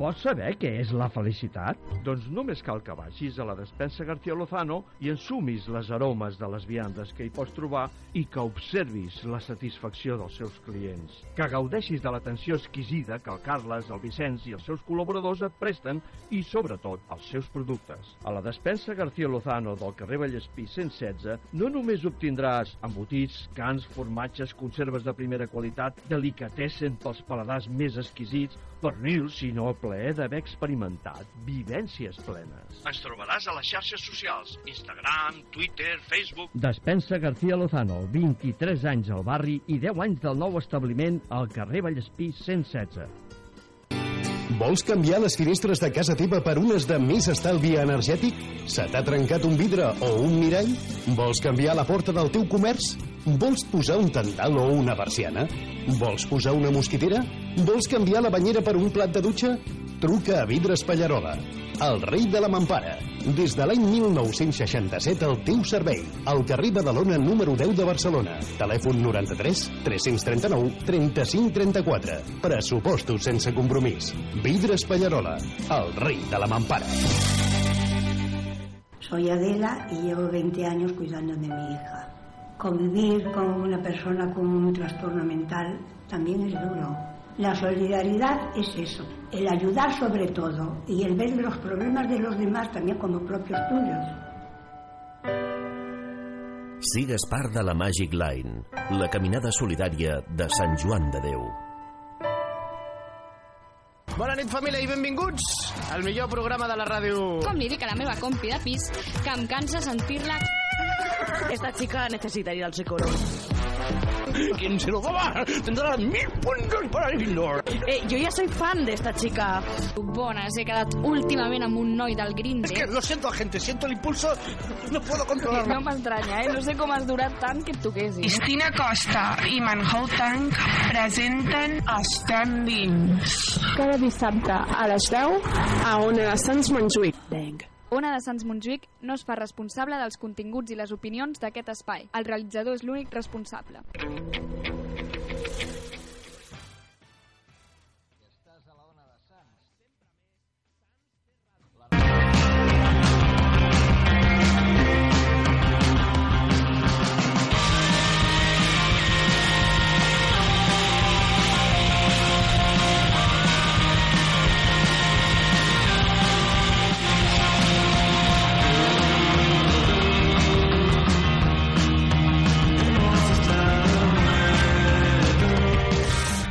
Speaker 15: Vols saber què és la felicitat? Doncs només cal que vagis a la despensa García Lozano i ensumis les aromes de les viandes que hi pots trobar i que observis la satisfacció dels seus clients. Que gaudeixis de l'atenció exquisida que el Carles, el Vicenç i els seus col·laboradors et presten i, sobretot, els seus productes. A la despensa García Lozano del carrer Vallespí 116 no només obtindràs embotits, cans, formatges, conserves de primera qualitat, delicatessen pels paladars més exquisits, pernil, sinó el plaer d'haver experimentat vivències plenes.
Speaker 25: Ens trobaràs a les xarxes socials, Instagram, Twitter, Facebook...
Speaker 15: Despensa García Lozano, 23 anys al barri i 10 anys del nou establiment al carrer Vallespí 116.
Speaker 10: Vols canviar les finestres de casa teva per unes de més estalvi energètic? Se t'ha trencat un vidre o un mirall? Vols canviar la porta del teu comerç? Vols posar un tendal o una persiana? Vols posar una mosquitera? Vols canviar la banyera per un plat de dutxa? Truca a Vidres Pallarola, el rei de la mampara. Des de l'any 1967 al teu servei. Al carrer Badalona número 10 de Barcelona. Telèfon 93 339 35 34. Pressupostos sense compromís. Vidres Pallarola, el rei de la mampara.
Speaker 26: Soy Adela y llevo 20 años cuidando de mi hija. Convivir con una persona con un trastorno mental también es duro. La solidaridad es eso, el ayudar sobre todo y el ver los problemas de los demás también como propios tuyos.
Speaker 16: Sigues part de la Magic Line, la caminada solidària de Sant Joan de Déu.
Speaker 27: Bona nit, família, i benvinguts al millor programa de la ràdio.
Speaker 19: Com li dic a la meva compi de pis que em cansa sentir-la... Esta chica necessitaria el psicòleg.
Speaker 28: Quien se lo roba tendrá mil puntos para el Gryffindor.
Speaker 19: Eh, jo ja soy fan d'esta chica. Bones, he quedat últimament amb un noi del Grindr.
Speaker 28: Que lo siento, gente, siento el impulso, no puedo controlarlo.
Speaker 19: No m'estranya, eh? No sé com has durat tant que et toquessin.
Speaker 29: Cristina Costa i Manhou Tank presenten Standings. Cada dissabte a les 10 a Ona de Sants Montjuïc. Vinga.
Speaker 19: Ona de Sants Montjuïc no es fa responsable dels continguts i les opinions d'aquest espai. El realitzador és l'únic responsable.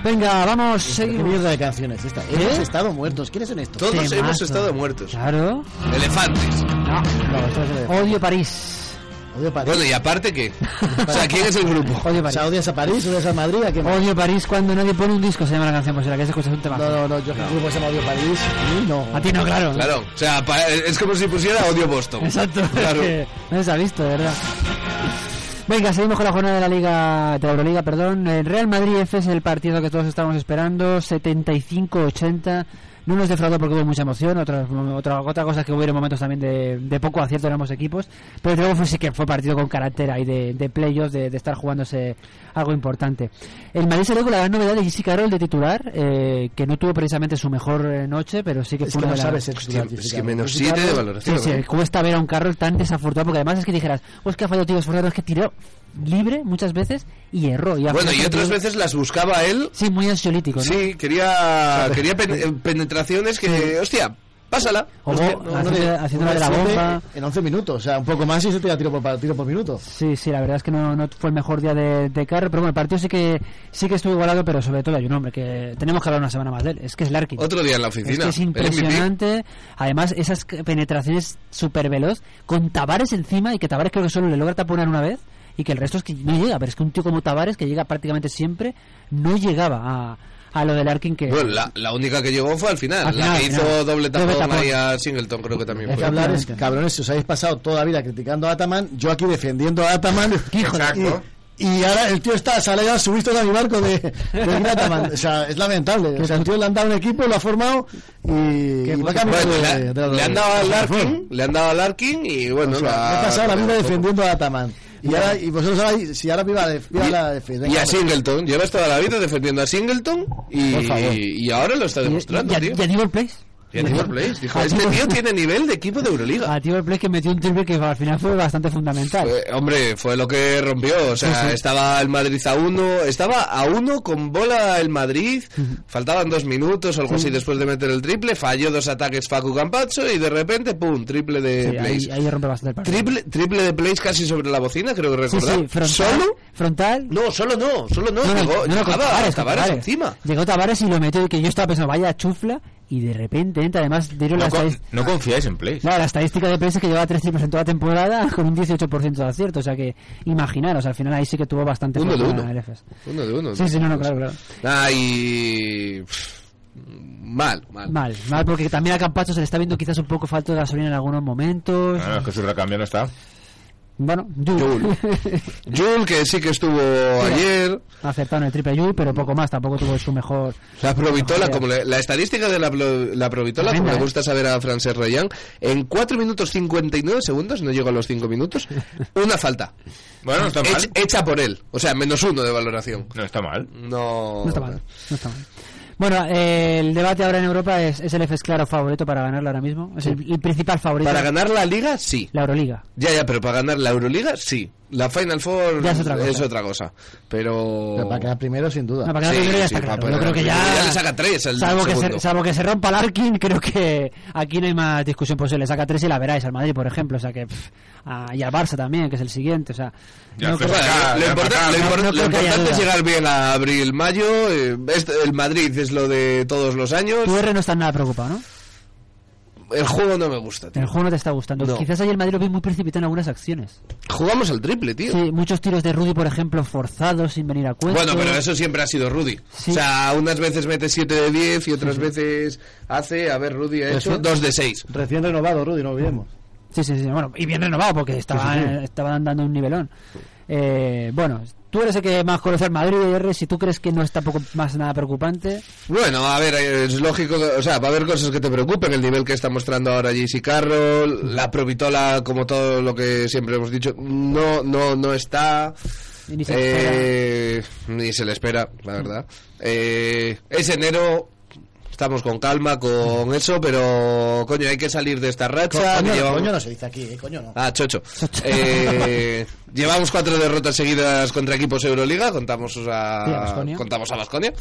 Speaker 2: Venga, vamos, seguimos. ¿Eh?
Speaker 3: ¿Qué mierda de canciones esta? Hemos estado muertos. ¿Quiénes son estos?
Speaker 4: Todos hemos estado muertos.
Speaker 2: Claro.
Speaker 4: Elefantes.
Speaker 2: No, Odio París.
Speaker 3: Odio París.
Speaker 4: Bueno, y aparte, ¿qué? o sea, ¿quién es el grupo?
Speaker 2: Odio París.
Speaker 3: O sea, odias a París, odias a Madrid, ¿a qué más?
Speaker 2: Odio París cuando nadie pone un disco, se llama la canción, pues la que se escucha es un tema.
Speaker 3: No, no, no, yo que el grupo se llama Odio París. A mí no.
Speaker 2: A ti no, claro.
Speaker 4: Claro, o sea, pa- es como si pusiera odio Boston.
Speaker 2: Exacto.
Speaker 4: Claro.
Speaker 2: no se ha visto, de verdad. Venga, seguimos con la jornada de la Liga, de la Euroliga, perdón. El Real Madrid F es el partido que todos estábamos esperando, 75-80. No nos defraudó porque hubo mucha emoción, otra, otra, otra cosa es que hubo momentos también de, de poco acierto en ambos equipos, pero luego fue, sí que fue partido con carácter ahí de, de playoffs, de, de estar jugándose algo importante. El Madrid salió con la gran novedad de Jesse Carroll de titular, eh, que no tuvo precisamente su mejor eh, noche, pero sí que
Speaker 3: Es
Speaker 2: fue
Speaker 3: que
Speaker 2: una de
Speaker 3: no
Speaker 2: las-
Speaker 3: sabes ser titular, Hostia, Jesse es que Carroll. menos
Speaker 2: Jesse
Speaker 3: siete de
Speaker 2: Carroll-
Speaker 3: valoración,
Speaker 2: Sí, sí,
Speaker 3: ¿eh?
Speaker 2: cuesta ver a un Carroll tan desafortunado, porque además es que dijeras, pues que ha fallado tiros forzados, es que tiró libre muchas veces y erró. Y al
Speaker 4: Bueno,
Speaker 2: final
Speaker 4: y
Speaker 2: se
Speaker 4: otras
Speaker 2: quedó-
Speaker 4: veces las buscaba él.
Speaker 2: Sí, muy ansiolítico, ¿no?
Speaker 4: Sí, quería, quería pen- eh, penetraciones que, hostia, pásala.
Speaker 2: O
Speaker 4: Hostia,
Speaker 2: bo-
Speaker 4: no,
Speaker 2: haciendo-
Speaker 4: no le-
Speaker 2: haciendo la de la
Speaker 3: Siete
Speaker 2: bomba.
Speaker 3: En 11 minutos, o sea, un poco más y se te da tiro por, pa- tiro por minuto.
Speaker 2: Sí, sí, la verdad es que no, no fue el mejor día de, de Carroll, pero bueno, el partido sí que sí que estuvo igualado, pero sobre todo hay un hombre que tenemos que hablar una semana más de él, es que es Larkin.
Speaker 4: Otro día en la oficina,
Speaker 2: Es que es
Speaker 4: el MVP.
Speaker 2: impresionante, además esas c- penetraciones súper veloz, con Tavares encima, y que Tavares creo que solo le logra taponar una vez, y que el resto es que no llega. Pero es que un tío como Tavares, que llega prácticamente siempre, no llegaba a, a lo del Arkin que...
Speaker 4: Bueno, la, la única que llegó fue al final,
Speaker 2: Al
Speaker 4: la
Speaker 2: final,
Speaker 4: que
Speaker 2: al
Speaker 4: hizo
Speaker 2: final.
Speaker 4: doble tapón,
Speaker 2: Doble tapón.
Speaker 4: ahí a Singleton, creo que también
Speaker 3: Hay que
Speaker 4: fue.
Speaker 3: hablar es, cabrones, si os habéis pasado toda la vida criticando a Ataman, yo aquí defendiendo a Ataman.
Speaker 4: Exacto.
Speaker 3: Y, y ahora el tío está, sale ya subisto a mi barco de, de Ataman. O sea, es lamentable. O sea, el tío le han dado un equipo, lo ha formado y, y va cambiando
Speaker 4: Bueno,
Speaker 3: de,
Speaker 4: le,
Speaker 3: de-
Speaker 4: le han dado al Larkin, le han dado al Larkin y bueno,
Speaker 3: O sea,
Speaker 4: la-
Speaker 3: me he pasado la vida defendiendo a Ataman. Y, ahora, y vosotros ahora, si ahora viva, de- viva la defensa. pues.
Speaker 4: y a
Speaker 2: pues.
Speaker 4: Singleton, llevas toda la vida defendiendo a Singleton y,
Speaker 3: Por favor.
Speaker 4: y, ahora lo está demostrando, tío.
Speaker 2: Y a Diver Place.
Speaker 4: Y a Diver Place, dijo,
Speaker 2: A
Speaker 4: este
Speaker 2: Diver-
Speaker 4: tío tiene nivel de equipo de Euroliga.
Speaker 2: A Diver Place que metió un triple que al final fue bastante fundamental.
Speaker 4: Eh, hombre, fue lo que rompió. O sea,
Speaker 2: Sí, sí.
Speaker 4: estaba el Madrid a uno, estaba a uno con bola el Madrid. Faltaban dos minutos o algo así después de meter el triple. Falló dos ataques Facu Campacho y de repente, pum, triple de
Speaker 2: Sí,
Speaker 4: Place.
Speaker 2: ahí, ahí rompe bastante el partido.
Speaker 4: Triple, triple de plays casi sobre la bocina, creo que
Speaker 2: Sí,
Speaker 4: recordar.
Speaker 2: sí, frontal.
Speaker 4: ¿Solo?
Speaker 2: Frontal.
Speaker 4: No, solo no, solo no. llegó,
Speaker 2: con Tavares,
Speaker 4: llegaba
Speaker 2: con
Speaker 4: Tavares
Speaker 2: Tavares.
Speaker 4: encima.
Speaker 2: Llegó Tavares y lo metió y que yo estaba pensando, vaya chufla, y de repente entra, además dieron la,
Speaker 5: No, con-
Speaker 2: estadis-
Speaker 5: no confiáis en Play.
Speaker 2: no, la estadística de prensa que llevaba tres triples en toda la temporada con un 18% de acierto, o sea que imaginaros, al final ahí sí que tuvo bastante
Speaker 4: Uno de
Speaker 2: fortuna
Speaker 4: uno.
Speaker 2: el EFES.
Speaker 4: Uno de uno.
Speaker 2: Sí, sí, no, no, claro, claro.
Speaker 4: Ah, y... pff, Mal, mal.
Speaker 2: Mal, mal, porque también a Campacho se le está viendo quizás un poco falto de gasolina en algunos momentos.
Speaker 5: No, Ah, es que su recambio no está.
Speaker 2: Bueno, Jul.
Speaker 4: Jul, que sí que estuvo ayer,
Speaker 2: Acertaron el triple Jul, pero poco más, tampoco tuvo su mejor.
Speaker 4: la provitola,
Speaker 2: Joder.
Speaker 4: como le- la estadística de la, pro- la provitola, como
Speaker 2: Tremenda,
Speaker 4: le
Speaker 2: ¿eh?
Speaker 4: gusta saber a Francesc Reyán, en 4 minutos 59 segundos, no llegó a los 5 minutos, una falta.
Speaker 5: Bueno, no está
Speaker 4: Hech-
Speaker 5: mal.
Speaker 4: Hecha por él, o sea, menos uno de valoración.
Speaker 5: No está mal.
Speaker 4: No...
Speaker 2: No está mal, no está mal. Bueno, eh, el debate ahora en Europa es, es el FS claro favorito para ganarlo ahora mismo. Es el, el principal favorito.
Speaker 4: Para ganar la liga, sí.
Speaker 2: La Euroliga.
Speaker 4: Ya, ya, pero para ganar la Euroliga, sí. La Final Four
Speaker 2: Ya
Speaker 4: es
Speaker 2: es
Speaker 4: otra
Speaker 2: otra
Speaker 4: cosa.
Speaker 2: cosa.
Speaker 4: Pero...
Speaker 3: Pero para quedar primero, sin duda.
Speaker 2: No, para ganar
Speaker 4: Sí,
Speaker 2: la Euroliga
Speaker 4: sí,
Speaker 2: está
Speaker 4: para
Speaker 2: claro.
Speaker 4: ganar
Speaker 2: Yo creo que
Speaker 4: la
Speaker 2: ya.
Speaker 4: Euroliga le saca tres al
Speaker 2: salvo, que
Speaker 4: segundo.
Speaker 2: se, salvo que se rompa Larkin, creo que aquí no hay más discusión posible. Saca tres y la veráis al Madrid, por ejemplo. O sea que. pff, a- y al Barça también, que es el siguiente. O sea.
Speaker 5: Ya,
Speaker 4: Pues vale, lo importan- lo
Speaker 2: no-
Speaker 4: import-
Speaker 2: no
Speaker 4: lo
Speaker 2: creo que haya
Speaker 4: importante
Speaker 2: duda.
Speaker 4: es llegar bien a abril, mayo. eh, este- el Madrid es lo de todos los años.
Speaker 2: Tu R no está nada preocupado, ¿no?
Speaker 4: El juego no me gusta, tío.
Speaker 2: El juego no te está gustando.
Speaker 4: No.
Speaker 2: Quizás ayer el Madrid lo vi muy precipitado en algunas acciones.
Speaker 4: Jugamos al triple, tío.
Speaker 2: Sí, muchos tiros de Rudy, por ejemplo, forzados, sin venir a cuento.
Speaker 4: Bueno, pero eso siempre ha sido Rudy.
Speaker 2: Sí.
Speaker 4: O sea, unas veces mete 7 de 10 y otras veces hace, a ver, Rudy
Speaker 2: Pues
Speaker 4: ha hecho 2 de 6.
Speaker 3: Recién renovado, Rudy, no olvidemos.
Speaker 2: Sí, sí, sí. Bueno, y bien renovado porque estaban,
Speaker 3: Sí, sí, sí.
Speaker 2: estaban dando un nivelón. Eh, bueno, tú eres el que más conoce al Madrid, R. Si tú crees que no es tampoco más nada preocupante,
Speaker 4: Bueno, a ver, eh, es lógico, o sea, va a haber cosas que te preocupen, el nivel que está mostrando ahora JC Carroll, la provitola, como todo lo que siempre hemos dicho, no, no, no está.
Speaker 2: ni se
Speaker 4: Eh, ni se le espera, la verdad. Eh, es enero, estamos con calma con eso, pero coño, hay que salir de esta racha. que
Speaker 3: coño,
Speaker 4: llevamos-
Speaker 3: coño no se dice aquí, eh, coño no.
Speaker 4: Ah, Chocho. Eh, llevamos cuatro derrotas seguidas contra equipos Euroliga. Contamos
Speaker 2: Sí, a
Speaker 4: a,
Speaker 2: Baskonia.
Speaker 4: contamos a Baskonia,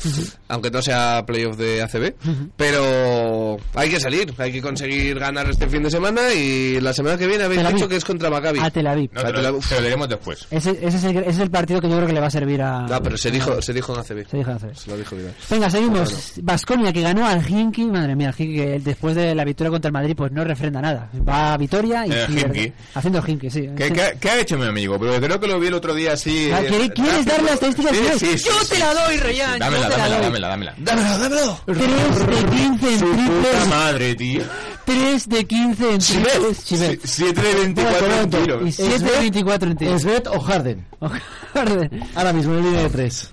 Speaker 4: aunque no sea playoff de ACB. Pero hay que salir, hay que conseguir ganar este fin de semana y la semana que viene habéis
Speaker 2: Tel Aviv.
Speaker 4: dicho que es contra Maccabi.
Speaker 2: a Tel Aviv.
Speaker 5: No, te lo, te lo diremos después.
Speaker 2: Ese, ese es el, ese es el partido que yo creo que le va a servir a.
Speaker 4: No, Ah, pero se dijo, se dijo en ACB.
Speaker 2: Ah. Se dijo en ACB.
Speaker 4: Se lo dijo Vidal.
Speaker 2: Venga,
Speaker 4: Pero bueno.
Speaker 2: seguimos. Vasconia que ganó al Hinky. Madre mía, el Hinky que después de la victoria contra el Madrid, pues no refrenda nada. Va a Vitoria y.
Speaker 5: Eh,
Speaker 2: pierde.
Speaker 5: Hinkie.
Speaker 2: Haciendo el Hinky, sí.
Speaker 5: ¿Qué, qué, qué ha hecho mi amigo? Porque creo que lo vi el otro día así.
Speaker 2: Ah,
Speaker 5: eh,
Speaker 2: ¿quiere- ¿Quieres
Speaker 5: rápido.
Speaker 2: dar las estadísticas?
Speaker 5: Sí,
Speaker 2: Mira,
Speaker 5: sí, sí,
Speaker 2: yo
Speaker 5: sí,
Speaker 2: te la
Speaker 5: sí,
Speaker 2: doy,
Speaker 5: sí,
Speaker 2: Reyán. yo
Speaker 5: Dámela,
Speaker 2: te la
Speaker 5: dámela,
Speaker 2: doy.
Speaker 5: dámela, dámela.
Speaker 2: 3 de 15 en
Speaker 5: Puta
Speaker 2: triples.
Speaker 5: madre, tío.
Speaker 2: 3 de 15 en triples. Chivet.
Speaker 5: 7 de 24 en tiro.
Speaker 2: Y 7 de 24 en tiros.
Speaker 3: ¿Esbet o Harden?
Speaker 2: Harden.
Speaker 3: Ahora mismo en línea de 3.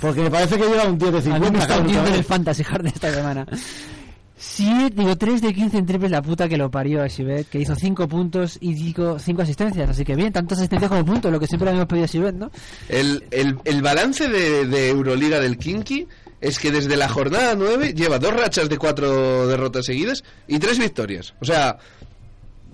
Speaker 3: Porque me parece que lleva un 10 de
Speaker 2: A mí me
Speaker 3: 50.
Speaker 2: está
Speaker 3: cabrón,
Speaker 2: hundiendo en el
Speaker 3: cabrón.
Speaker 2: Fantasy Harden esta semana. Sí, digo, 3 de 15 en triples, la puta que lo parió a Shibet, que hizo 5 puntos y digo 5 asistencias. Así que bien, tantas asistencias como puntos, lo que siempre le habíamos pedido a Shibet, ¿no?
Speaker 4: El, el- el balance de, de Euroliga del Kinky es que desde la jornada 9 lleva dos rachas de cuatro derrotas seguidas y tres victorias. O sea,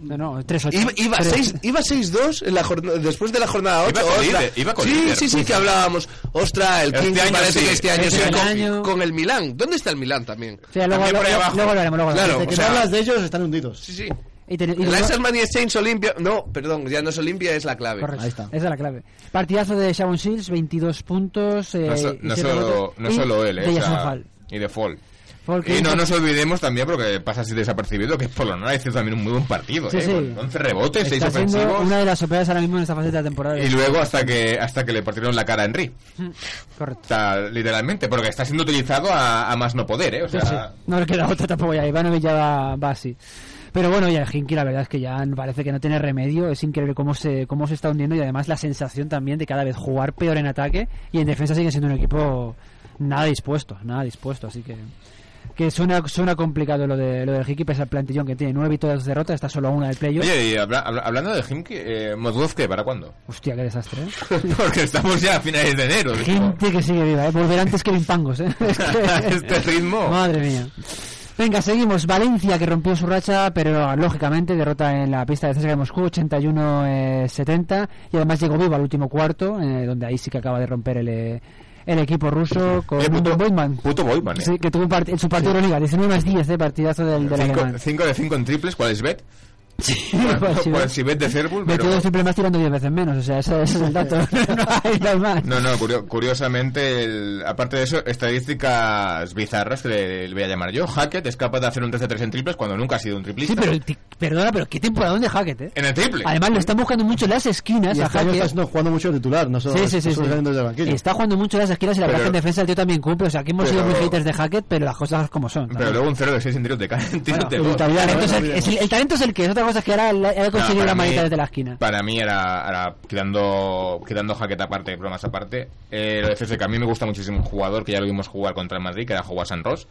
Speaker 2: No, no, 3 8.
Speaker 4: iba, iba seis- iba 6-2 en la jornada- después de la jornada 8.
Speaker 5: Iba con líder, iba con
Speaker 4: sí,
Speaker 5: líder.
Speaker 4: sí, sí, que hablábamos. Ostra, el
Speaker 5: Este
Speaker 4: Kinky
Speaker 5: año
Speaker 4: parece
Speaker 5: sí.
Speaker 4: que este año
Speaker 5: Este
Speaker 4: sí,
Speaker 5: año.
Speaker 4: con, con el Milán. ¿Dónde está el Milán también?
Speaker 2: O sea, luego,
Speaker 5: También por ahí
Speaker 2: luego-
Speaker 5: abajo.
Speaker 2: luego hablaremos, luego
Speaker 4: Claro,
Speaker 2: hablaremos.
Speaker 3: Desde
Speaker 4: o
Speaker 3: que
Speaker 4: sea-
Speaker 3: no hablas de ellos están hundidos.
Speaker 4: Sí, sí.
Speaker 2: Y ten- y
Speaker 4: La
Speaker 2: luego-
Speaker 4: Essel Money Exchange Olimpia. No, perdón, ya no es Olimpia, es la clave.
Speaker 2: Correcto. Esa es la clave. Partidazo de Shavon Shields, 22 puntos. eh,
Speaker 5: No, so-
Speaker 2: y
Speaker 5: no
Speaker 2: siete
Speaker 5: solo,
Speaker 2: rebotes.
Speaker 5: no
Speaker 2: Y
Speaker 5: solo él, eh.
Speaker 2: de
Speaker 5: o
Speaker 2: Jason
Speaker 5: sea,
Speaker 2: Hall.
Speaker 5: y de Fall.
Speaker 2: Porque
Speaker 6: y no nos olvidemos también, porque pasa así desapercibido, que Polonara hizo también un muy buen partido.
Speaker 2: Sí,
Speaker 6: ¿eh?
Speaker 2: sí.
Speaker 6: Con 11 rebotes, 6
Speaker 2: está siendo
Speaker 6: ofensivos.
Speaker 2: una de las sorpresas ahora mismo en esta faceta temporal.
Speaker 6: Y luego hasta que hasta que le partieron la cara a Henry.
Speaker 2: Mm, Correcto.
Speaker 6: O sea, literalmente, porque está siendo utilizado a, a más no poder, ¿eh? O sea,
Speaker 2: Sí, sí. No le queda otra tampoco ya. Ivanovic ya va, va así. Pero bueno, ya Hinky la verdad es que ya parece que no tiene remedio. Es increíble cómo se, cómo se está hundiendo y además la sensación también de cada vez jugar peor en ataque y en defensa sigue siendo un equipo nada dispuesto, nada dispuesto. Así que que suena, suena complicado lo de lo del Hinky pese al plantillón que tiene. Nueve victorias, dos derrotas, está solo a una del playoff.
Speaker 6: Oye, y habla- habla- hablando de Himki, eh, Mozgov, ¿qué? ¿Para cuándo?
Speaker 2: Hostia, qué desastre. ¿eh?
Speaker 6: Porque estamos ya a finales de enero. digo.
Speaker 2: Gente que sigue viva, ¿eh? volver antes que Limpangos. ¿eh? Es que-
Speaker 6: este ritmo.
Speaker 2: Madre mía. Venga, seguimos. Valencia que rompió su racha, pero lógicamente derrota en la pista de CSKA de Moscú 81-70 eh, y además llegó vivo al último cuarto, eh, donde ahí sí que acaba de romper el, eh, el equipo ruso con
Speaker 6: Eh,
Speaker 2: Boyman
Speaker 6: Puto Boyman, ¿eh?
Speaker 2: Sí, que tuvo un part- en su partido de liga, 19 más 10, eh, partidazo del, del alemán.
Speaker 6: 5 de 5 en triples, ¿cuál es Bet? Bueno,
Speaker 2: ¿cuál es
Speaker 6: ¿cuál
Speaker 2: Bet?
Speaker 6: es Bet de Cerbul?
Speaker 2: Metió
Speaker 6: pero-
Speaker 2: dos triples más tirando 10 veces menos, o sea, ese, ese es el dato. no hay nada más.
Speaker 6: No, no, curio- curiosamente, el- aparte de eso, estadísticas bizarras que le, le voy a llamar yo. Hackett es capaz de hacer un 13-3 en triples cuando nunca ha sido un triplista.
Speaker 2: Sí, pero el ti- perdona, pero qué temporada de Hackett, eh.
Speaker 6: En el triple.
Speaker 2: Además lo están buscando mucho en las esquinas
Speaker 3: Y
Speaker 2: a
Speaker 3: este año
Speaker 2: Hackett.
Speaker 3: está siendo- jugando mucho de titular, no solo,
Speaker 2: Sí, sí, sí,
Speaker 3: no solo
Speaker 2: sí.
Speaker 3: saliendo del banquillo.
Speaker 2: Está jugando mucho en las esquinas y la verdad
Speaker 6: Pero-
Speaker 2: que en defensa el tío también cumple. O sea, que hemos
Speaker 6: Pero-
Speaker 2: sido muy haters de Hackett, pero las cosas como son.
Speaker 6: Pero luego un 0 de 6 en tiros de cara. en tiros de
Speaker 2: el,
Speaker 6: gol.
Speaker 2: talento es el, es el- el talento es el que es. Otra cosa es que ahora le- ha conseguido
Speaker 6: No, para
Speaker 2: la manita
Speaker 6: mí-
Speaker 2: desde la esquina.
Speaker 6: Para mí era, era quedando, quedando jaqueta aparte, bromas aparte. Eh, lo de CSK, a mí me gusta muchísimo un jugador que ya lo vimos jugar contra el Madrid, que era Juan San Ross.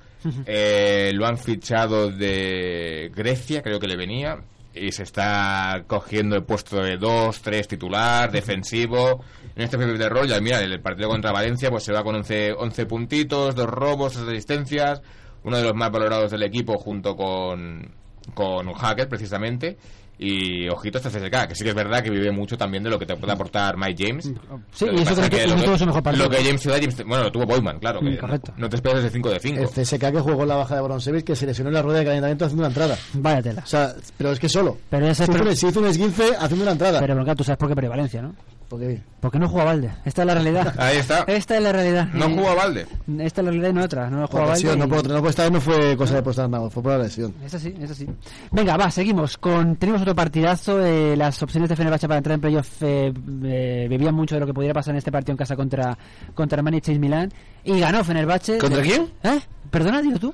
Speaker 6: Eh, lo han fichado de Grecia, creo que le venía. Y se está cogiendo el puesto de 2, 3 titular, defensivo. En este perfil de rol, ya mira, el partido contra Valencia pues se va con 11, 11 puntitos, dos robos, dos asistencias. Uno de los más valorados del equipo junto con, con Hackett, precisamente. Y ojito este CSK, que sí que es verdad que vive mucho también de lo que te puede aportar Mike James.
Speaker 2: Sí,
Speaker 6: Lo
Speaker 2: y eso
Speaker 6: pasa
Speaker 2: creo que- y
Speaker 6: lo
Speaker 2: no tuvo su mejor partido.
Speaker 6: Lo que James te da, James te- bueno, lo tuvo Boyman, claro.
Speaker 2: Mm,
Speaker 6: que
Speaker 2: correcto. Este,
Speaker 6: No te esperas ese 5 de 5.
Speaker 3: El CSK que jugó en la baja de Broncevic que se lesionó en la rueda de calentamiento haciendo una entrada.
Speaker 2: Vaya tela.
Speaker 3: O sea, pero es que solo.
Speaker 2: Pero ese
Speaker 3: Si
Speaker 2: es-
Speaker 3: hizo un- si hizo un esguince haciendo una entrada.
Speaker 2: Pero Bronca, tú sabes por qué prevalencia, ¿no?
Speaker 3: Porque
Speaker 2: Porque no juega Valde. Esta es la realidad.
Speaker 6: Ahí está.
Speaker 2: Esta es la realidad.
Speaker 6: No jugó a Valde.
Speaker 2: Esta es la realidad y no otra. No
Speaker 3: por
Speaker 2: juega Valde.
Speaker 3: lesión, no
Speaker 2: y-
Speaker 3: por, otra- no por esta vez no fue cosa de postar nada, fue por la lesión.
Speaker 2: Es así, es así. Venga, va, seguimos. Con, tenemos otro partidazo. eh, las opciones de Fenerbahce para entrar en playoff eh, eh, bebían mucho de lo que pudiera pasar en este partido en casa contra, contra Armani Chase Milán. Y ganó Fenerbahce.
Speaker 4: ¿Contra quién?
Speaker 2: ¿Eh? Perdona, digo tú.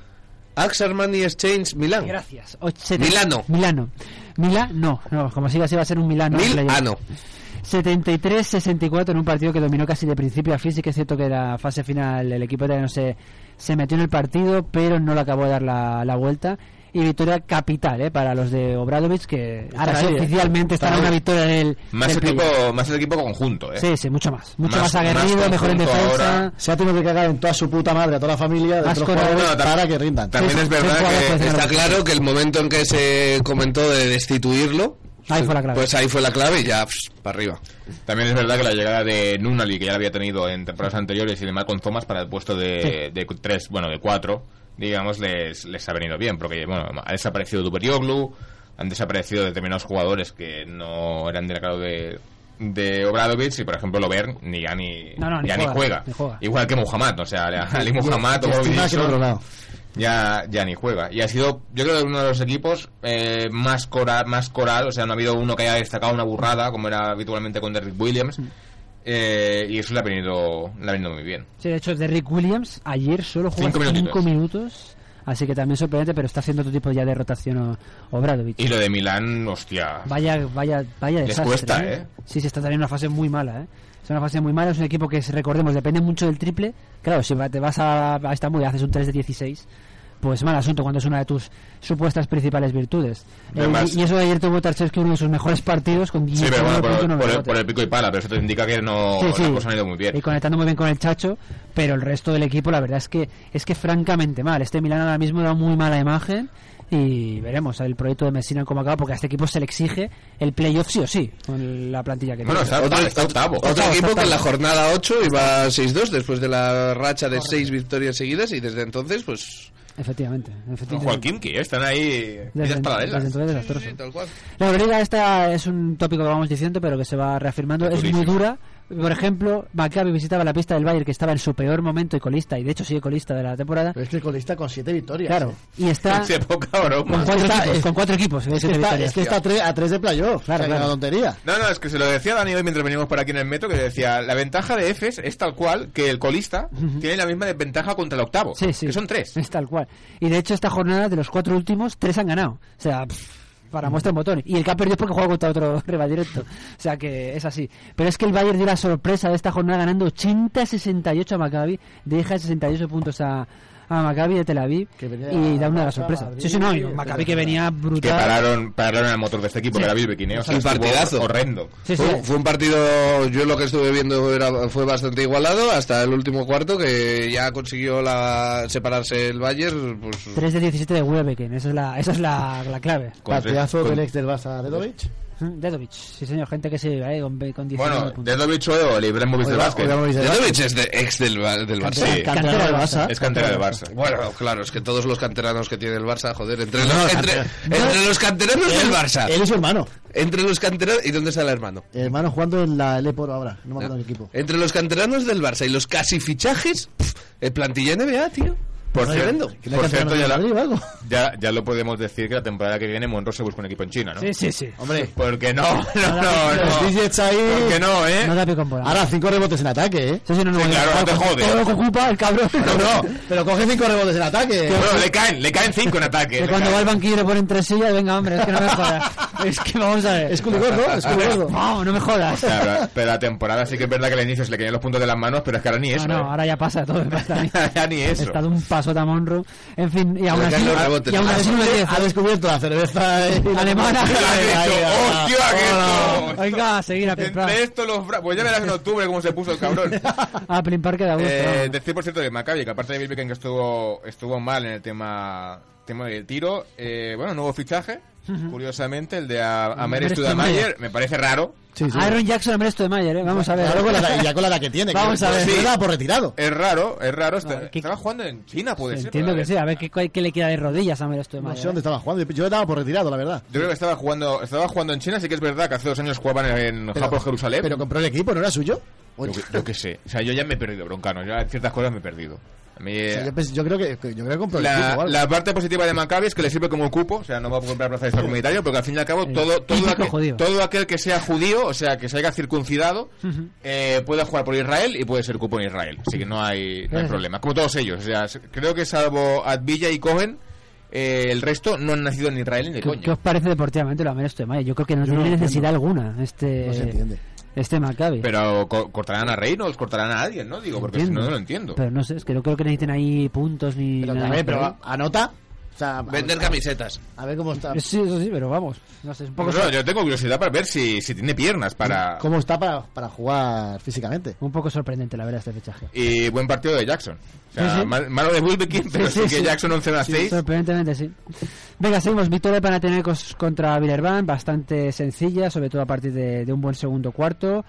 Speaker 4: Axe Armani Exchange Milán.
Speaker 2: Gracias. Och- sete-
Speaker 4: Milano.
Speaker 2: Milano. Milán, no, no, como siga así va a ser un Milano. en
Speaker 6: ah,
Speaker 2: playoff.
Speaker 4: Milano.
Speaker 2: 73-64 en un partido que dominó casi de principio a fin. Sí que es cierto que la fase final el equipo italiano se, se metió en el partido, pero no le acabó de dar la, la vuelta. Y victoria capital ¿eh? para los de Obradovic, que ahora sí
Speaker 6: ahí, ¿eh?
Speaker 2: oficialmente están a
Speaker 6: Están
Speaker 2: una
Speaker 6: ahí.
Speaker 2: victoria del.
Speaker 6: Más,
Speaker 2: del
Speaker 6: el
Speaker 2: playoff.
Speaker 6: equipo, más el equipo conjunto, ¿eh?
Speaker 2: Sí, sí, mucho más. Mucho más,
Speaker 6: Más-
Speaker 2: aguerrido,
Speaker 6: más
Speaker 2: mejor en
Speaker 6: conjunto
Speaker 2: defensa.
Speaker 6: ahora.
Speaker 3: Se ha tenido que cagar en toda su puta madre, a toda la familia, de
Speaker 2: Has
Speaker 3: todos los
Speaker 2: corrido-
Speaker 3: jugadores
Speaker 2: No, tam-
Speaker 3: para que rindan.
Speaker 4: También es verdad que está claro que el momento en que se comentó de destituirlo,
Speaker 2: Ahí fue la clave.
Speaker 4: pues ahí fue la clave y ya pss, para arriba.
Speaker 6: También es verdad que la llegada de Nunali, que ya la había tenido en temporadas anteriores, y de Malcolm Thomas para el puesto de, de tres, bueno, de cuatro, digamos, les, les ha venido bien, porque, bueno, ha desaparecido Duperioglu, han desaparecido determinados jugadores que no eran del grado de, de Obradovic, y por ejemplo, Lovern ni ya ni,
Speaker 2: No, no, ni
Speaker 6: ya
Speaker 2: juega, ni juega.
Speaker 6: Igual que Muhammad, o sea, Ali
Speaker 3: Muhammad,
Speaker 6: Muhammad o Bobby
Speaker 3: Cristina, que
Speaker 6: Dixon,
Speaker 3: otro lado.
Speaker 6: ya, ya ni juega. Y ha sido, yo creo que uno de los equipos eh, más, coral, más coral, o sea, no ha habido uno que haya destacado una burrada, como era habitualmente con Derrick Williams.
Speaker 2: Mm.
Speaker 6: Eh, y eso le ha venido, le ha venido muy bien.
Speaker 2: Sí, de hecho, Derrick Williams ayer solo jugó
Speaker 6: Cinco
Speaker 2: 5
Speaker 6: minutitos.
Speaker 2: minutos. Así que también sorprendente, pero está haciendo otro tipo ya de rotación o- Obradovic.
Speaker 6: Y lo de Milán, hostia.
Speaker 2: Vaya, vaya, vaya
Speaker 6: Les
Speaker 2: desastre.
Speaker 6: cuesta, ¿eh?
Speaker 2: Sí, sí, está también en una fase muy mala, ¿eh? Es una fase muy mala, es un equipo que, recordemos, depende mucho del triple. Claro, si va- te vas a, a Estambul y haces un 3 de 16, pues mal asunto cuando es una de tus supuestas principales virtudes. Eh,
Speaker 6: Además-
Speaker 2: y, y eso de ayer tuvo Tarchevsky uno de sus mejores partidos con
Speaker 6: Sí, pero bueno, por,
Speaker 2: 19.9
Speaker 6: por el,
Speaker 2: rebotes.
Speaker 6: por el pico y pala, pero eso te indica que no,
Speaker 2: Sí, sí.
Speaker 6: las cosas han ido muy bien.
Speaker 2: Y conectando muy bien con el Chacho, pero el resto del equipo la verdad es que es que francamente mal. Este Milán ahora mismo da muy mala imagen y veremos el proyecto de Messina como acaba porque a este equipo se le exige el playoff sí o sí con la plantilla que
Speaker 6: Bueno,
Speaker 2: tiene.
Speaker 6: está octavo, está octavo.
Speaker 4: Otro
Speaker 6: Octavo,
Speaker 4: equipo
Speaker 6: octavo.
Speaker 4: que en la jornada 8 iba 6-2 después de la racha de 6 victorias seguidas y desde entonces, pues.
Speaker 2: Efectivamente, efectivamente.
Speaker 6: Joaquín, que están ahí
Speaker 2: Desde-
Speaker 6: vidas paralelas.
Speaker 2: desde entonces desastroso.
Speaker 4: Sí, tal cual.
Speaker 2: La Euroliga esta es un tópico que vamos diciendo, pero que se va reafirmando. Es muy dura, Por ejemplo, Maccabi visitaba la pista del Bayern que estaba en su peor momento y colista, y de hecho sigue colista de la temporada.
Speaker 3: Pero este colista con siete victorias. ¿eh?
Speaker 2: Claro, y está
Speaker 6: Sí, poca broma.
Speaker 2: con cuatro
Speaker 6: Está-
Speaker 2: equipos. Con cuatro equipos
Speaker 3: Es que está, es que está a, tres, a tres de playoff. Claro,
Speaker 6: claro.
Speaker 3: una tontería.
Speaker 6: No, no, es que se lo decía a Dani hoy mientras veníamos por aquí en el metro, que decía, la ventaja de Efes es tal cual que el colista tiene la misma desventaja contra el octavo, que son tres.
Speaker 2: Es tal cual. Y de hecho, esta jornada de los cuatro últimos, tres han ganado. O sea, pff, para muestra un botón. Y el que ha perdido es porque juega contra otro rival directo. O sea que es así. Pero es que el Bayern dio la sorpresa de esta jornada ganando 80-68 a Maccabi. Deja 68 puntos a, a Maccabi de Tel Aviv. y da una de las sorpresas. Sí, sí, no. y Maccabi que venía
Speaker 6: Que
Speaker 2: brutal.
Speaker 6: pararon, pararon el motor de este equipo,
Speaker 2: Sí.
Speaker 6: que era Bilbequine. O sea,
Speaker 4: Un
Speaker 6: estuvo
Speaker 4: partidazo.
Speaker 6: Horrendo.
Speaker 2: Sí, sí.
Speaker 4: Fue, fue un partido, yo lo que estuve viendo era- fue bastante igualado hasta el último cuarto que ya consiguió la, separarse el Bayern. Pues,
Speaker 2: 3 de 17 de Webeken. Esa es la, esa es la, la clave.
Speaker 4: Con tres-
Speaker 3: Partidazo
Speaker 4: con-
Speaker 3: del ex del Barça Dedovic.
Speaker 2: Mm, Dedovic. Sí, señor. Gente que se iba eh, con, con 19
Speaker 6: Bueno,
Speaker 2: puntos.
Speaker 6: Dedovic o el Ibrahimovic del
Speaker 4: Oiga,
Speaker 6: básquet.
Speaker 4: Ibrahimovic del Dedovic básquet. es de- ex del, Ba- del Barça.
Speaker 6: Sí.
Speaker 3: Cantera del Barça.
Speaker 6: Es cantera del Barça.
Speaker 4: Bueno, claro, es que todos los canteranos que tiene el Barça, joder, entre,
Speaker 3: No,
Speaker 4: los, entre,
Speaker 3: cantera-
Speaker 4: entre los canteranos
Speaker 3: Él-
Speaker 4: del Barça.
Speaker 3: Él es su hermano.
Speaker 4: Entre los canteranos... ¿Y dónde está el hermano?
Speaker 3: El hermano jugando en la Leporo ahora. No me acuerdo del
Speaker 2: ¿Eh?
Speaker 3: equipo.
Speaker 4: Entre los canteranos del Barça y los casi fichajes, pf, el plantilla NBA, tío.
Speaker 6: Por, cier-
Speaker 4: Tremendo.
Speaker 6: por cierto, ya, la- ya, ya lo podemos decir que la temporada que viene Monroe se busca un equipo en China, ¿no?
Speaker 2: Sí, sí, sí.
Speaker 6: Hombre. Porque no, no, no.
Speaker 3: Los
Speaker 6: no.
Speaker 3: DJs ahí.
Speaker 6: ¿Por qué no, eh?
Speaker 2: No da pie con bola.
Speaker 3: Ahora, cinco rebotes en ataque, ¿eh?
Speaker 2: Sí, sí, no, no,
Speaker 6: Sí,
Speaker 2: no,
Speaker 6: claro, no te
Speaker 2: con
Speaker 6: jode.
Speaker 2: Todo lo que ocupa el cabrón.
Speaker 3: No, no, pero coge cinco rebotes en ataque.
Speaker 6: Bueno, le caen, le caen cinco en ataque.
Speaker 2: Que
Speaker 6: le
Speaker 2: cuando
Speaker 6: caen.
Speaker 2: va al banquillo le ponen tres sillas, venga, hombre, es que no me jodas. Es que vamos a ver.
Speaker 3: Es culigordo, es culigordo.
Speaker 2: Vamos, no me jodas.
Speaker 6: Claro, pero la temporada sí que es verdad que al inicio se le caían los puntos de las manos, pero es que ahora ni
Speaker 2: Ah, No,
Speaker 6: eso.
Speaker 2: no, ahora ya pasa todo. Está,
Speaker 6: ¿eh? Ya ni eso.
Speaker 2: está de un paso a Monro. En fin, y aún
Speaker 6: Le
Speaker 2: así.
Speaker 6: caen los rebotes. Ah,
Speaker 2: Y aún así no me diez.
Speaker 3: Ha descubierto la cerveza eh,
Speaker 2: Alemana.
Speaker 6: ¡Hostia, que esto!
Speaker 2: Venga, a seguir a Plimpar.
Speaker 6: Entre esto los bra- Pues ya verás en octubre cómo se puso el cabrón.
Speaker 2: Ah, A Plimpar que da gusto.
Speaker 6: Eh,
Speaker 2: vamos.
Speaker 6: decir, por cierto, que Maccabi, que aparte de Bilbeken que estuvo, estuvo mal en el tema, tema del tiro, eh, bueno, nuevo fichaje, curiosamente, el de a- Amer
Speaker 2: Amer
Speaker 6: Studamayer,
Speaker 2: Studamayer.
Speaker 6: me parece raro.
Speaker 3: Ah,
Speaker 2: Aaron Jackson, hombre, esto de Mayer, ¿eh? Vamos a ver.
Speaker 3: Claro, con la edad- y ya con la edad que tiene. que
Speaker 2: Vamos a ver.
Speaker 3: no
Speaker 6: Sí.
Speaker 3: da por retirado.
Speaker 6: Es raro, es raro. está- estaba jugando en China, puede ser.
Speaker 2: Entiendo
Speaker 6: ¿verdad?
Speaker 2: que sí, a ver qué, qué le queda de rodillas a Amer esto de eh.
Speaker 3: No
Speaker 2: Mayer.
Speaker 3: sé dónde estaba jugando. Yo estaba por retirado, la verdad.
Speaker 6: Yo creo que estaba jugando, estaba jugando en China, sí que es verdad que hace dos años jugaban en
Speaker 3: Pero-
Speaker 6: Japón, Jerusalén.
Speaker 3: Pero compró el equipo, ¿no era suyo?
Speaker 6: yo, que- yo qué sé. O sea, yo ya me he perdido, broncano. Yo a ciertas cosas me he perdido. A mí,
Speaker 3: O sea,
Speaker 6: eh,
Speaker 3: yo, pens- yo creo que que- yo creo que compró el equipo. o
Speaker 6: La,
Speaker 3: algo.
Speaker 6: la parte positiva de Maccabi es que le sirve como cupo, o sea, no va a comprar plaza de estar comunitario, porque al fin y al cabo todo, todo, aquel,
Speaker 2: judío.
Speaker 6: todo aquel que sea judío, o sea, que se haya circuncidado, eh, puede jugar por Israel y puede ser cupo en Israel. Así que no hay, no hay
Speaker 2: Claro.
Speaker 6: problema. Como todos ellos, o sea, s- creo que salvo Advilla y Cohen, eh, el resto no han nacido en Israel ni de
Speaker 2: ¿Qué, qué
Speaker 6: coño.
Speaker 2: os parece deportivamente lo Amer esto de Mayer? Yo creo que no
Speaker 3: Yo no
Speaker 2: tiene
Speaker 3: lo
Speaker 2: necesidad alguna este,
Speaker 3: No se entiende.
Speaker 2: este Maccabi.
Speaker 6: Pero co- cortarán a Reynolds, cortarán a alguien, ¿no? Digo, porque si no, no lo entiendo.
Speaker 2: Pero eh, no sé, es que no creo que necesiten ahí puntos ni
Speaker 3: Pero,
Speaker 2: nada.
Speaker 3: a ver, pero anota. O sea, a-
Speaker 4: Vender camisetas.
Speaker 3: a ver cómo está.
Speaker 2: Sí, eso sí, pero vamos. No sé, es un poco,
Speaker 6: No, no, yo tengo curiosidad para ver si, si tiene piernas para...
Speaker 3: ¿Cómo está para, para jugar físicamente?
Speaker 2: un poco sorprendente, la verdad, este fichaje.
Speaker 6: Y buen partido de Jackson. O sea,
Speaker 2: Sí, sí.
Speaker 6: mal- malo de Wilbekin, pero sí,
Speaker 2: sí,
Speaker 6: que
Speaker 2: sí.
Speaker 6: Jackson 11 más 6.
Speaker 2: Sorprendentemente, sí. Venga, seguimos. Victoria de Panathinaikos contra Villerban. Bastante sencilla, sobre todo a partir de, de un buen segundo cuarto.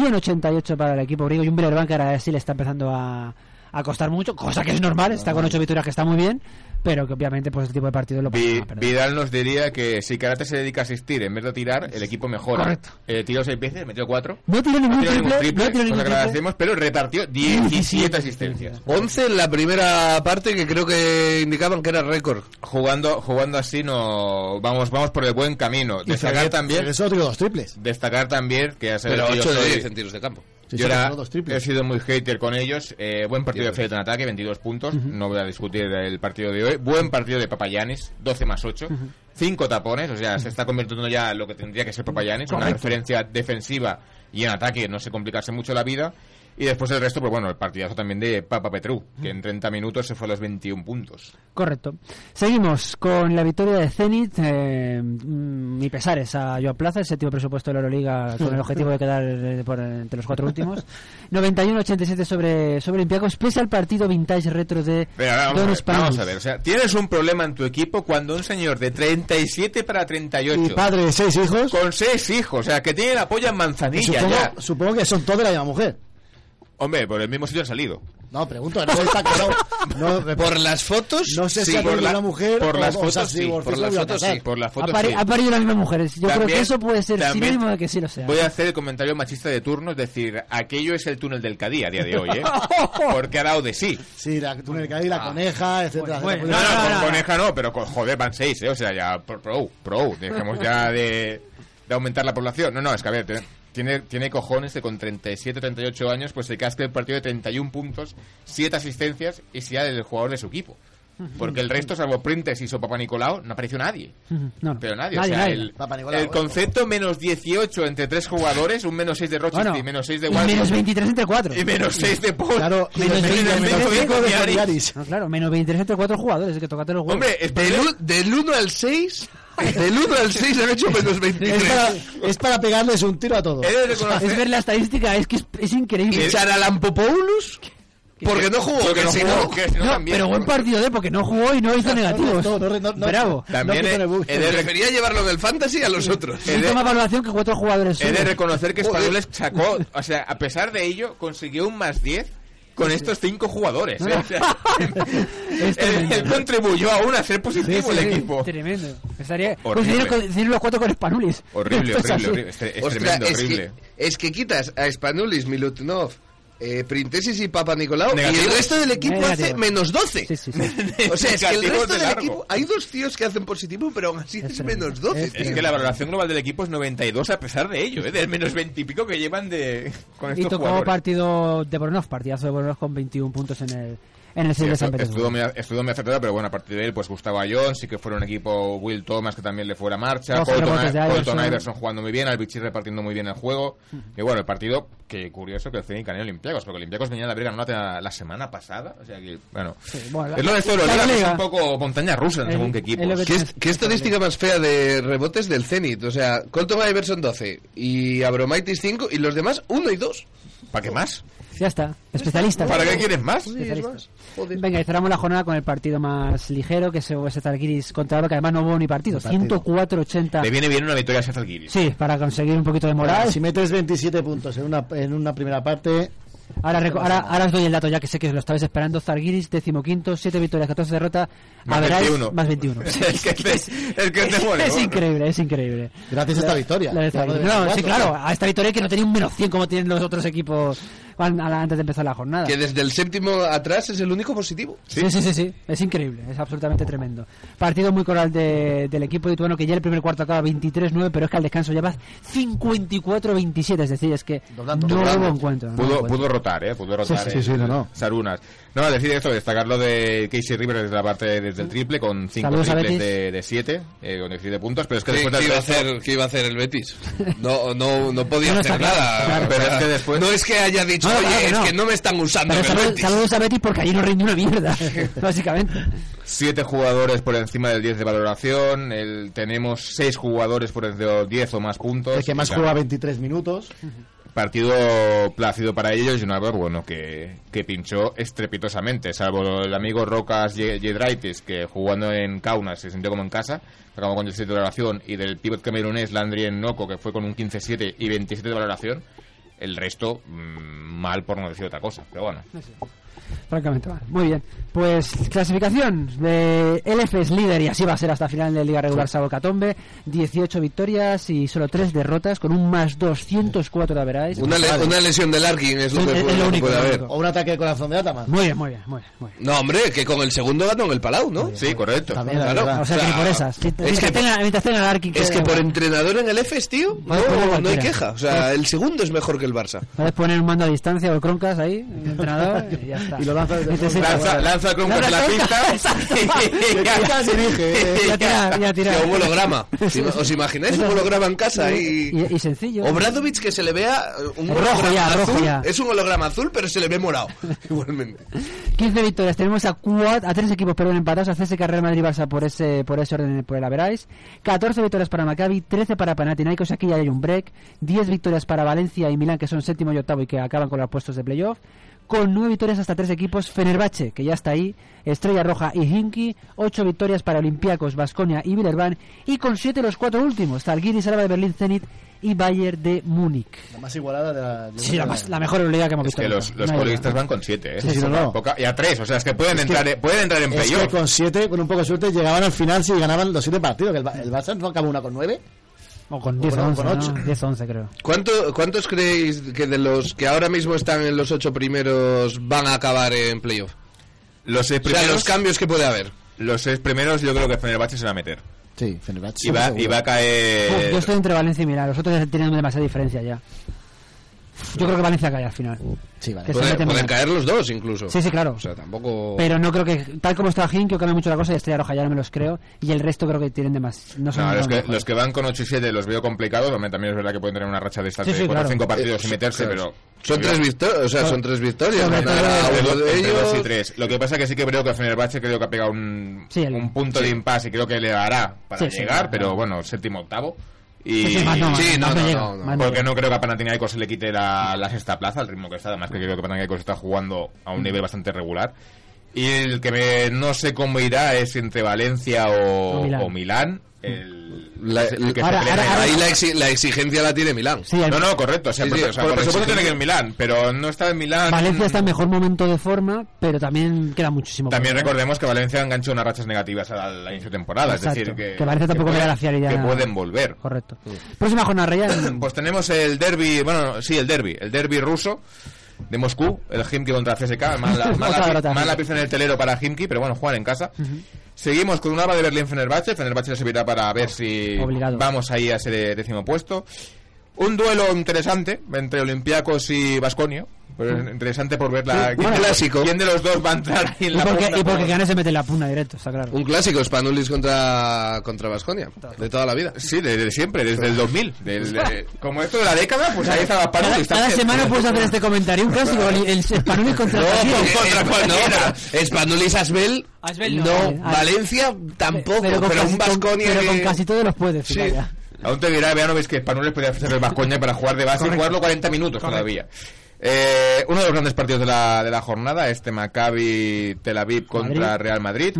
Speaker 2: 188 para el equipo griego y un Villerban que ahora sí le está empezando a, a costar mucho, cosa que es normal. Está con ocho victorias que está muy bien, pero que obviamente pues este tipo de partidos lo
Speaker 6: Vi-
Speaker 2: pasa
Speaker 6: Vidal nos diría que si Karate se dedica a asistir en vez de tirar, el equipo mejora.
Speaker 2: Correcto.
Speaker 6: Eh, tiró 6 veces, metió 4.
Speaker 2: No tiene ningún triple,
Speaker 6: triple,
Speaker 2: no
Speaker 6: cosa
Speaker 2: tiene ningún
Speaker 6: que le
Speaker 2: triple.
Speaker 6: agradecemos, pero repartió 17 asistencias.
Speaker 4: 11 en la primera parte que creo que indicaban que era récord.
Speaker 6: Jugando, jugando así no vamos, vamos por el buen camino.
Speaker 3: Y
Speaker 6: Destacar
Speaker 3: Zagat-
Speaker 6: también,
Speaker 3: Regresó otro dos triples.
Speaker 6: destacar también que ya sabes
Speaker 4: Pero
Speaker 6: que yo
Speaker 4: 8 de
Speaker 6: soy-
Speaker 4: 10 en tiros de campo.
Speaker 3: Sí,
Speaker 6: yo
Speaker 3: sí,
Speaker 6: era-
Speaker 3: ganó dos triples.
Speaker 6: he sido muy hater con ellos. Eh, buen partido de Fred en ataque, 22 puntos. No voy a discutir el partido de hoy. Buen partido de Papayanis, 12 más 8. 5 tapones, o sea, se está convirtiendo ya en lo que tendría que ser Papayanis. Una referencia defensiva y en ataque, no se complicarse mucho la vida. Y después el resto, pues bueno, el partidazo también de Papa Petru, que en 30 minutos se fue a los 21 puntos.
Speaker 2: Correcto. Seguimos con la victoria de Zenit. Eh, mm, y pesares a Joan Plaza, el séptimo presupuesto de la Euroliga, con el objetivo de quedar eh, por entre los cuatro últimos. 91-87 sobre, sobre Olympiacos, pese al partido vintage retro de
Speaker 6: Pero ahora
Speaker 2: Don
Speaker 6: vamos, a ver,
Speaker 2: Spanos.
Speaker 6: vamos a ver, o sea, tienes un problema en tu equipo cuando un señor de 37 para 38
Speaker 3: Y padre de seis hijos.
Speaker 6: con seis hijos, o sea, que tiene la polla en manzanilla
Speaker 3: Supongo,
Speaker 6: ya.
Speaker 3: supongo que son todos de la misma mujer.
Speaker 6: Hombre, por el mismo sitio han salido.
Speaker 3: No, pregunto, no sé si está casado. No, me-
Speaker 4: Por las fotos,
Speaker 3: No sé si
Speaker 4: sí.
Speaker 3: ha
Speaker 4: Por
Speaker 3: tenido
Speaker 4: la-
Speaker 3: una mujer
Speaker 4: por
Speaker 3: o-
Speaker 4: las
Speaker 3: o
Speaker 4: fotos,
Speaker 3: sea, si
Speaker 4: sí.
Speaker 3: divorció,
Speaker 4: Por las
Speaker 3: se va a
Speaker 4: fotos,
Speaker 3: casar.
Speaker 6: sí. Por las
Speaker 2: Ha,
Speaker 6: fotos,
Speaker 2: pari-
Speaker 6: sí.
Speaker 2: ha parido las mismas mujeres. Yo creo que
Speaker 6: También-
Speaker 2: eso puede ser
Speaker 6: también
Speaker 2: sinónimo de que sí lo sea.
Speaker 6: Voy a hacer el comentario machista de turno, es decir, aquello es el túnel del Cadí a día de hoy, ¿eh? Porque ha dado de sí.
Speaker 3: Sí, la túnel Cadí,
Speaker 4: Ah.
Speaker 3: la coneja, etcétera.
Speaker 6: No,
Speaker 3: etcétera.
Speaker 6: no, con coneja no, pero con, joder, van seis, ¿eh? O sea, ya pro, pro, pro, dejemos ya de, de aumentar la población. No, no, es que a ver, te- tiene, tiene cojones que con 37 o 38 años pues se casque el partido de 31 puntos, 7 asistencias y sea el jugador de su equipo. Porque el resto, salvo Printes y su papá Nicolau, no apareció nadie.
Speaker 2: No, no.
Speaker 6: Pero nadie,
Speaker 2: Nadie,
Speaker 6: o sea,
Speaker 2: nadie.
Speaker 6: el,
Speaker 2: Papa Nicolau, ¿eh?
Speaker 6: el
Speaker 4: ¿eh?
Speaker 2: bueno.
Speaker 6: concepto menos 18 entre tres jugadores, un menos 6 de Rochester
Speaker 2: Bueno,
Speaker 6: y menos 6 de
Speaker 2: y menos
Speaker 6: Washington.
Speaker 2: 23 entre 4.
Speaker 6: Y menos 6 de Paul.
Speaker 2: Claro,
Speaker 6: Y menos 25 de Ari.
Speaker 2: No, claro, menos 23 entre 4 jugadores, es que tocate los huevos.
Speaker 4: Hombre, es- del, u- del 1 al 6, del 1 al 6 han hecho menos
Speaker 3: Es
Speaker 4: 23.
Speaker 3: para, es Pues para pegarles un tiro a todos.
Speaker 4: He de reconocer-
Speaker 2: es ver la estadística, es que es, es increíble.
Speaker 4: ¿Y Charalampopoulus? Porque no jugó,
Speaker 6: Porque
Speaker 4: que
Speaker 6: no
Speaker 4: si
Speaker 6: jugó,
Speaker 4: no.
Speaker 6: que si no
Speaker 2: No,
Speaker 6: también.
Speaker 2: pero buen partido, ¿eh? Porque no jugó y no hizo negativos. Bravo.
Speaker 6: También he, he de rec-
Speaker 4: Prefería llevarlo del fantasy a los otros.
Speaker 2: Sí,
Speaker 6: Eh,
Speaker 2: toma evaluación que cuatro jugadores.
Speaker 6: he de
Speaker 2: solo.
Speaker 6: reconocer que Spadules sacó, o sea, a pesar de ello, consiguió un más 10 con estos cinco jugadores. ¿eh? O
Speaker 2: Ah.
Speaker 6: sea, él, él contribuyó aún a ser positivo
Speaker 2: Sí,
Speaker 6: el
Speaker 2: sí, sí,
Speaker 6: equipo.
Speaker 2: Tremendo. Estaría.
Speaker 6: Horrible.
Speaker 2: Coincidieron con- coincidieron los cuatro con Spanulis.
Speaker 6: Horrible,
Speaker 2: Pues
Speaker 6: horrible,
Speaker 2: así.
Speaker 6: horrible. Es, tre- es
Speaker 4: Ostras,
Speaker 6: tremendo,
Speaker 4: es
Speaker 6: horrible.
Speaker 4: que, es que quitas a Spanulis, Milutinov, eh, Printesis y Papa Nicolau y el
Speaker 6: Negativo.
Speaker 4: resto del equipo
Speaker 6: Negativo.
Speaker 4: hace menos 12. O sea, es que el
Speaker 6: Negativo
Speaker 4: resto
Speaker 6: de
Speaker 4: del
Speaker 6: largo.
Speaker 4: equipo... Hay dos tíos que hacen positivo, pero aún así es menos 12.
Speaker 6: Es que la valoración global del equipo es 92 a pesar de ello, ¿eh? del menos 20 y pico que llevan de con
Speaker 2: Y
Speaker 6: estos
Speaker 2: tocó
Speaker 6: jugadores.
Speaker 2: partido de Boronov, partidazo de Boronov con 21 puntos en el, en el
Speaker 6: Sí,
Speaker 2: 6 de
Speaker 6: estu-
Speaker 2: San Petersburgo.
Speaker 6: estuvo, muy, estuvo muy acertado, pero bueno, a partir de él, pues Gustavo Ayón, sí que fuera un equipo, Will Thomas que también le fuera marcha,
Speaker 2: Doce
Speaker 6: Colton,
Speaker 2: rebotes de Iverson.
Speaker 6: Colton Iverson jugando muy bien, Albichir repartiendo muy bien el juego. Y bueno, el partido, que curioso que el Zenit ganó Olympiacos, porque Olympiacos venía de haber ganado la, la semana pasada, o sea que, bueno.
Speaker 2: bueno,
Speaker 6: es lo de esto de
Speaker 2: la
Speaker 6: Euroliga, que es
Speaker 2: liga.
Speaker 6: un poco montaña rusa en según qué equipo.
Speaker 4: ¿Qué, est- qué estadística más fea de rebotes del Zenit? O sea, Colton Iverson 12 y Abromaitis 5 y los demás 1 y 2.
Speaker 6: ¿Para qué más?
Speaker 2: Ya está. Especialista.
Speaker 6: ¿Para qué quieres más?
Speaker 2: Especialista. Venga, y cerramos la jornada con el partido más ligero, que es el Zalgiris contra Oro, que además no hubo ni partido. 104-80.
Speaker 6: Le viene bien una victoria a Sefalguiris.
Speaker 2: Sí, para conseguir un poquito de moral.
Speaker 3: Si metes 27 puntos en una, en una primera parte,
Speaker 2: Ahora, reco- ahora, ahora os doy el dato ya que sé que lo estabais esperando. Zarguiris, decimoquinto, 7 victorias, 14 derrotas.
Speaker 6: Más
Speaker 2: Averáis
Speaker 6: 21.
Speaker 2: más 21. Sí,
Speaker 6: es que te, es que te muere,
Speaker 2: es
Speaker 6: bueno.
Speaker 2: increíble, es increíble.
Speaker 3: Gracias a esta victoria.
Speaker 2: La de
Speaker 3: Claro,
Speaker 2: Zarguiris.
Speaker 3: de
Speaker 2: No, sí,
Speaker 3: cuatro,
Speaker 2: claro,
Speaker 3: claro.
Speaker 2: a esta victoria que no tenía un menos 100 como tienen los otros equipos an- a la- antes de empezar la jornada.
Speaker 4: Que desde el séptimo atrás es el único positivo.
Speaker 2: Sí, sí, sí, sí, es increíble, es absolutamente tremendo. Partido muy coral de- del equipo lituano que ya el primer cuarto acaba 23-9, pero es que al descanso ya va 54-27, es decir, es que no hubo encuentro. no hubo
Speaker 6: Pudo,
Speaker 2: encuentro.
Speaker 6: pudo rotar, ¿eh? Pudo rotar.
Speaker 2: Sí, sí,
Speaker 6: eh,
Speaker 2: sí, sí, no, no.
Speaker 6: Sarunas. No, decir esto, destacar lo de Casey Rivers desde la parte desde el triple con 5
Speaker 2: Saludos a
Speaker 6: triples
Speaker 2: Betis.
Speaker 6: de- de 7, eh, con 17 puntos, pero es que
Speaker 4: ¿Qué,
Speaker 6: después del
Speaker 4: qué iba a
Speaker 6: resto-
Speaker 4: hacer, qué iba a hacer el Betis? No, no, no podía
Speaker 2: No, no,
Speaker 4: hacer
Speaker 2: está claro,
Speaker 4: nada.
Speaker 2: está claro.
Speaker 4: Pero
Speaker 6: Pero
Speaker 4: es que
Speaker 6: después-
Speaker 4: No es que haya dicho,
Speaker 2: No, no,
Speaker 4: oye,
Speaker 2: claro que
Speaker 4: es
Speaker 2: no.
Speaker 4: que no me están usando.
Speaker 2: Pero
Speaker 4: en el
Speaker 2: saludos-
Speaker 4: Betis".
Speaker 2: saludos a Betis porque allí no rinde una mierda, básicamente.
Speaker 6: Siete jugadores por encima del 10 de valoración. el- tenemos seis jugadores por encima de los 10 o más puntos.
Speaker 3: el que más
Speaker 6: Y, claro,
Speaker 3: juega 23 minutos.
Speaker 6: Partido plácido para ellos y una vez, bueno, que, que pinchó estrepitosamente. Salvo el amigo Rocas Ye- Yedraitis, que jugando en Kaunas se sintió como en casa. Acabó con 17 de valoración. Y del pivot camerunés Landrien Noco, que fue con un 15-7 y 27 de valoración. El resto, mm, mal por no decir otra cosa. Pero bueno.
Speaker 2: Francamente, vale. Muy bien. Pues clasificación. De LF es líder y así va a ser hasta final de Liga Regular Sabo Catombe. 18 victorias y solo 3 derrotas con un más 204 de veráis.
Speaker 4: Una, le- una lesión de Larkin es lo que puede, lo que puede haber.
Speaker 3: O un ataque de corazón de Ataman.
Speaker 2: Muy bien, muy bien, muy bien. muy bien.
Speaker 4: No, hombre, que con el segundo ganó en el Palau, ¿no?
Speaker 6: Sí, correcto.
Speaker 2: También, la verdad. O sea, que ni por esas. Que-
Speaker 4: es
Speaker 2: mientras,
Speaker 4: que,
Speaker 2: tenga, mientras tenga el Arkin que-
Speaker 4: es que por entrenador en el EFES, tío, no, no hay
Speaker 2: cualquiera.
Speaker 4: queja. O sea, el segundo es mejor que el Barça.
Speaker 2: Puedes poner un mando a distancia o el Croncast ahí, el entrenador, y ya está.
Speaker 3: Y lo lanza desde
Speaker 2: Y te
Speaker 3: el-
Speaker 2: sientas-
Speaker 3: Lanza-
Speaker 6: lanza con
Speaker 2: Lanza
Speaker 6: la
Speaker 2: el
Speaker 6: pista.
Speaker 2: Croncast, exacto.
Speaker 3: Ya se dirige, eh.
Speaker 2: Ya tira, ya tira.
Speaker 4: Que un holograma. Si- ¿Os imagináis un holograma en casa? Y...
Speaker 2: Y, y sencillo.
Speaker 4: Obradovic que se le vea eh, un
Speaker 2: Rojo
Speaker 4: holograma
Speaker 2: ya, rojo
Speaker 4: azul.
Speaker 2: ya.
Speaker 4: Es un holograma azul, pero se le ve morado. Igualmente.
Speaker 2: 15 victorias. Tenemos a, cuat- a tres equipos perdón, empatados. A CSKA, Real Madrid y Barça por ese, por ese orden, por el Averáis. 14 victorias para Maccabi, 13 para Panathinaikos. Aquí ya hay un break. 10 victorias para Valencia y Milán, que son séptimo y octavo y que acaban con los puestos de playoff. Con 9 victorias hasta tres equipos, Fenerbahce, que ya está ahí, Estrella Roja y Hinky. 8 victorias para Olympiacos, Vasconia y Villerban. Y con 7 los cuatro últimos, Zalgiris, Alba de Berlín, Zenit y Bayern de Múnich.
Speaker 3: La más igualada de la... de
Speaker 2: Sí, la, más- la mejor Euroliga que hemos
Speaker 6: Es
Speaker 2: visto.
Speaker 6: que los,
Speaker 2: nunca.
Speaker 6: los
Speaker 2: No hay
Speaker 6: coleguistas van con 7, ¿eh?
Speaker 3: Sí, sí, no, no.
Speaker 6: Poca- y a 3, o sea, es que pueden
Speaker 3: Es que-
Speaker 6: entrar, en- pueden entrar en
Speaker 3: Es que
Speaker 6: playoff.
Speaker 3: con 7, con un poco de suerte, llegaban al final si ganaban los 7 partidos. Que el, Ba- el Barça no acabó una con 9.
Speaker 2: O con 10 o 11, ¿no? 10 o 11 creo.
Speaker 4: ¿Cuánto- ¿Cuántos creéis que de los que ahora mismo están en los ocho primeros van a acabar en playoff?
Speaker 6: Los seis
Speaker 4: O sea,
Speaker 6: primeros,
Speaker 4: los cambios que puede haber.
Speaker 6: los seis primeros yo creo que Fenerbahce se va a meter.
Speaker 3: Sí, Fenerbahce.
Speaker 6: Y va,
Speaker 3: seguro.
Speaker 6: y va a caer...
Speaker 2: Yo estoy entre Valencia y Milán. Los otros tienen demasiada diferencia ya. Yo creo que Valencia cae al final.
Speaker 3: Sí,
Speaker 2: Que se
Speaker 4: Pueden,
Speaker 2: meten bien.
Speaker 4: pueden caer los dos incluso.
Speaker 2: Sí, sí, claro.
Speaker 4: O sea, tampoco...
Speaker 2: Pero no creo que, tal como está Jin, que cambia mucho la cosa, y Estrella Roja ya no me los creo, y el resto creo que tienen de más. No son
Speaker 6: No, los
Speaker 2: tan
Speaker 6: que,
Speaker 2: mejores.
Speaker 6: los que van con 8 y 7 los veo complicados. Hombre, también es verdad que pueden tener una racha de estas
Speaker 2: Sí,
Speaker 6: de
Speaker 2: sí,
Speaker 6: 4 o
Speaker 2: claro.
Speaker 6: 5 partidos
Speaker 4: Eh,
Speaker 6: y meterse, pero. Ah.
Speaker 4: Son tres victorias, o sea, son tres victorias.
Speaker 6: Entre
Speaker 4: Ganar a
Speaker 6: dos-
Speaker 4: uno de
Speaker 6: entre dos y
Speaker 4: ellos.
Speaker 6: tres. Lo que pasa que sí que creo que Fenerbahce creo que ha pegado un, un punto de impasse y creo que le dará para
Speaker 4: Sí, sí,
Speaker 6: llegar,
Speaker 4: claro.
Speaker 6: pero bueno, séptimo, octavo. Y...
Speaker 4: Sí, sí, más no, más Sí, no, no, no no, llega, no, no. más no
Speaker 6: Porque no creo que a Panathinaikos se le quite la, la sexta plaza al ritmo que está. Además que creo que Panathinaikos está jugando a
Speaker 4: Mm.
Speaker 6: un nivel bastante regular. Y el que me- no sé cómo irá es entre Valencia o,
Speaker 2: O Milán.
Speaker 6: o Milán. El, el que se
Speaker 4: Ahora-
Speaker 6: pelea
Speaker 4: ahora-
Speaker 6: en el-
Speaker 4: ahí la, exi- la exigencia la tiene Milán.
Speaker 6: no, no, correcto. O sea,
Speaker 4: Sí,
Speaker 6: por,
Speaker 4: sí,
Speaker 6: o sea,
Speaker 4: por
Speaker 6: por supuesto
Speaker 4: exigencia.
Speaker 6: tiene que ir en Milán, pero no está en Milán.
Speaker 2: Valencia está en mejor momento de forma, pero también queda muchísimo. por
Speaker 6: También
Speaker 2: ver.
Speaker 6: recordemos que Valencia enganchó unas rachas negativas al inicio de temporada,
Speaker 2: Exacto.
Speaker 6: es decir, que,
Speaker 2: Que Valencia tampoco
Speaker 6: pueden-
Speaker 2: era la fiabilidad.
Speaker 6: que pueden volver. Mm.
Speaker 2: Correcto. Próxima jornada, Reyes.
Speaker 6: Pues tenemos el derby, bueno, sí, el derby, el derby ruso de Moscú, el Himki contra CSK, mala,
Speaker 2: Otra
Speaker 6: mala,
Speaker 2: derrota.
Speaker 6: mala pizza en el telero para Himki, pero bueno, juegan en casa. Seguimos con un ABA de Berlín-Fenerbahce. Fenerbahce le servirá para ver si
Speaker 2: Obligado.
Speaker 6: vamos ahí a ese décimo puesto. Un duelo interesante entre Olympiacos y Vasconio. interesante por ver la,
Speaker 4: Sí, bueno. Un clásico.
Speaker 6: quién de los dos va a entrar ahí en
Speaker 2: Y
Speaker 6: la
Speaker 2: porque,
Speaker 6: punta
Speaker 2: y porque
Speaker 6: por-
Speaker 2: Canales se mete en la puna directo, está claro.
Speaker 4: Un clásico, Spanulis contra contra Vasconia, de toda la vida.
Speaker 6: Sí, desde siempre, desde el 2000. del- de- como esto de la década, pues ahí estaba Pablo
Speaker 2: Cada,
Speaker 6: Distancia.
Speaker 2: cada semana puedes hacer este comentario. Un clásico, el, el Spanuli contra
Speaker 4: No,
Speaker 2: el Brasil.
Speaker 4: porque contra
Speaker 6: pues
Speaker 4: cualquiera. Spanulis Asbel.
Speaker 2: Asbel
Speaker 4: no.
Speaker 2: no.
Speaker 4: Valencia tampoco, pero,
Speaker 2: con
Speaker 4: un
Speaker 2: casi- con-
Speaker 4: Vasconia.
Speaker 2: pero con casi todos los puedes.
Speaker 6: Sí.
Speaker 2: fijar ya.
Speaker 6: Aún te dirá, vean, ves que Spanules podía hacer el Vascoña para jugar de base y
Speaker 2: Correcto.
Speaker 6: jugarlo 40 minutos todavía. Eh, uno de los grandes partidos de la, de la jornada, este Maccabi Tel Aviv contra
Speaker 2: Madrid.
Speaker 6: Real Madrid.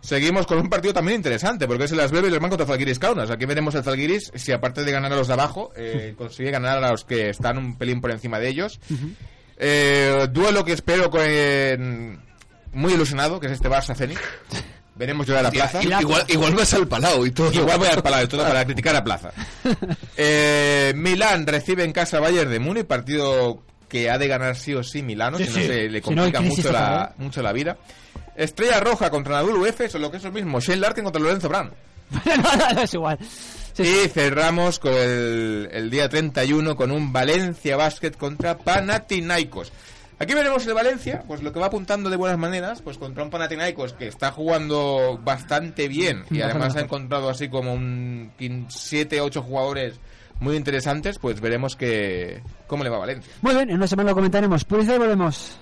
Speaker 6: Seguimos con un partido también interesante, porque es el Asbel Belgrano contra Zalgiris Kaunas. Aquí veremos el Zalgiris si aparte de ganar a los de abajo, eh, consigue ganar a los que están un pelín por encima de ellos. Eh, duelo que espero con- muy ilusionado, que es este Barça Zenit. Veremos yo a la
Speaker 4: Hostia,
Speaker 6: plaza.
Speaker 4: i- igual- igual vas al Palau y todo.
Speaker 6: Igual voy al Palau y todo para criticar a plaza. Eh, Milán recibe en casa a Bayern de Múnich, partido que ha de ganar sí o sí Milano,
Speaker 2: Sí,
Speaker 6: que
Speaker 2: sí.
Speaker 6: no se le
Speaker 2: Si no, hay
Speaker 6: complica
Speaker 2: crisis
Speaker 6: mucho, la,
Speaker 2: total, ¿eh?
Speaker 6: mucho la vida. Estrella Roja contra Nadur UF, o lo que es lo mismo, Shane Larkin contra Lorenzo Brown.
Speaker 2: no, no, es igual.
Speaker 6: y cerramos con el, el día 31 con un Valencia Basket contra Panathinaikos. Aquí veremos el Valencia, pues lo que va apuntando de buenas maneras, pues contra un Panathinaikos que está jugando bastante bien y
Speaker 2: Bastante
Speaker 6: además ha
Speaker 2: mejor.
Speaker 6: encontrado así como un 7 8 jugadores muy interesantes, pues veremos que cómo le va a Valencia.
Speaker 2: Muy bien, en una semana lo comentaremos. Publicidad y volvemos.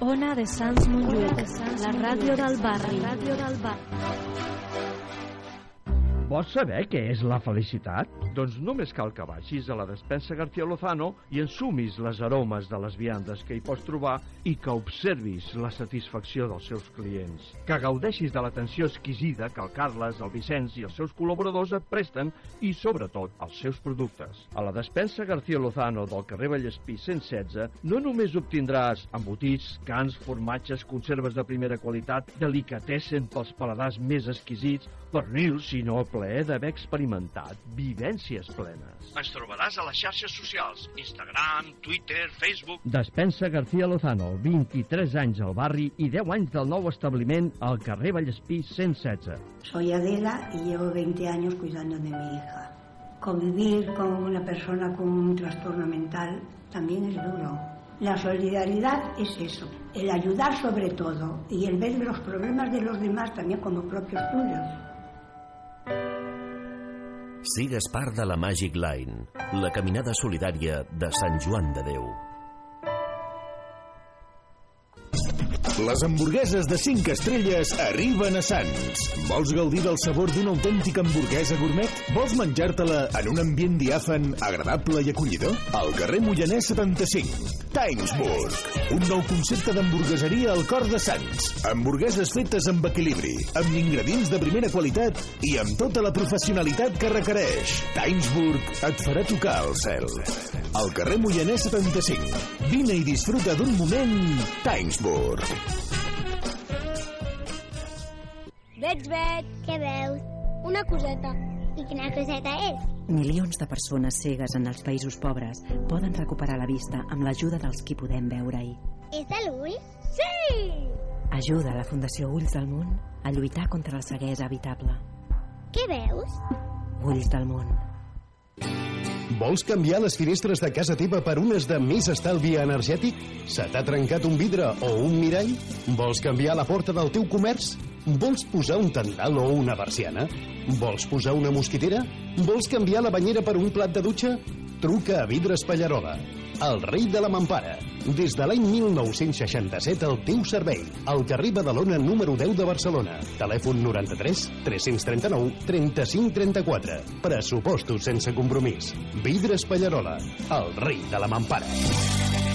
Speaker 17: Ona de Sants Montjuïc, la ràdio del barri. La ràdio del barri.
Speaker 15: Vols saber què és la felicitat? Doncs només cal que vagis a la despensa García Lozano i ensumis les aromes de les viandes que hi pots trobar i que observis la satisfacció dels seus clients. Que gaudeixis de l'atenció exquisida que el Carles, el Vicenç i els seus col·laboradors et presten i, sobretot, els seus productes. A la despensa García Lozano del carrer Vallespí 116 no només obtindràs embotits, cans, formatges, conserves de primera qualitat, delicatessen pels paladars més exquisits, pernil, sinó el plaer d'haver experimentat vivències plenes.
Speaker 18: Ens trobaràs a les xarxes socials, Instagram, Twitter, Facebook...
Speaker 15: Despensa García Lozano, 23 anys al barri i 10 anys del nou establiment al carrer Vallespí 116.
Speaker 26: Soy Adela y llevo 20 años cuidando de mi hija. Convivir con una persona con un trastorno mental también es duro. La solidaridad es eso, el ayudar sobre todo y el ver los problemas de los demás también como propios tuyos.
Speaker 16: Sigues part de la Magic Line, la caminada solidària de Sant Joan de Déu.
Speaker 10: Les hamburgueses de 5 estrelles arriben a Sants. Vols gaudir del sabor d'una autèntica hamburguesa gourmet? Vols menjar-te-la en un ambient diàfan, agradable i acollidor? Al carrer Moianès 75. Timesburg. Un nou concepte d'hamburgueseria al cor de Sants. Hamburgueses fetes amb equilibri, amb ingredients de primera qualitat i amb tota la professionalitat que requereix. Timesburg et farà tocar el cel. Al carrer Moianès 75. Vine i disfruta d'un moment Timesburg.
Speaker 8: Veig, veig. Què veus? Una coseta. I quina coseta és?
Speaker 17: Milions de persones cegues en els països pobres poden recuperar la vista amb l'ajuda dels qui podem veure-hi.
Speaker 8: És de l'ull? Sí!
Speaker 17: Ajuda la Fundació Ulls del Món a lluitar contra la ceguesa habitable.
Speaker 8: Què veus?
Speaker 17: Ulls del Món.
Speaker 10: Vols canviar les finestres de casa teva per unes de més estalvi energètic? Se t'ha trencat un vidre o un mirall? Vols canviar la porta del teu comerç? Vols posar un tendal o una barciana? Vols posar una mosquitera? Vols canviar la banyera per un plat de dutxa? Truca a Vidres Pallarola, el rei de la mampara. Des de l'any 1967 al teu servei. Al carrer Badalona número 10 de Barcelona. Telèfon 93 339 35 34. Pressupostos sense compromís. Vidres Pallarola, el rei de la mampara.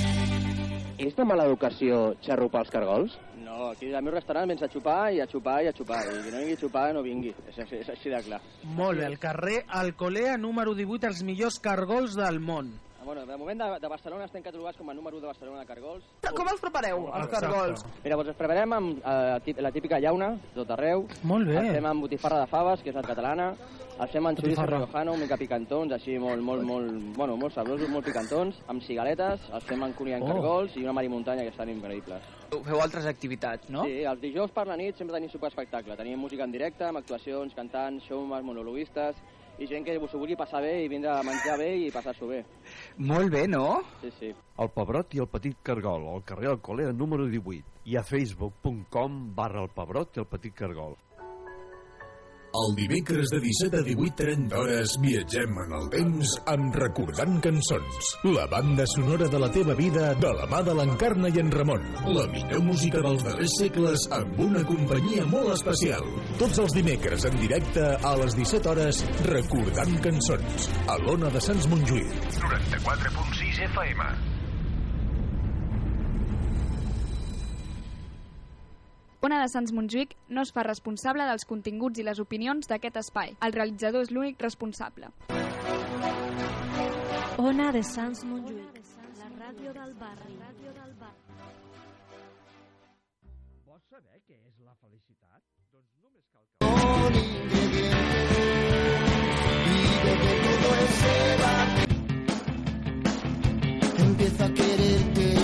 Speaker 12: És de mala educació xarrupar els cargols? No, aquí al meu restaurant vens a xupar i a xupar i a xupar. I qui no vingui a xupar no vingui. És, és, és així de clar.
Speaker 3: Molt bé, al carrer Alcolea, número 18, els millors cargols del món.
Speaker 12: Ah, Bueno, de moment de, de Barcelona estem catalogats com a número 1 de Barcelona de cargols.
Speaker 30: Com els prepareu, els cargols?
Speaker 12: Mira, doncs ens preparem amb eh, tí- la típica llauna, tot arreu.
Speaker 30: Molt bé.
Speaker 12: El fem amb botifarra de faves, que és la catalana. El fem amb xoriço
Speaker 30: Botifarra.
Speaker 12: riojano, una mica picantons, així molt, molt, molt, bueno, molt sabrosos, molt picantons. Amb cigaletes, els fem amb cunyant
Speaker 31: Oh.
Speaker 12: oh. cargols i una mar i muntanya, que estan increïbles.
Speaker 31: Feu altres activitats, no?
Speaker 12: Sí, els dijous per la nit sempre tenim superespectacle. Tenim música en directe, amb actuacions, cantants, showmans, monologuistes i gent que s'ho vulgui passar bé i vindre a menjar bé i passar-s'ho bé.
Speaker 15: Molt bé, no?
Speaker 12: Sí, sí.
Speaker 15: El Pebrot i el Petit Cargol, al carrer Alcolea número 18 i a facebook.com barra el Pebrot i el Petit Cargol.
Speaker 10: El
Speaker 7: Dimecres de 17 a 18.30 hores viatgem en el temps amb Recordant Cançons. La banda sonora de la teva vida de la mà de l'Encarna i en Ramon. La millor música dels darrers segles amb una companyia molt especial. Tots els dimecres en directe a les 17 hores Recordant Cançons. A l'Ona de Sants Montjuïc.
Speaker 10: 94.6 FM.
Speaker 19: Ona de Sants Montjuïc no es fa responsable dels continguts i les opinions d'aquest espai. El realitzador és l'únic responsable.
Speaker 32: Ona de Sants Montjuïc.
Speaker 33: La ràdio del barri. La ràdio del barri.
Speaker 34: Vols saber què és la felicitat? Doncs només cal que...
Speaker 35: Oh, Empieza a quererte,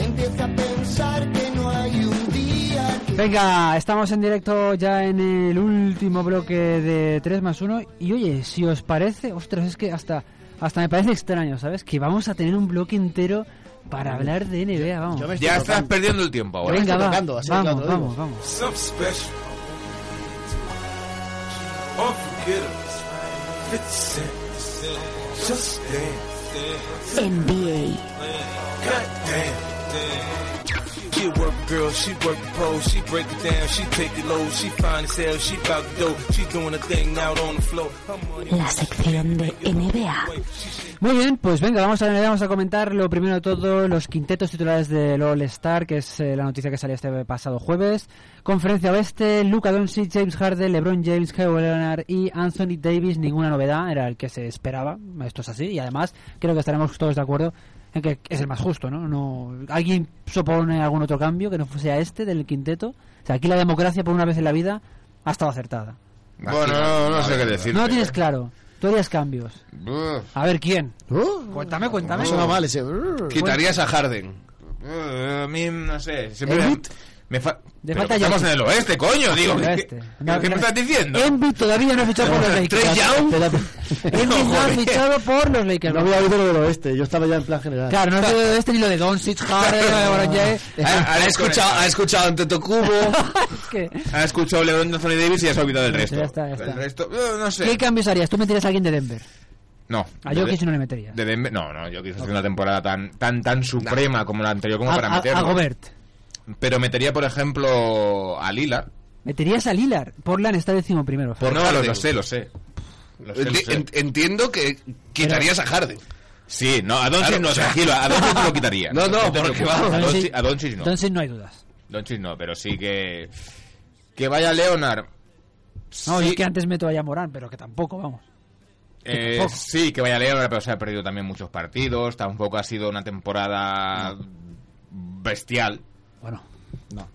Speaker 35: empieza a pensar que no hay un día
Speaker 2: Venga, estamos en directo ya en el último bloque de 3 más 1 y oye, si os parece, ostras, es que hasta hasta me parece extraño, ¿sabes? Que vamos a tener un bloque entero para hablar de NBA, vamos.
Speaker 6: Ya estás perdiendo el tiempo ahora.
Speaker 2: Venga, va, vamos,
Speaker 6: te lo
Speaker 2: vamos,
Speaker 6: digo.
Speaker 2: vamos.
Speaker 21: Something special. Unforgettable. 50 Cent. Just dance.
Speaker 32: NBA.
Speaker 21: Goddamn. Get work, girl. She work the pole. She break it down. She take it low. She fine as hell. She bout to go. She doing a thing out on the floor.
Speaker 32: La sección de NBA.
Speaker 2: Muy bien, pues venga, vamos a, vamos a comentar lo primero de todo, los quintetos titulares del All-Star, que es eh, la noticia que salió este pasado jueves. Conferencia Oeste, Luca Doncic, James Harden, LeBron James, Kawhi Leonard y Anthony Davis, ninguna novedad, era el que se esperaba, esto es así, y además creo que estaremos todos de acuerdo en que es el más justo, ¿no? no ¿Alguien supone algún otro cambio que no sea este del quinteto? O sea, aquí la democracia por una vez en la vida ha estado acertada.
Speaker 6: Bueno, no, no sé qué ¿eh? decir.
Speaker 2: No lo tienes claro, tú harías cambios. A ver, ¿quién? cuéntame, cuéntame.
Speaker 6: ¿Oh? Suena mal
Speaker 36: ese.
Speaker 6: Quitarías a Harden. Eh, A mí, no sé. Siempre me, me fa- Pero
Speaker 2: falta
Speaker 6: que estamos en
Speaker 2: Jokic.
Speaker 6: el oeste, coño, digo.
Speaker 2: En el
Speaker 6: ¿qué-
Speaker 2: oeste.
Speaker 6: qué- ¿Qué me estás diciendo?
Speaker 2: Embiid todavía no ha fichado por los Lakers.
Speaker 6: Trey Young.
Speaker 2: Embiid no ha fichado por los Lakers.
Speaker 36: No había oído lo del oeste, yo estaba ya en plan general.
Speaker 2: Claro, no ha sido de este ni lo de Doncic, Harden, lo de ¿eh? LeBron James.
Speaker 6: Ha, ha escuchado, ha escuchado Anteto Cubo,
Speaker 2: Es que-
Speaker 6: ha escuchado LeBron Anthony Davis y ya se ha olvidado del resto.
Speaker 2: Ya está, ya está.
Speaker 6: El resto, eh, no sé.
Speaker 2: ¿Qué cambios harías? ¿Tú meterías a alguien de Denver?
Speaker 6: No.
Speaker 2: A Jokic
Speaker 6: De-
Speaker 2: no le metería.
Speaker 6: de Denver- no, no, Jokic está haciendo una temporada tan, tan, tan suprema como la anterior como para meterlo.
Speaker 2: Gobert.
Speaker 6: pero metería, por ejemplo, a Lilar.
Speaker 2: Meterías a Lilar. Portland está décimo primero.
Speaker 6: Por no, lo, lo sé, lo sé. Lo sé, lo
Speaker 4: Enti-
Speaker 6: sé.
Speaker 4: en- Entiendo que quitarías a Harden.
Speaker 6: Sí, no, a Doncic
Speaker 4: Claro,
Speaker 6: no,
Speaker 4: o sea-
Speaker 6: tranquilo, a Doncic no lo quitaría.
Speaker 4: No, no,
Speaker 6: te
Speaker 4: porque
Speaker 6: preocupes,
Speaker 4: vamos,
Speaker 6: a Doncic-
Speaker 2: Doncic-
Speaker 6: A Doncic no.
Speaker 2: Entonces no hay dudas.
Speaker 6: Doncic no, pero sí que... Que vaya Leonard.
Speaker 2: No,
Speaker 6: Sí.
Speaker 2: es que antes meto a Morán, pero que tampoco, vamos.
Speaker 6: Eh, sí, que vaya Leonard, pero se ha perdido también muchos partidos. Tampoco ha sido una temporada bestial.
Speaker 2: Bueno, no.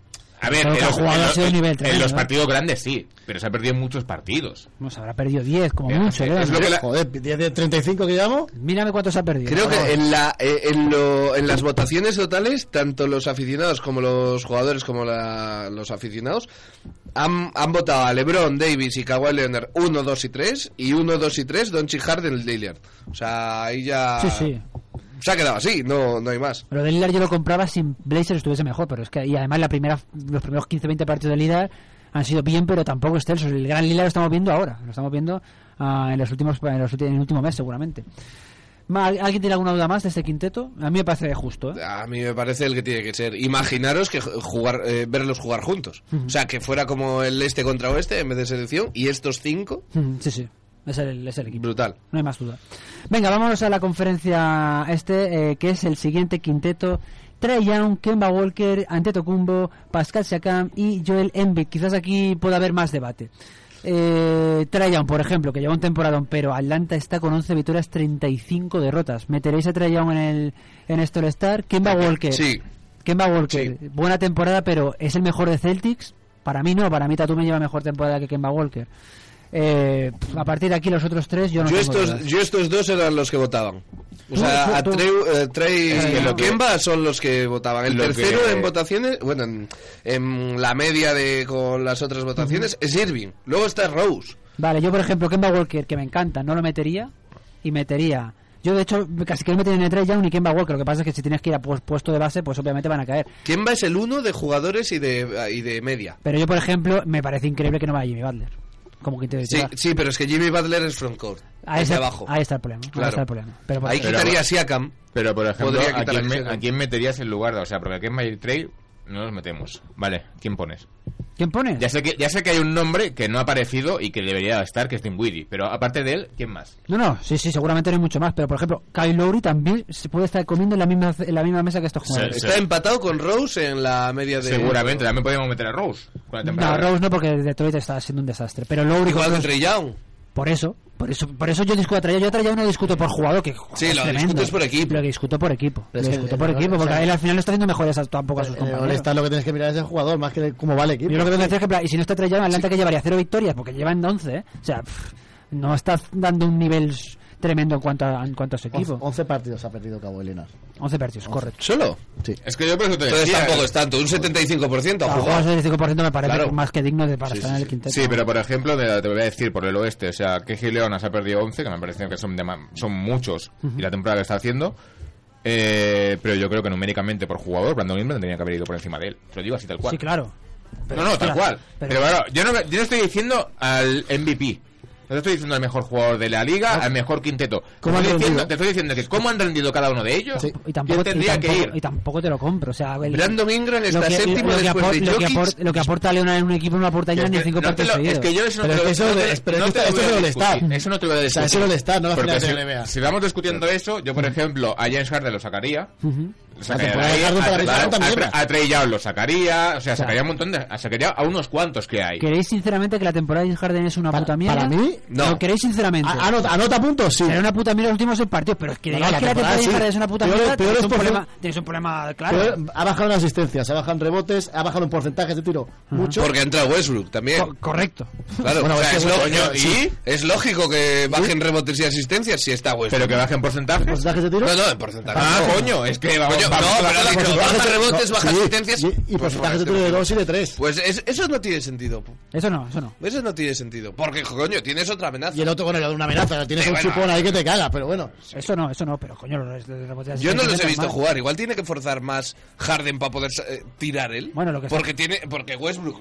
Speaker 6: A ver,
Speaker 2: Pero
Speaker 6: en
Speaker 2: que ha
Speaker 6: los,
Speaker 2: jugado
Speaker 6: en
Speaker 2: ha
Speaker 6: los-
Speaker 2: sido de nivel
Speaker 6: en
Speaker 2: tremendo,
Speaker 6: los
Speaker 2: ¿eh?
Speaker 6: partidos grandes sí, pero se ha perdido muchos partidos.
Speaker 2: Nos habrá perdido 10, como
Speaker 6: Eh,
Speaker 2: mucho,
Speaker 6: es
Speaker 2: Leonard.
Speaker 6: lo que la-
Speaker 3: Joder, 10 de 35 que llamo.
Speaker 2: Mírame cuántos ha perdido.
Speaker 4: Creo
Speaker 2: por favor.
Speaker 4: que en, la, eh, en, lo- en las votaciones totales, tanto los aficionados como los jugadores como la- los aficionados han, han votado a LeBron, Davis y Kawhi Leonard 1, 2 y 3 y 1, 2 y 3 Doncic Harden Lillard. O sea, ahí ya
Speaker 2: Sí, sí.
Speaker 4: se ha quedado así, no, no hay más.
Speaker 2: Pero de Lillard yo lo compraba sin Blazers estuviese mejor, pero es que y además la primera los primeros 15-20 partidos de Lillard han sido bien, pero tampoco excelsos. El gran Lillard lo estamos viendo ahora, lo estamos viendo ah, en los últimos en, los últimos, en el último mes seguramente. Ma- ¿Alguien tiene alguna duda más de este quinteto? A mí me parece justo, ¿eh?
Speaker 4: A mí me parece el que tiene que ser. Imaginaros que ju- jugar, eh, verlos jugar juntos. O sea, que fuera como el este contra oeste en vez de selección y estos cinco,
Speaker 2: Mm, Sí, sí. Es el, es el equipo.
Speaker 4: brutal.
Speaker 2: No hay más duda. Venga, vámonos a la conferencia este, eh, que es el siguiente quinteto. Trey Young, Kemba Walker, Antetokounmpo, Pascal Siakam y Joel Embiid. Quizás aquí pueda haber más debate. Eh, Trae Young, por ejemplo, que lleva un temporadón, pero Atlanta está con 11 victorias, 35 derrotas. ¿Meteréis a Trae Young en el en esto Star? Kemba Walker.
Speaker 4: Sí.
Speaker 2: Kemba Walker, buena temporada, pero ¿es el mejor de Celtics? Para mí no, para mí Tatum me lleva mejor temporada que Kemba Walker. Eh, a partir de aquí los otros tres yo no
Speaker 4: yo,
Speaker 2: tengo
Speaker 4: estos,
Speaker 2: dudas.
Speaker 4: yo estos dos eran los que votaban.
Speaker 2: Tú,
Speaker 4: O
Speaker 2: tú,
Speaker 4: sea, a
Speaker 2: tú.
Speaker 4: Trey, eh, Trey
Speaker 6: Es que
Speaker 4: y
Speaker 6: lo que-
Speaker 4: Kemba son los que votaban. El
Speaker 6: Lo
Speaker 4: tercero
Speaker 6: que-
Speaker 4: en votaciones, bueno, en, en la media de con las otras votaciones, es Irving. Luego está Rose.
Speaker 2: Vale, yo por ejemplo Kemba Walker, que me encanta, no lo metería y metería... Yo de hecho casi que no metería ni a Trae Young ni Kemba Walker, lo que pasa es que si tienes que ir a pu- puesto de base pues obviamente van a caer.
Speaker 4: Kemba es el uno de jugadores y de, y de media.
Speaker 2: Pero yo por ejemplo me parece increíble que no vaya Jimmy Butler. Como que te
Speaker 4: Sí, sí, pero es que Jimmy Butler es frontcourt.
Speaker 2: ahí,
Speaker 4: es de
Speaker 2: está,
Speaker 4: abajo.
Speaker 2: ahí está el problema. Ahí
Speaker 4: Claro.
Speaker 2: está el problema. Pero por-
Speaker 4: Ahí
Speaker 6: Pero-
Speaker 4: quitaría a Siakam.
Speaker 6: Pero, por ejemplo,
Speaker 4: Podría
Speaker 6: ¿a
Speaker 4: quitar
Speaker 6: quién,
Speaker 4: a
Speaker 6: me-
Speaker 4: Siakam.
Speaker 6: a quién meterías en lugar de...? O sea, porque aquí en My Trail no nos metemos. Vale, ¿quién pones?
Speaker 2: ¿Quién pones?
Speaker 6: Ya sé, que, ya sé que hay un nombre que no ha aparecido y que debería estar, que es Dinwiddie. Pero aparte de él, ¿quién más?
Speaker 2: No, no, sí, sí, seguramente no hay mucho más, pero por ejemplo, Kyle Lowry también se puede estar comiendo en la misma, en la misma mesa que estos jugadores.
Speaker 4: Está empatado con Rose en la media de.
Speaker 6: Seguramente, también podemos meter a Rose. Con la
Speaker 2: No,
Speaker 6: temporada.
Speaker 2: Rose no, porque Detroit está siendo un desastre. Pero Lowry con
Speaker 4: Igual con
Speaker 2: Rose-
Speaker 4: Trey Young.
Speaker 2: Por eso, por eso, por eso yo discuto a Trae Young. Yo a Trae Young no discuto por jugador, que
Speaker 4: Sí,
Speaker 2: es
Speaker 4: lo
Speaker 2: tremendo.
Speaker 4: discutes por equipo.
Speaker 2: Lo discuto por equipo.
Speaker 4: Pero es
Speaker 2: lo
Speaker 4: que-
Speaker 2: discuto por
Speaker 4: eh,
Speaker 2: equipo,
Speaker 4: o
Speaker 2: porque
Speaker 4: sea,
Speaker 2: él al final no está haciendo mejores a- tampoco a sus
Speaker 3: Eh,
Speaker 2: compañeros.
Speaker 3: All-Star lo que tienes que mirar es el jugador, más que cómo va el equipo.
Speaker 2: Yo lo que tengo que decir es que, en plan, y si no está Trae Young, Atlanta que llevaría cero victorias, porque llevan 11, ¿eh? O sea, pff, no está dando un nivel s- tremendo en cuanto a, en cuanto a su equipo.
Speaker 3: 11 partidos ha perdido Cabo Elena.
Speaker 2: 11 partidos, correcto.
Speaker 4: ¿Solo?
Speaker 3: Sí.
Speaker 6: Es que yo por eso te
Speaker 4: Entonces
Speaker 6: decía,
Speaker 4: tampoco
Speaker 6: eh,
Speaker 4: es tanto, un 75% ha
Speaker 2: A
Speaker 4: jugado.
Speaker 2: jugadores del 5% me parece
Speaker 4: Claro.
Speaker 2: más que digno de para estar en el quinteto.
Speaker 6: Sí, pero por ejemplo, de la- te voy a decir por el oeste, o sea, que Gileona se ha perdido 11, que me parece que son, de ma- son muchos, y la temporada que está haciendo. eh, pero yo creo que numéricamente por jugador, Brandon Ingram tendría que haber ido por encima de él. Te lo digo así tal cual.
Speaker 2: Sí, claro.
Speaker 6: no, no, tal
Speaker 2: Claro,
Speaker 6: cual. Pero,
Speaker 2: pero-
Speaker 6: claro, yo, no, me- yo no estoy diciendo al MVP. No te estoy diciendo al mejor jugador de la liga, al mejor quinteto. Te estoy
Speaker 2: ¿Cómo han
Speaker 6: diciendo-
Speaker 2: rendido?
Speaker 6: te estoy diciendo que cómo han rendido cada uno de ellos.
Speaker 2: y
Speaker 6: ¿Quién
Speaker 2: tampoco, y,
Speaker 6: tendría
Speaker 2: tampoco,
Speaker 6: que ir?
Speaker 2: y tampoco te lo compro. O sea, el-
Speaker 4: Brandon Ingram está séptimo
Speaker 2: que
Speaker 4: después
Speaker 2: apor-
Speaker 4: de
Speaker 2: lo que,
Speaker 4: Jokic.
Speaker 2: apor- lo que aporta Leonard en un equipo no aporta ya ni cinco
Speaker 6: no te
Speaker 2: partidos
Speaker 6: lo- es
Speaker 2: seguidos.
Speaker 6: que yo eso no te
Speaker 3: Pero es
Speaker 6: lo
Speaker 3: que eso
Speaker 6: no
Speaker 3: de-
Speaker 6: te-
Speaker 3: espera,
Speaker 6: no
Speaker 3: esto-
Speaker 6: te lo
Speaker 3: esto
Speaker 6: voy
Speaker 3: es
Speaker 6: a
Speaker 3: el
Speaker 6: discutir.
Speaker 3: All-Star.
Speaker 6: Eso no te lo voy a
Speaker 3: O sea,
Speaker 6: discutir.
Speaker 3: es el All-Star, no la
Speaker 6: Porque
Speaker 3: final de
Speaker 6: si,
Speaker 3: la NBA.
Speaker 6: si vamos discutiendo eso, yo por ejemplo a James Harden lo sacaría.
Speaker 2: Mm-hmm.
Speaker 6: Lo sacaría de
Speaker 3: temporada
Speaker 6: ahí,
Speaker 3: de Harden para
Speaker 6: a-
Speaker 3: James Harden
Speaker 6: a-
Speaker 3: también.
Speaker 6: a, a Trey Young lo sacaría, o sea, sacaría un montón de, sacaría a unos cuantos que hay.
Speaker 2: ¿Queréis sinceramente que la temporada de Harden es una puta mierda?
Speaker 3: para mí,
Speaker 2: no. ¿Lo queréis sinceramente?
Speaker 3: A- anota, anota puntos, sí.
Speaker 2: Será una puta mierda los últimos seis partidos, pero es que
Speaker 3: No,
Speaker 2: digáis
Speaker 3: no, la
Speaker 2: que la temporada
Speaker 3: temporada
Speaker 2: de
Speaker 3: sí.
Speaker 2: Harden es una puta
Speaker 3: Peor-
Speaker 2: mierda.
Speaker 3: peor
Speaker 2: tenéis,
Speaker 3: es
Speaker 2: un
Speaker 3: por-
Speaker 2: problema, tenéis un problema claro.
Speaker 3: Pero ha bajado en asistencias, ha bajado en rebotes, ha bajado en porcentajes de tiro. Mucho.
Speaker 4: Porque entra Westbrook también.
Speaker 2: correcto.
Speaker 4: Claro,
Speaker 3: Bueno,
Speaker 4: o
Speaker 3: es
Speaker 4: sea,
Speaker 3: que
Speaker 4: es,
Speaker 3: Westbrook-
Speaker 4: lógico,
Speaker 3: sí. Uh.
Speaker 4: es lógico que bajen rebotes y asistencias si está Westbrook.
Speaker 6: Pero que bajen porcentajes.
Speaker 3: ¿Porcentajes de tiro?
Speaker 4: No, no, en porcentaje.
Speaker 6: Ah, coño, es que vamos,
Speaker 4: Coño,
Speaker 6: vamos
Speaker 4: no,
Speaker 6: a
Speaker 4: pero
Speaker 6: la-
Speaker 4: ha dicho,
Speaker 6: porcentajes-
Speaker 4: baja rebotes,
Speaker 3: no,
Speaker 4: baja
Speaker 3: sí,
Speaker 4: asistencias. este
Speaker 3: y- y porcentajes de tiro de dos y de tres.
Speaker 4: Pues es- eso no tiene sentido. pu.
Speaker 2: Eso no, eso no.
Speaker 4: Eso no tiene sentido. Porque, coño, tienes otra amenaza.
Speaker 3: Y el otro con el una amenaza, tienes
Speaker 4: Sí,
Speaker 3: un
Speaker 4: bueno.
Speaker 3: chupón ahí que te caga, pero bueno.
Speaker 2: Eso no, eso no, pero coño, los rebotes
Speaker 4: Yo no los he
Speaker 2: asistencias
Speaker 4: visto
Speaker 2: mal.
Speaker 4: jugar. Igual tiene que forzar más Harden para poder eh, tirar él.
Speaker 2: Bueno, lo que
Speaker 4: porque tiene, porque Westbrook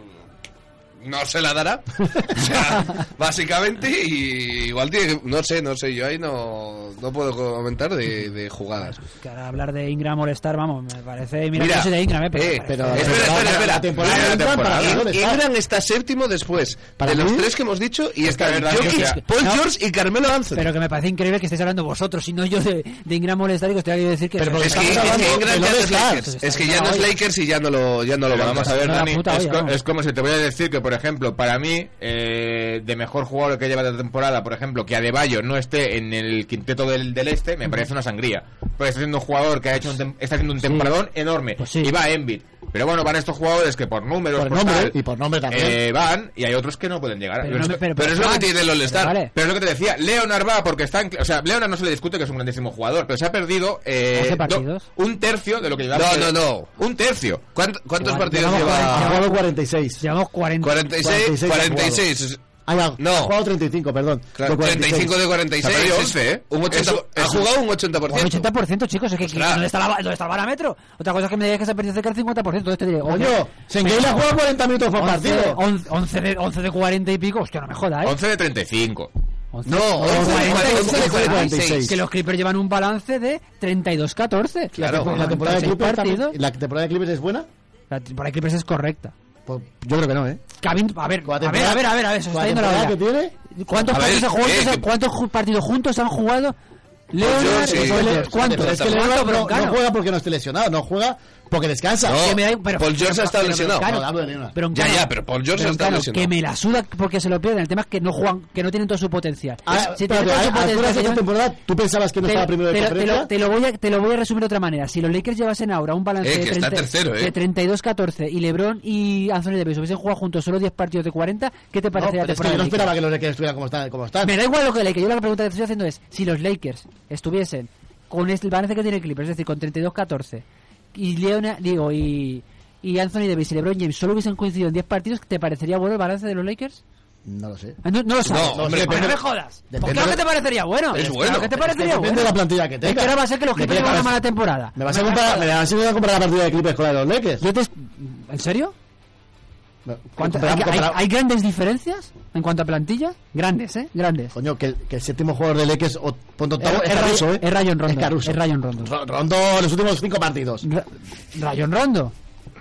Speaker 4: no se la dará. O sea, básicamente, y igual tiene que- No sé, no sé, yo ahí no, no puedo comentar de, de jugadas.
Speaker 2: Que ahora hablar de Ingram Molestar, vamos, me parece. Mira,
Speaker 4: Mira,
Speaker 2: yo soy de Ingram, eh, pero.
Speaker 4: eh,
Speaker 2: me
Speaker 4: espera,
Speaker 2: parece-
Speaker 4: espera, espera, espera. Mira la temporada.
Speaker 2: para
Speaker 4: In-
Speaker 2: mí está-
Speaker 4: Ingram está séptimo después de los tres que hemos dicho y
Speaker 2: Porque
Speaker 4: está
Speaker 2: la verdad
Speaker 4: Jokic,
Speaker 2: es que-
Speaker 4: Paul
Speaker 2: no.
Speaker 4: George y Carmelo Anthony.
Speaker 2: Pero que me parece increíble que estéis hablando vosotros, y no yo de, de Ingram Molestar y que os tenga que decir que.
Speaker 4: Pero es que, es que Ingram ya no es Lakers. Es que ya no es Lakers y ya no lo, ya no lo
Speaker 6: Pero
Speaker 4: van
Speaker 6: vamos a ver,
Speaker 4: hacer.
Speaker 6: Dani, es, co- es como si te voy a decir que, por ejemplo, para mí, eh, de mejor jugador que lleva la temporada, por ejemplo, que Adebayo no esté en el quinteto del, del Este, me parece una sangría. Porque está siendo un jugador que ha hecho un tem- está haciendo un temporadón enorme. Y va a Embiid. Pero bueno, van estos jugadores que por números,
Speaker 3: Pues Por
Speaker 6: por,
Speaker 3: nombre,
Speaker 6: tal,
Speaker 3: y por nombre también.
Speaker 6: eh, van y hay otros que no pueden llegar.
Speaker 3: Pero
Speaker 6: Pero,
Speaker 3: no
Speaker 6: es,
Speaker 3: me- pero-
Speaker 6: pero es lo
Speaker 3: pero-
Speaker 6: que tiene el All-Star.
Speaker 3: pero
Speaker 6: Pero,
Speaker 3: vale.
Speaker 6: es lo que te decía, Leonard va porque está en cl- O sea, Leonard no se le discute que es un grandísimo jugador, pero se ha perdido eh,
Speaker 4: 12
Speaker 6: do-
Speaker 4: partidos.
Speaker 6: un tercio de lo que lleva.
Speaker 4: No, no, no.
Speaker 6: Un tercio.
Speaker 4: ¿Cuántos partidos lleva?
Speaker 3: Jugado 46.
Speaker 2: Llevamos 40.
Speaker 4: 46, 46.
Speaker 3: Ah, ya,
Speaker 4: No.
Speaker 3: ha jugado 35, perdón.
Speaker 4: Claro,
Speaker 3: De 46.
Speaker 4: 35 de 46.
Speaker 6: ¿eh?
Speaker 4: Un 80
Speaker 3: Eso-
Speaker 4: ha
Speaker 3: eso-
Speaker 4: jugado un
Speaker 2: Un
Speaker 4: 80%.
Speaker 2: 80%, chicos, es que
Speaker 4: Ostras.
Speaker 2: ¿dónde está, la, ¿dónde está el barómetro? Otra cosa es que me digas que se ha perdido cerca del 50%, entonces te diré,
Speaker 3: Coño, Sengueila ha jugado 40 minutos por partido.
Speaker 2: 11, de, 11 de 40 y pico, hostia, no me jodas, ¿eh?
Speaker 6: 11 de 35.
Speaker 2: No,
Speaker 6: 11 de
Speaker 2: 40,
Speaker 6: 11 de 46.
Speaker 2: Que los Clippers llevan un balance de 32-14.
Speaker 3: Claro. La temporada de Clippers
Speaker 2: partido.
Speaker 3: también- ¿La temporada de Clippers es buena?
Speaker 2: La temporada de Clippers es correcta.
Speaker 3: Yo creo que no, ¿eh?
Speaker 2: Que ha vin- a ver, a ver,
Speaker 3: temporada-
Speaker 2: a ver, a ver, a ver, se está
Speaker 3: con la
Speaker 2: yendo la
Speaker 3: temporada
Speaker 2: hora.
Speaker 3: que
Speaker 2: ¿Cuántos,
Speaker 3: A ver,
Speaker 2: partidos, ha jugado-
Speaker 3: eh, que-
Speaker 2: ¿Cuántos ju- partidos juntos han jugado?
Speaker 4: Pues
Speaker 2: Leonard,
Speaker 3: Sí, sí,
Speaker 2: Joel-
Speaker 3: sí.
Speaker 2: ¿cuántos?
Speaker 3: Es que Leonard
Speaker 2: ¿Cuántos,
Speaker 3: no,
Speaker 2: Broncano?
Speaker 3: no juega porque no esté lesionado, no juega porque descansa.
Speaker 4: No,
Speaker 3: Que me da-
Speaker 4: Paul George ha estado
Speaker 2: pero
Speaker 4: lesionado.
Speaker 2: Broncano-
Speaker 3: No, hablo de Leonard.
Speaker 2: Broncano-
Speaker 4: Ya, ya, pero Paul George ha estado
Speaker 2: Broncano,
Speaker 4: lesionado.
Speaker 2: Que me la suda porque se lo pierden. El tema es que no juegan, que no tienen todo su potencial.
Speaker 3: Ah,
Speaker 2: Si
Speaker 3: espérate,
Speaker 2: tienen todo su
Speaker 3: a- a alturas
Speaker 2: potencial,
Speaker 3: de esta
Speaker 2: llevan-
Speaker 3: temporada, ¿tú pensabas que no
Speaker 2: te,
Speaker 3: estaba primero de
Speaker 2: te lo- te,
Speaker 3: conferencia?
Speaker 2: lo, te lo voy a, te lo voy a resumir de otra manera. Si los Lakers llevasen ahora un balance
Speaker 4: Eh,
Speaker 2: de,
Speaker 4: que está
Speaker 2: 30
Speaker 4: tercero, eh.
Speaker 2: de 32-14 y LeBron y Anthony Davis hubiesen jugado juntos solo 10 partidos de 40, ¿qué te
Speaker 3: No,
Speaker 2: parece la
Speaker 3: pero es que
Speaker 2: temporada?
Speaker 3: yo no
Speaker 2: de Lakers?
Speaker 3: esperaba que los Lakers estuvieran como están. Como están.
Speaker 2: Me da igual lo que Lakers. Yo la pregunta que te estoy haciendo es: si los Lakers estuviesen con el balance que tiene el Clippers, es decir, con 32-14, y Leona, digo, y, y Anthony Davis y LeBron James solo hubiesen coincidido en 10 partidos, ¿te parecería bueno el balance de los Lakers?
Speaker 3: No lo sé.
Speaker 2: Ah, No, no lo sabes.
Speaker 3: No, hombre,
Speaker 2: Pues
Speaker 3: pero-
Speaker 2: no me jodas. Pues
Speaker 3: Depende
Speaker 2: claro
Speaker 3: de-
Speaker 2: que te parecería bueno.
Speaker 3: Es
Speaker 2: Claro
Speaker 3: bueno.
Speaker 2: que te
Speaker 3: Es que
Speaker 2: parecería
Speaker 3: depende
Speaker 2: bueno.
Speaker 3: de la plantilla que
Speaker 2: Es
Speaker 3: tenga.
Speaker 2: que ahora va a ser que los Clippers
Speaker 3: Depende
Speaker 2: llevan
Speaker 3: de
Speaker 2: una
Speaker 3: la-
Speaker 2: mala temporada.
Speaker 3: ¿Me vas a comparar, me vas a comparar la partida de Clippers con la de los Lakers?
Speaker 2: ¿En serio? ¿Cuánto-
Speaker 3: Compara-
Speaker 2: hay- hay,
Speaker 3: compara-
Speaker 2: hay grandes diferencias en cuanto a plantilla? Grandes, ¿eh? Grandes.
Speaker 3: Coño, que, que el séptimo jugador de Lakers o punto octavo
Speaker 2: Es-
Speaker 3: es,
Speaker 2: es
Speaker 3: Caruso,
Speaker 2: Ray-
Speaker 3: ¿eh?
Speaker 2: es Rayon Rondo,
Speaker 3: Es Caruso.
Speaker 2: es Rayon Rondo.
Speaker 3: Ro- Rondo los últimos cinco partidos.
Speaker 2: Rayon Rondo.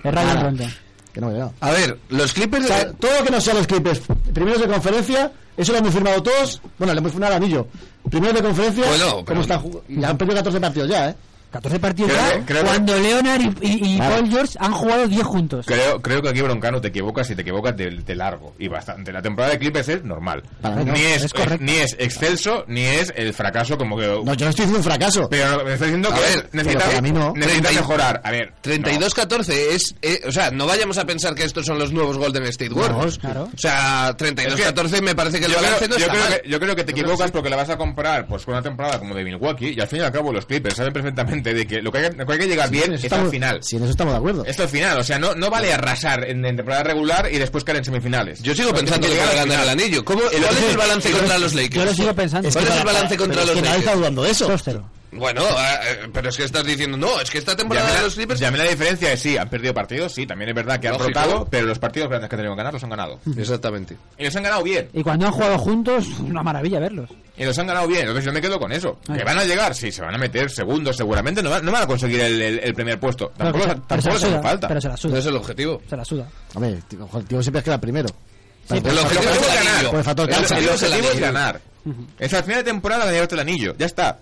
Speaker 2: Es Rayon
Speaker 3: Nada.
Speaker 2: Rondo.
Speaker 3: Que no me veo.
Speaker 4: A ver, los Clippers.
Speaker 3: O sea, todo lo que no sea los Clippers, primeros de conferencia, eso lo hemos firmado todos. Bueno, le hemos firmado el anillo. Primeros de conferencia,
Speaker 4: Bueno, pero-
Speaker 3: ¿cómo están jug- y han perdido 14 partidos ya, ¿eh?
Speaker 2: 14 partidos
Speaker 6: Creo-
Speaker 2: ya,
Speaker 6: creo-
Speaker 2: cuando Leonard y, y- y Paul George han jugado 10 juntos.
Speaker 6: Creo, creo que aquí Broncano te equivocas y te equivocas de, de largo y bastante. La temporada de Clippers es normal.
Speaker 3: Para mí no,
Speaker 6: ni, es,
Speaker 3: es correcto.
Speaker 6: ni es excelso, ni es el fracaso como que...
Speaker 3: No, yo no estoy diciendo un fracaso.
Speaker 6: Pero me está diciendo
Speaker 4: A
Speaker 6: que
Speaker 4: ver,
Speaker 6: necesita,
Speaker 4: pero para mí no.
Speaker 6: necesita
Speaker 4: 30 y-
Speaker 6: mejorar. A ver,
Speaker 4: 32-14 es, eh, o sea, no vayamos a pensar que estos son los nuevos Golden State Warriors. O sea, 32-14 me parece que el
Speaker 6: yo creo,
Speaker 4: balance no
Speaker 6: yo
Speaker 4: está
Speaker 6: creo
Speaker 4: mal.
Speaker 6: que, yo creo que te equivocas porque la vas a comprar pues con una temporada como de Milwaukee y al fin y al cabo los Clippers saben perfectamente de que lo que hay, lo que, hay que llegar bien es al final.
Speaker 3: Sí, en eso estamos de acuerdo.
Speaker 6: Esto al final, o sea, no, no vale arrasar en, en temporada regular y después caer en semifinales.
Speaker 4: Yo sigo pensando que van a ganar el anillo. ¿Cómo- cuál es el balance contra los Lakers? Yo lo sigo pensando. ¿Cuál es el balance contra los
Speaker 3: Lakers?
Speaker 4: Lakers?
Speaker 3: está dudando de eso.
Speaker 4: Bueno, ah, eh, pero es que estás diciendo, no, es que esta temporada de los Clippers.
Speaker 6: Llamé la diferencia, es sí, han perdido partidos, sí, también es verdad que han
Speaker 4: Lógico.
Speaker 6: rotado, pero los partidos grandes que han tenido que ganar los han ganado.
Speaker 4: Exactamente.
Speaker 6: Y los han ganado bien.
Speaker 2: Y cuando han jugado juntos, una maravilla verlos.
Speaker 6: Y los han ganado bien, entonces yo me quedo con eso.
Speaker 2: Ay.
Speaker 6: Que van a llegar, sí, se van a meter segundos seguramente, no, van- no van a conseguir el, el- el primer puesto. Tampoco,
Speaker 2: que se-
Speaker 6: tampoco
Speaker 2: pero se la
Speaker 6: les hace
Speaker 2: suda,
Speaker 6: falta.
Speaker 2: pero se la suda.
Speaker 6: No es el objetivo.
Speaker 2: Se la suda.
Speaker 3: Hombre, el tío- el tío siempre es que era primero.
Speaker 6: El
Speaker 3: Pero-
Speaker 6: objetivo
Speaker 3: pero-
Speaker 6: es ganar.
Speaker 3: Por el factor
Speaker 6: El-
Speaker 3: cancha.
Speaker 6: el objetivo es ganar. Es al final de temporada ganarte el anillo, ya está.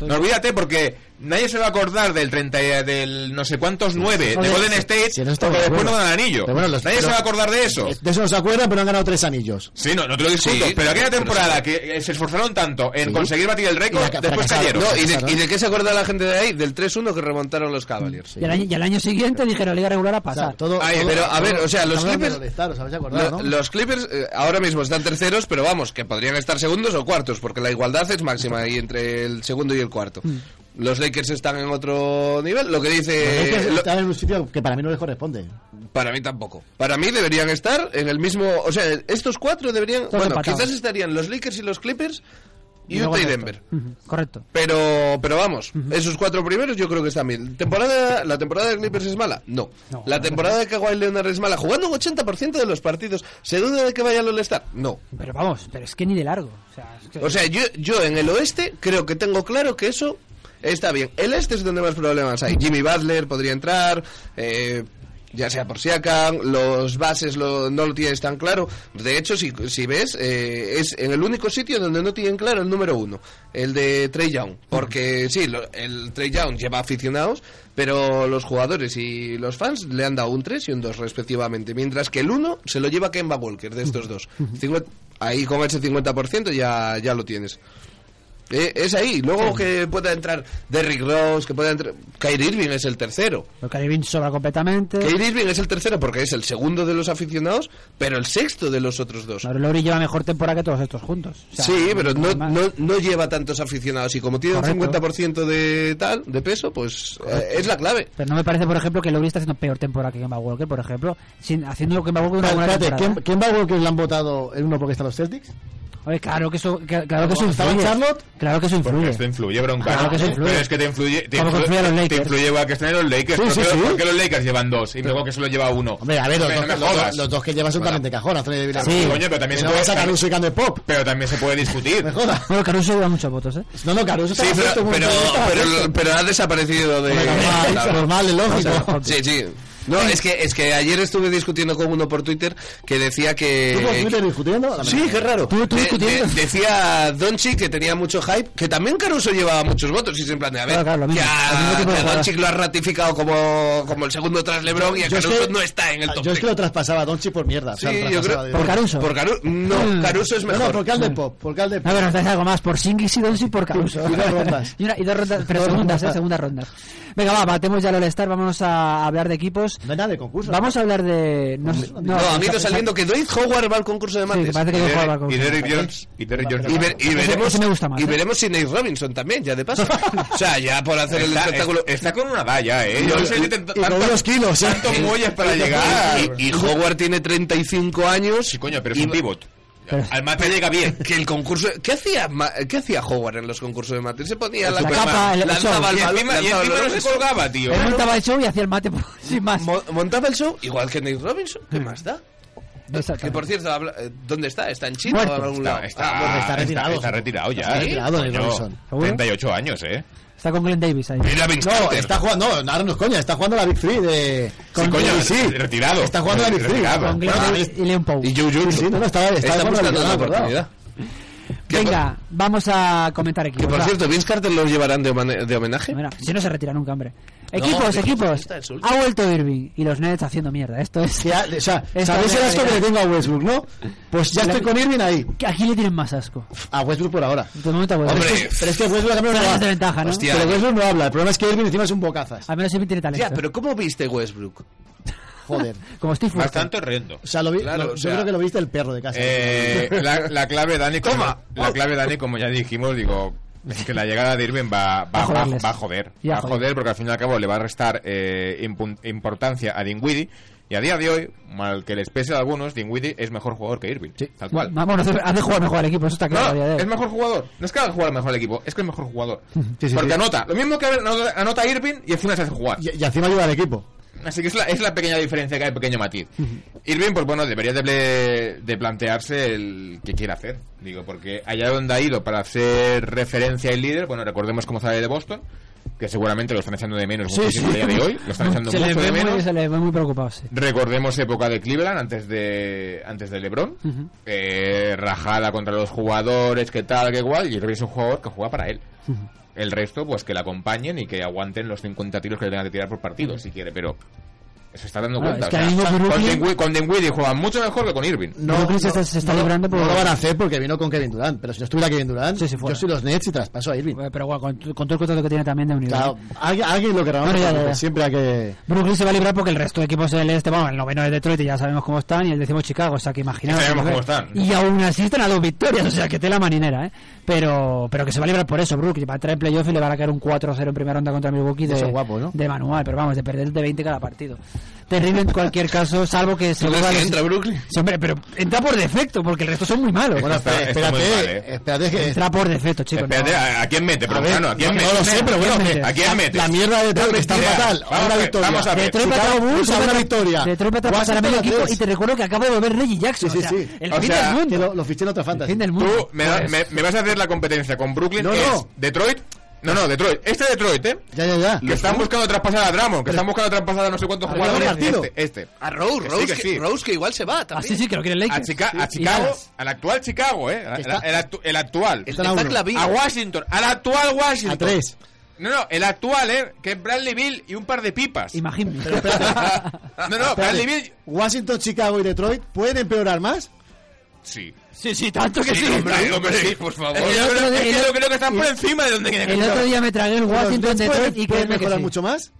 Speaker 6: No olvídate porque nadie se va a acordar del 30 y- del no sé cuántos 9 de
Speaker 3: Oye,
Speaker 6: Golden
Speaker 3: si-
Speaker 6: State
Speaker 3: si no
Speaker 6: porque
Speaker 3: estamos de
Speaker 6: después no
Speaker 3: acuerdo.
Speaker 6: dan el anillo.
Speaker 3: Pero bueno, los-
Speaker 6: nadie se
Speaker 3: pero-
Speaker 6: va a acordar de eso.
Speaker 3: De eso no se acuerdan, pero han ganado tres anillos.
Speaker 6: Sí, no, no te lo discuto,
Speaker 4: Sí,
Speaker 6: pero aquella
Speaker 4: pero
Speaker 6: temporada que eh, se esforzaron tanto en conseguir batir el récord, después cayeron.
Speaker 4: No, ¿y, de, y de qué se acuerda la gente de ahí? Del 3-1 que remontaron los Cavaliers.
Speaker 2: Y, al año, y al año siguiente dijeron, Liga regular a pasar.
Speaker 3: todo,
Speaker 4: Ay, pero a ver, o sea, los
Speaker 3: Hablando
Speaker 4: Clippers-
Speaker 3: de estar, os habéis acordado, ¿no?
Speaker 4: Lo- Los Clippers eh, ahora mismo están terceros, pero vamos, que podrían estar segundos o cuartos, porque la igualdad es máxima ahí entre el segundo y el cuarto.
Speaker 3: Mm.
Speaker 4: Los Lakers están en otro nivel, lo que
Speaker 3: Los
Speaker 4: dice... eh,
Speaker 3: Lakers
Speaker 4: lo-
Speaker 3: están en un sitio que para mí no les corresponde.
Speaker 4: para mí tampoco. Para mí deberían estar en el mismo... O sea, estos cuatro deberían...
Speaker 3: Todos
Speaker 4: bueno,
Speaker 3: empatados.
Speaker 4: quizás estarían los Lakers y los Clippers Utah
Speaker 37: luego
Speaker 4: y
Speaker 37: el resto.
Speaker 4: Denver.
Speaker 37: Ujú, Correcto.
Speaker 4: Pero, pero vamos, esos cuatro primeros yo creo que están bien. ¿Temporada, ¿La temporada de Clippers es mala? No. ¿La temporada de Kawhi Leonard es mala? Jugando un 80% de los partidos, ¿se duda de que vaya al All-Star? No.
Speaker 2: Pero vamos, pero es que ni de largo. O sea, es que-
Speaker 4: O sea, yo, yo en el oeste creo que tengo claro que eso está bien. El este es donde más problemas hay. Jimmy Butler podría entrar, eh, ya sea por Siakam, los bases lo- no lo tienes tan claro. De hecho, si, si ves, eh, es en el único sitio donde no tienen claro el número uno, el de Trey Young. Porque sí, lo- el Trey Young lleva aficionados, pero los jugadores y los fans le han dado un 3 y un 2 respectivamente. Mientras que el 1 se lo lleva Kemba Walker de estos dos. Cincuenta- ahí con ese 50% ya, ya lo tienes. Eh, es ahí. Luego que pueda entrar Derrick Rose, que pueda entrar... Kyrie Irving es el tercero.
Speaker 37: Lo que Irving sobra completamente.
Speaker 4: Kyrie Irving es el tercero porque es el segundo de los aficionados, pero el sexto de los otros dos.
Speaker 37: Lauri Lowry lleva mejor temporada que todos estos juntos. O sea,
Speaker 4: sí, pero no, no, no lleva tantos aficionados y como tiene un 50% de tal, de peso, pues eh, es la clave.
Speaker 2: Pero no me parece, por ejemplo, que Lowry está haciendo peor temporada que Kemba Walker, por ejemplo, sin, haciendo Kemba Walker una buena
Speaker 3: Espérate,
Speaker 2: temporada.
Speaker 3: ¿quién, ¿quién va a Walker le han votado el uno porque está los Celtics?
Speaker 2: Oye, claro que eso, que- claro que eso
Speaker 3: ¿Estaba en
Speaker 2: influye.
Speaker 3: Charlotte?
Speaker 2: Claro que eso
Speaker 6: Porque
Speaker 2: influye.
Speaker 6: esto influye, bronca.
Speaker 2: Claro que eso influye.
Speaker 6: Pero es que te influye. Te
Speaker 2: Como que influye a los
Speaker 6: te
Speaker 2: Lakers.
Speaker 6: influye igual que estén en los Lakers.
Speaker 3: Sí,
Speaker 6: ¿Por,
Speaker 3: sí,
Speaker 6: qué,
Speaker 3: sí.
Speaker 6: por qué los Lakers llevan dos? Y luego que solo lleva uno.
Speaker 3: Hombre, a ver, los,
Speaker 6: Hombre,
Speaker 3: dos,
Speaker 6: no me
Speaker 3: los dos-
Speaker 6: jodas.
Speaker 3: los dos que llevan son también de cajón, Anthony Davis.
Speaker 6: Claro, coño, pero también se
Speaker 3: no
Speaker 6: puede-
Speaker 3: vas a Caruso y Cande Pop.
Speaker 6: Pero también se puede discutir.
Speaker 2: Bueno, Caruso lleva muchos votos, ¿eh?
Speaker 3: No, no, Caruso está
Speaker 4: Sí,
Speaker 3: puesto,
Speaker 4: pero,
Speaker 3: muy
Speaker 4: pero,
Speaker 3: bien, está puesto.
Speaker 4: pero, pero ha desaparecido de...
Speaker 3: normal,
Speaker 4: Claro.
Speaker 3: normal, es lógico.
Speaker 4: Sí, sí. No, es que, es que ayer estuve discutiendo con uno por Twitter que decía que...
Speaker 3: ¿Tú con Twitter discutiendo?
Speaker 4: Eh, Sí, qué raro. De- de- decía Doncic que tenía mucho hype, que también Caruso llevaba muchos votos. Y es en plan de, a ver,
Speaker 3: Claro, claro, lo
Speaker 4: que
Speaker 3: mismo, el mismo
Speaker 4: a,
Speaker 3: tipo de
Speaker 4: que a
Speaker 3: jugador.
Speaker 4: Doncic lo ha ratificado como, como el segundo tras LeBron y a
Speaker 3: Yo es
Speaker 4: Caruso
Speaker 3: que-
Speaker 4: no está en el top
Speaker 3: Yo es que lo traspasaba a Donchi por mierda. o sea,
Speaker 4: Sí,
Speaker 3: lo
Speaker 4: yo
Speaker 3: traspasaba
Speaker 4: creo-
Speaker 3: de-
Speaker 4: por Caruso. por Caru- no, Caruso es
Speaker 3: No,
Speaker 4: mejor.
Speaker 3: no, por Calde Pop. Por Calde Pop.
Speaker 2: A ver, nos dais algo más por Singles y dos y por Caruso.
Speaker 3: Y dos rondas.
Speaker 2: y, una- y dos rondas, pero
Speaker 3: Dos
Speaker 2: segundas,
Speaker 3: rondas.
Speaker 2: ¿eh? Segundas rondas. Venga, va, batemos ya el All-Star, vámonos a hablar de equipos.
Speaker 3: No hay nada de concurso.
Speaker 2: Vamos a hablar de... No,
Speaker 4: No, a mí está saliendo que Dwight Howard va al concurso de mates.
Speaker 2: que parece que Dwight Howard va al concurso de mates.
Speaker 6: Y Derrick
Speaker 4: Y,
Speaker 6: Jones.
Speaker 4: ve- y
Speaker 6: Ese-
Speaker 4: veremos,
Speaker 6: ese me gusta más,
Speaker 4: y
Speaker 6: ¿eh?
Speaker 4: veremos si Nate Robinson también, ya de paso. o sea, ya por hacer el
Speaker 6: Está-
Speaker 4: espectáculo.
Speaker 6: Está con una valla, ¿eh? Yo no sé, tanto-
Speaker 4: y con
Speaker 6: tanto-
Speaker 4: unos kilos, ¿eh?
Speaker 6: Tantos muelles para
Speaker 4: Y-
Speaker 6: llegar.
Speaker 4: Y, y Howard tiene 35 años.
Speaker 6: coño, pero es un pivot.
Speaker 4: Al mate llega bien. Que el concurso. ¿Qué hacía, Ma- ¿qué hacía Howard en los concursos de mate? Se ponía la,
Speaker 2: La
Speaker 4: capa,
Speaker 2: capa, el- el show.
Speaker 4: lanzaba el
Speaker 2: Y
Speaker 4: balón,
Speaker 2: encima- y
Speaker 4: lanzaba
Speaker 2: encima
Speaker 4: el
Speaker 2: no
Speaker 4: balón.
Speaker 2: se colgaba, Él montaba el show y hacía el mate por- sin más.
Speaker 4: Mo- montaba el show igual que Nate Robinson. ¿Qué más da?
Speaker 2: Exactamente.
Speaker 4: Que por cierto, habla- eh, ¿dónde está? ¿Está en China
Speaker 2: Muerto.
Speaker 4: o en algún
Speaker 2: Está-
Speaker 4: lado?
Speaker 6: Está,
Speaker 4: Ah, bueno,
Speaker 6: está retirado. Está, retirado ya.
Speaker 4: Está
Speaker 6: ¿eh?
Speaker 4: retirado,
Speaker 6: Coño,
Speaker 4: Robinson.
Speaker 6: 38 años, ¿eh?
Speaker 2: Está con Glenn Davis ahí.
Speaker 3: No, está jugando. No, ahora no es coña. Está jugando la Big Three de.
Speaker 6: Sí, coño, retirado.
Speaker 3: Está jugando la Big Three.
Speaker 6: Retirado.
Speaker 3: Con Glenn Davis
Speaker 2: y Leon Pou.
Speaker 3: Y Joe Johnson. Sí, sí, no, no, está- está
Speaker 4: Está
Speaker 3: jugando la
Speaker 4: buscando
Speaker 3: Big
Speaker 4: la
Speaker 3: Three, ¿verdad?
Speaker 4: oportunidad.
Speaker 2: Venga, vamos a comentar equipos.
Speaker 4: Que por
Speaker 2: va.
Speaker 4: cierto, Vince Carter los llevarán de, homane- de homenaje.
Speaker 2: Mira, si no se retira nunca, hombre.
Speaker 4: No,
Speaker 2: Equipos,
Speaker 4: pero
Speaker 2: equipos.
Speaker 4: está el sol.
Speaker 2: Ha vuelto Irving y los Nets haciendo mierda. Esto es.
Speaker 3: o sea, ¿Sabéis el asco que le tengo a Westbrook, no? Pues ya estoy con Irving ahí.
Speaker 2: Aquí le tienen más asco.
Speaker 3: A Westbrook por ahora.
Speaker 2: De momento a Westbrook.
Speaker 3: Pero es que- pero es que Westbrook también no
Speaker 2: Está en
Speaker 3: habla.
Speaker 2: desventaja, ¿no?
Speaker 3: Hostia. Pero Westbrook no habla. El problema es que Irving encima es un bocazas.
Speaker 2: Al menos Irving tiene talento.
Speaker 4: Ya, pero ¿cómo viste Westbrook?
Speaker 3: Joder.
Speaker 2: Como Steve Westbrook.
Speaker 6: Bastante horrendo.
Speaker 3: O sea, lo vi,
Speaker 6: Claro,
Speaker 3: lo-
Speaker 6: o
Speaker 3: yo
Speaker 6: sea,
Speaker 3: creo que lo viste el perro de casa.
Speaker 6: Eh, la, la clave, Dani, como, La clave, Dani, como ya dijimos, digo, es que la llegada de Irving va, va,
Speaker 2: a
Speaker 6: va-
Speaker 2: joderles.
Speaker 6: va a joder.
Speaker 2: Y a
Speaker 6: Va a joder porque al fin y al cabo le va a restar eh, impun- importancia a Dinwiddie. Y a día de hoy, mal que les pese a algunos, Dinwiddie es mejor jugador que Irving. Tal cual.
Speaker 2: Vamos, hace jugar mejor al equipo, eso está claro. a día de
Speaker 6: No,
Speaker 2: hoy.
Speaker 6: es mejor jugador. No es que haga jugar mejor al equipo, es que es mejor jugador.
Speaker 3: Sí, sí,
Speaker 6: Porque
Speaker 3: sí.
Speaker 6: anota. Lo mismo que anota- anota Irving y encima se hace jugar.
Speaker 3: Y, y encima ayuda al equipo.
Speaker 6: Así que es la, es la pequeña diferencia que hay, pequeño matiz. Irving, pues bueno, debería de, ple- de plantearse el que quiere hacer. Digo, porque allá donde ha ido para ser referencia y líder, bueno, recordemos cómo sale de Boston, que seguramente lo están echando de menos muchísimo a día de hoy. Lo están echando
Speaker 2: se les
Speaker 6: mucho
Speaker 2: ve
Speaker 6: de
Speaker 2: muy-
Speaker 6: menos.
Speaker 2: se les ve muy preocupados. sí.
Speaker 6: Recordemos época de Cleveland antes de antes de LeBron,
Speaker 2: Ujú.
Speaker 6: eh, rajada contra los jugadores, que tal, que igual, y Irving es un jugador que juega para él. El resto, pues que le acompañen y que aguanten los 50 tiros que le tengan que tirar por partido, si quiere, pero se está dando
Speaker 2: Bueno,
Speaker 6: cuenta.
Speaker 2: es
Speaker 6: o
Speaker 2: que
Speaker 6: sea,
Speaker 2: ahora mismo
Speaker 6: con,
Speaker 2: Brooklyn-
Speaker 6: Dinwi- con Dinwiddie juegan mucho mejor que con Irving.
Speaker 2: Brooklyn se está- se está
Speaker 3: no, lo-
Speaker 2: librando por-
Speaker 3: no lo van a hacer porque vino con Kevin Durant. Pero si no estuviera Kevin Durant, yo soy los Nets y traspaso a Irving.
Speaker 2: Bueno, Pero bueno, con, con todo el contrato que tiene también de unidad.
Speaker 3: Claro, alguien, alguien lo que
Speaker 2: Bueno, ya, ya, ya.
Speaker 3: siempre hay que.
Speaker 2: Brooklyn se va a librar porque el resto de equipos del este, vamos, el noveno es Detroit y ya sabemos cómo están, y el décimo Chicago, o sea que imaginaos.
Speaker 6: Ya sabemos
Speaker 2: ¿no?
Speaker 6: cómo están.
Speaker 2: Y aún así están a dos victorias, o sea que tela marinera, ¿eh? Pero, pero que se va a librar por eso, Brooklyn. Va a entrar en playoff y le van a caer un 4-0 en primera ronda contra Milwaukee de,
Speaker 3: Eso es guapo, ¿no?
Speaker 2: de manual, pero vamos, de perder de 20 cada partido. terrible en cualquier caso, salvo que se
Speaker 4: ¿Tú crees
Speaker 2: vuelva
Speaker 4: que
Speaker 2: a los-
Speaker 4: entra Brooklyn?
Speaker 2: Sí, hombre, pero entra por defecto, porque el resto son muy malos.
Speaker 4: Bueno, Está- espera- está muy espérate, mal,
Speaker 3: eh. espérate que-
Speaker 2: Entra por defecto, chicos.
Speaker 6: Espérate,
Speaker 2: no.
Speaker 6: ¿a, a quién mete? Pero,
Speaker 2: A ver,
Speaker 6: bueno, ¿a quién
Speaker 2: no
Speaker 6: mete?
Speaker 2: lo sé, pero bueno,
Speaker 6: ¿a quién mete?
Speaker 3: La mierda de Detroit
Speaker 6: Mira,
Speaker 3: está fatal.
Speaker 6: vamos
Speaker 3: Ahora
Speaker 6: a ver,
Speaker 3: victoria.
Speaker 6: Vamos a ver.
Speaker 3: Detroit
Speaker 6: Chicago
Speaker 3: ataca-
Speaker 6: Bulls,
Speaker 3: Detroit
Speaker 6: ahora
Speaker 3: ataca-
Speaker 6: victoria.
Speaker 2: Detroit ataca
Speaker 3: Washington
Speaker 2: para medio equipo
Speaker 3: tres.
Speaker 2: y te recuerdo que acaba de volver Reggie Jackson.
Speaker 3: Sí, sí,
Speaker 2: o sea,
Speaker 3: sí.
Speaker 2: El
Speaker 6: O
Speaker 2: fin
Speaker 6: sea,
Speaker 2: del mundo.
Speaker 3: Lo, lo fiché en otra fantasy.
Speaker 2: fin del mundo.
Speaker 6: Tú me, da-
Speaker 2: Pues,
Speaker 6: me- me vas a hacer la competencia con Brooklyn,
Speaker 3: No,
Speaker 6: que
Speaker 3: no.
Speaker 6: es Detroit. No, no, Detroit. Este Detroit, ¿eh?
Speaker 3: Ya, ya, ya.
Speaker 6: Que están buscando traspasar a Drummond, que están buscando traspasar a no sé cuántos
Speaker 3: Hablamos
Speaker 6: jugadores.
Speaker 3: partido.
Speaker 6: Este, este.
Speaker 4: A Rose,
Speaker 6: Que sí,
Speaker 4: Rose, que,
Speaker 6: que Ah, sí.
Speaker 4: Rose que igual se va también.
Speaker 2: Ah, sí, sí, que lo quiere
Speaker 6: A, Chica- a Chicago, al actual Chicago, ¿eh? El-
Speaker 4: Está-
Speaker 6: el, actu- el actual.
Speaker 4: Están a Está uno. Clavín.
Speaker 6: A Washington. Al actual Washington.
Speaker 3: A tres.
Speaker 6: No, no, el actual, ¿eh? Que es Bradley Bill y un par de pipas.
Speaker 2: Imagínate.
Speaker 6: no, no,
Speaker 3: Espérate.
Speaker 6: Bradley Bill.
Speaker 3: Washington, Chicago y Detroit pueden empeorar más.
Speaker 6: Sí.
Speaker 2: Sí, sí, tanto que sí.
Speaker 6: Hombre, hombre, sí, por favor.
Speaker 2: El
Speaker 6: yo,
Speaker 2: otro
Speaker 6: creo,
Speaker 2: día-
Speaker 6: es que
Speaker 2: el-
Speaker 6: yo creo que están por
Speaker 2: el-
Speaker 6: encima de donde quieren
Speaker 2: El otro día me tragué el Washington
Speaker 3: Los Nets
Speaker 2: Detroit
Speaker 3: pueden-
Speaker 2: y
Speaker 3: pueden
Speaker 2: créeme que
Speaker 3: mejorar
Speaker 2: sí.
Speaker 3: mucho más.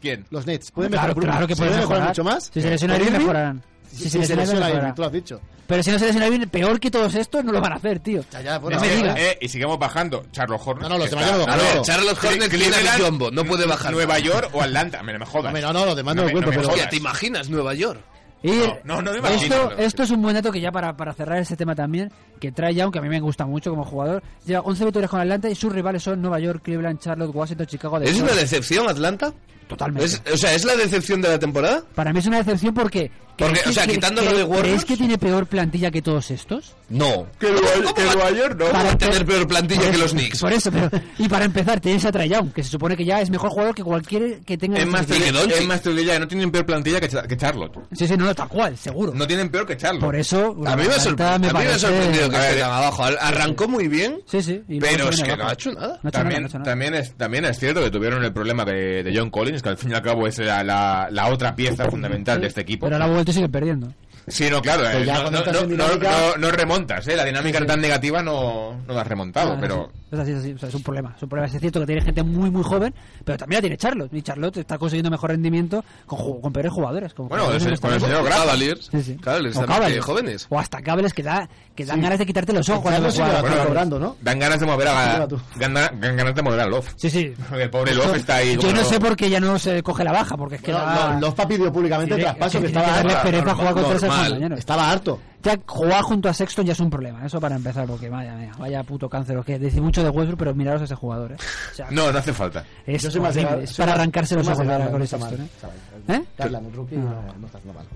Speaker 6: ¿Quién?
Speaker 3: Los Nets pueden
Speaker 2: Claro,
Speaker 3: mejorar.
Speaker 2: claro que
Speaker 3: Si
Speaker 2: pueden mejorar.
Speaker 3: mucho más.
Speaker 2: Si se lesiona
Speaker 3: ¿Con
Speaker 2: Irving,
Speaker 3: Irving?
Speaker 2: mejorarán.
Speaker 3: Si,
Speaker 2: Si se
Speaker 3: si se
Speaker 2: lesiona
Speaker 3: lesiona
Speaker 2: Irving,
Speaker 3: Irving, tú lo has dicho.
Speaker 2: Pero si no se lesiona bien, peor que todos estos, no lo van a hacer, tío.
Speaker 3: bueno,
Speaker 2: no me
Speaker 6: Eh,
Speaker 2: digas.
Speaker 6: eh, y sigamos bajando. Charles Hornets.
Speaker 3: No, no, los
Speaker 6: que
Speaker 3: demás ya
Speaker 6: está-
Speaker 3: los
Speaker 6: a ver,
Speaker 3: bajamos.
Speaker 4: Charles Eh, Hornets
Speaker 6: Cle-
Speaker 4: tiene
Speaker 6: Cleveland,
Speaker 4: bichombo, no puede bajar.
Speaker 6: Nueva York o Atlanta. Me, no me jodas.
Speaker 3: Hombre, no, no, los demás no
Speaker 6: me-
Speaker 3: lo cuento,
Speaker 6: me
Speaker 3: pero-
Speaker 6: jodas.
Speaker 4: Hostia, ¿te imaginas Nueva York?
Speaker 2: Y
Speaker 6: No, no me imagino.
Speaker 2: esto,
Speaker 6: no.
Speaker 2: esto es un buen dato que ya para, para cerrar ese tema también, que trae ya, aunque a mí me gusta mucho como jugador, lleva 11 victorias con Atlanta y sus rivales son Nueva York, Cleveland, Charlotte, Washington, Chicago.
Speaker 4: ¿Es
Speaker 2: Detroit.
Speaker 4: una decepción Atlanta?
Speaker 2: Totalmente.
Speaker 4: Es- o sea, ¿es la decepción de la temporada?
Speaker 2: Para mí es una decepción porque...
Speaker 4: Porque,
Speaker 2: ¿creéis
Speaker 4: o sea,
Speaker 2: que-
Speaker 4: quitando
Speaker 2: que-
Speaker 4: lo de Warriors-
Speaker 2: ¿Creéis que tiene peor plantilla que todos estos?
Speaker 4: No.
Speaker 6: Que Nueva, que Nueva York no.
Speaker 4: Va
Speaker 2: Para
Speaker 4: a tener
Speaker 2: hacer-
Speaker 4: peor plantilla que los Knicks.
Speaker 2: Por eso, pero... Y para empezar, tienes a Trae Young, que se supone que ya es mejor jugador que cualquier que tenga...
Speaker 6: Es
Speaker 2: en
Speaker 6: más,
Speaker 2: esa selección.
Speaker 6: teoría- es más teoría, no tienen peor plantilla que, Cha- que Charlotte.
Speaker 2: Sí, sí, no, no, tal cual, seguro.
Speaker 6: No tienen peor que Charlotte.
Speaker 2: Por eso...
Speaker 4: A mí me, ha sorpre-
Speaker 2: Atlanta
Speaker 4: a mí me ha
Speaker 2: parece-
Speaker 4: sorprendido que
Speaker 6: A ver.
Speaker 4: esté tan abajo. Al- Arrancó muy bien,
Speaker 2: Sí, sí. y luego
Speaker 4: pero
Speaker 2: se viene
Speaker 4: es que no
Speaker 2: abajo.
Speaker 4: ha hecho
Speaker 2: No
Speaker 4: nada.
Speaker 2: ha hecho nada,
Speaker 6: también,
Speaker 2: no ha hecho nada.
Speaker 6: también, es, también es cierto que tuvieron el problema de, de John Collins, que al fin y al cabo es la, la, la otra pieza fundamental de este equipo.
Speaker 2: Pero la vuelta Pues sigue perdiendo.
Speaker 6: Sí, no, claro.
Speaker 3: Pero
Speaker 6: eh,
Speaker 3: ya
Speaker 6: no,
Speaker 3: con
Speaker 6: no,
Speaker 3: esta
Speaker 6: no-
Speaker 3: dinámica-
Speaker 6: no- no remontas, ¿eh? La dinámica
Speaker 2: Sí, sí.
Speaker 6: tan negativa no, no la has remontado,
Speaker 2: Ah,
Speaker 6: pero...
Speaker 2: Es así, es así, o sea, es un problema. Es un problema. Es cierto que tiene gente muy, muy joven, pero también la tiene Charlotte. Y Charlotte está consiguiendo mejor rendimiento con, ju- con peores jugadores. Con
Speaker 6: Bueno, ese-
Speaker 2: jugadores que no están
Speaker 6: con el
Speaker 2: bien.
Speaker 6: señor Graff.
Speaker 2: Sí, sí.
Speaker 4: Cavaliers
Speaker 2: O
Speaker 4: también,
Speaker 2: Cavaliers.
Speaker 4: que jóvenes.
Speaker 2: O hasta cables que, da, que dan
Speaker 3: Sí.
Speaker 2: ganas de quitarte los ojos. cuando
Speaker 3: Charlotte sí que
Speaker 2: juegas.
Speaker 3: la
Speaker 6: Bueno,
Speaker 3: está cobrando, ¿no?
Speaker 6: Dan ganas de mover
Speaker 3: Mira
Speaker 6: a...
Speaker 3: tú.
Speaker 6: gana- gan- ganas de mover a Love.
Speaker 2: Sí, sí.
Speaker 6: Porque el pobre Love está ahí...
Speaker 2: Yo
Speaker 6: como-
Speaker 2: no sé por qué ya no se coge la baja, porque es que
Speaker 3: Bueno,
Speaker 2: da-
Speaker 3: no, los papi dio públicamente el
Speaker 2: tiene-
Speaker 3: traspaso que
Speaker 2: tiene
Speaker 3: estaba
Speaker 2: darle
Speaker 3: harto.
Speaker 2: pereza
Speaker 4: normal,
Speaker 2: jugar contra esos
Speaker 4: normal.
Speaker 2: compañeros.
Speaker 3: Estaba harto.
Speaker 2: Ya jugar junto a Sexton ya es un problema, eso para empezar, porque vaya, mía, vaya puto cáncer. os que decir mucho de Westbrook, pero miraros a ese jugador. ¿eh? O sea,
Speaker 6: No, no hace falta.
Speaker 2: es,
Speaker 3: Yo soy más
Speaker 2: horrible,
Speaker 3: de-
Speaker 2: es
Speaker 3: soy
Speaker 2: para
Speaker 3: más-
Speaker 2: arrancarse
Speaker 3: soy
Speaker 2: los
Speaker 3: más
Speaker 2: ojos
Speaker 3: de
Speaker 2: de la
Speaker 3: Garland,
Speaker 2: con
Speaker 3: no
Speaker 2: ese
Speaker 3: está mal,
Speaker 2: Sexton,
Speaker 3: está mal.
Speaker 2: ¿eh? ¿Eh?
Speaker 3: Garland, el rookie, no, no está mal.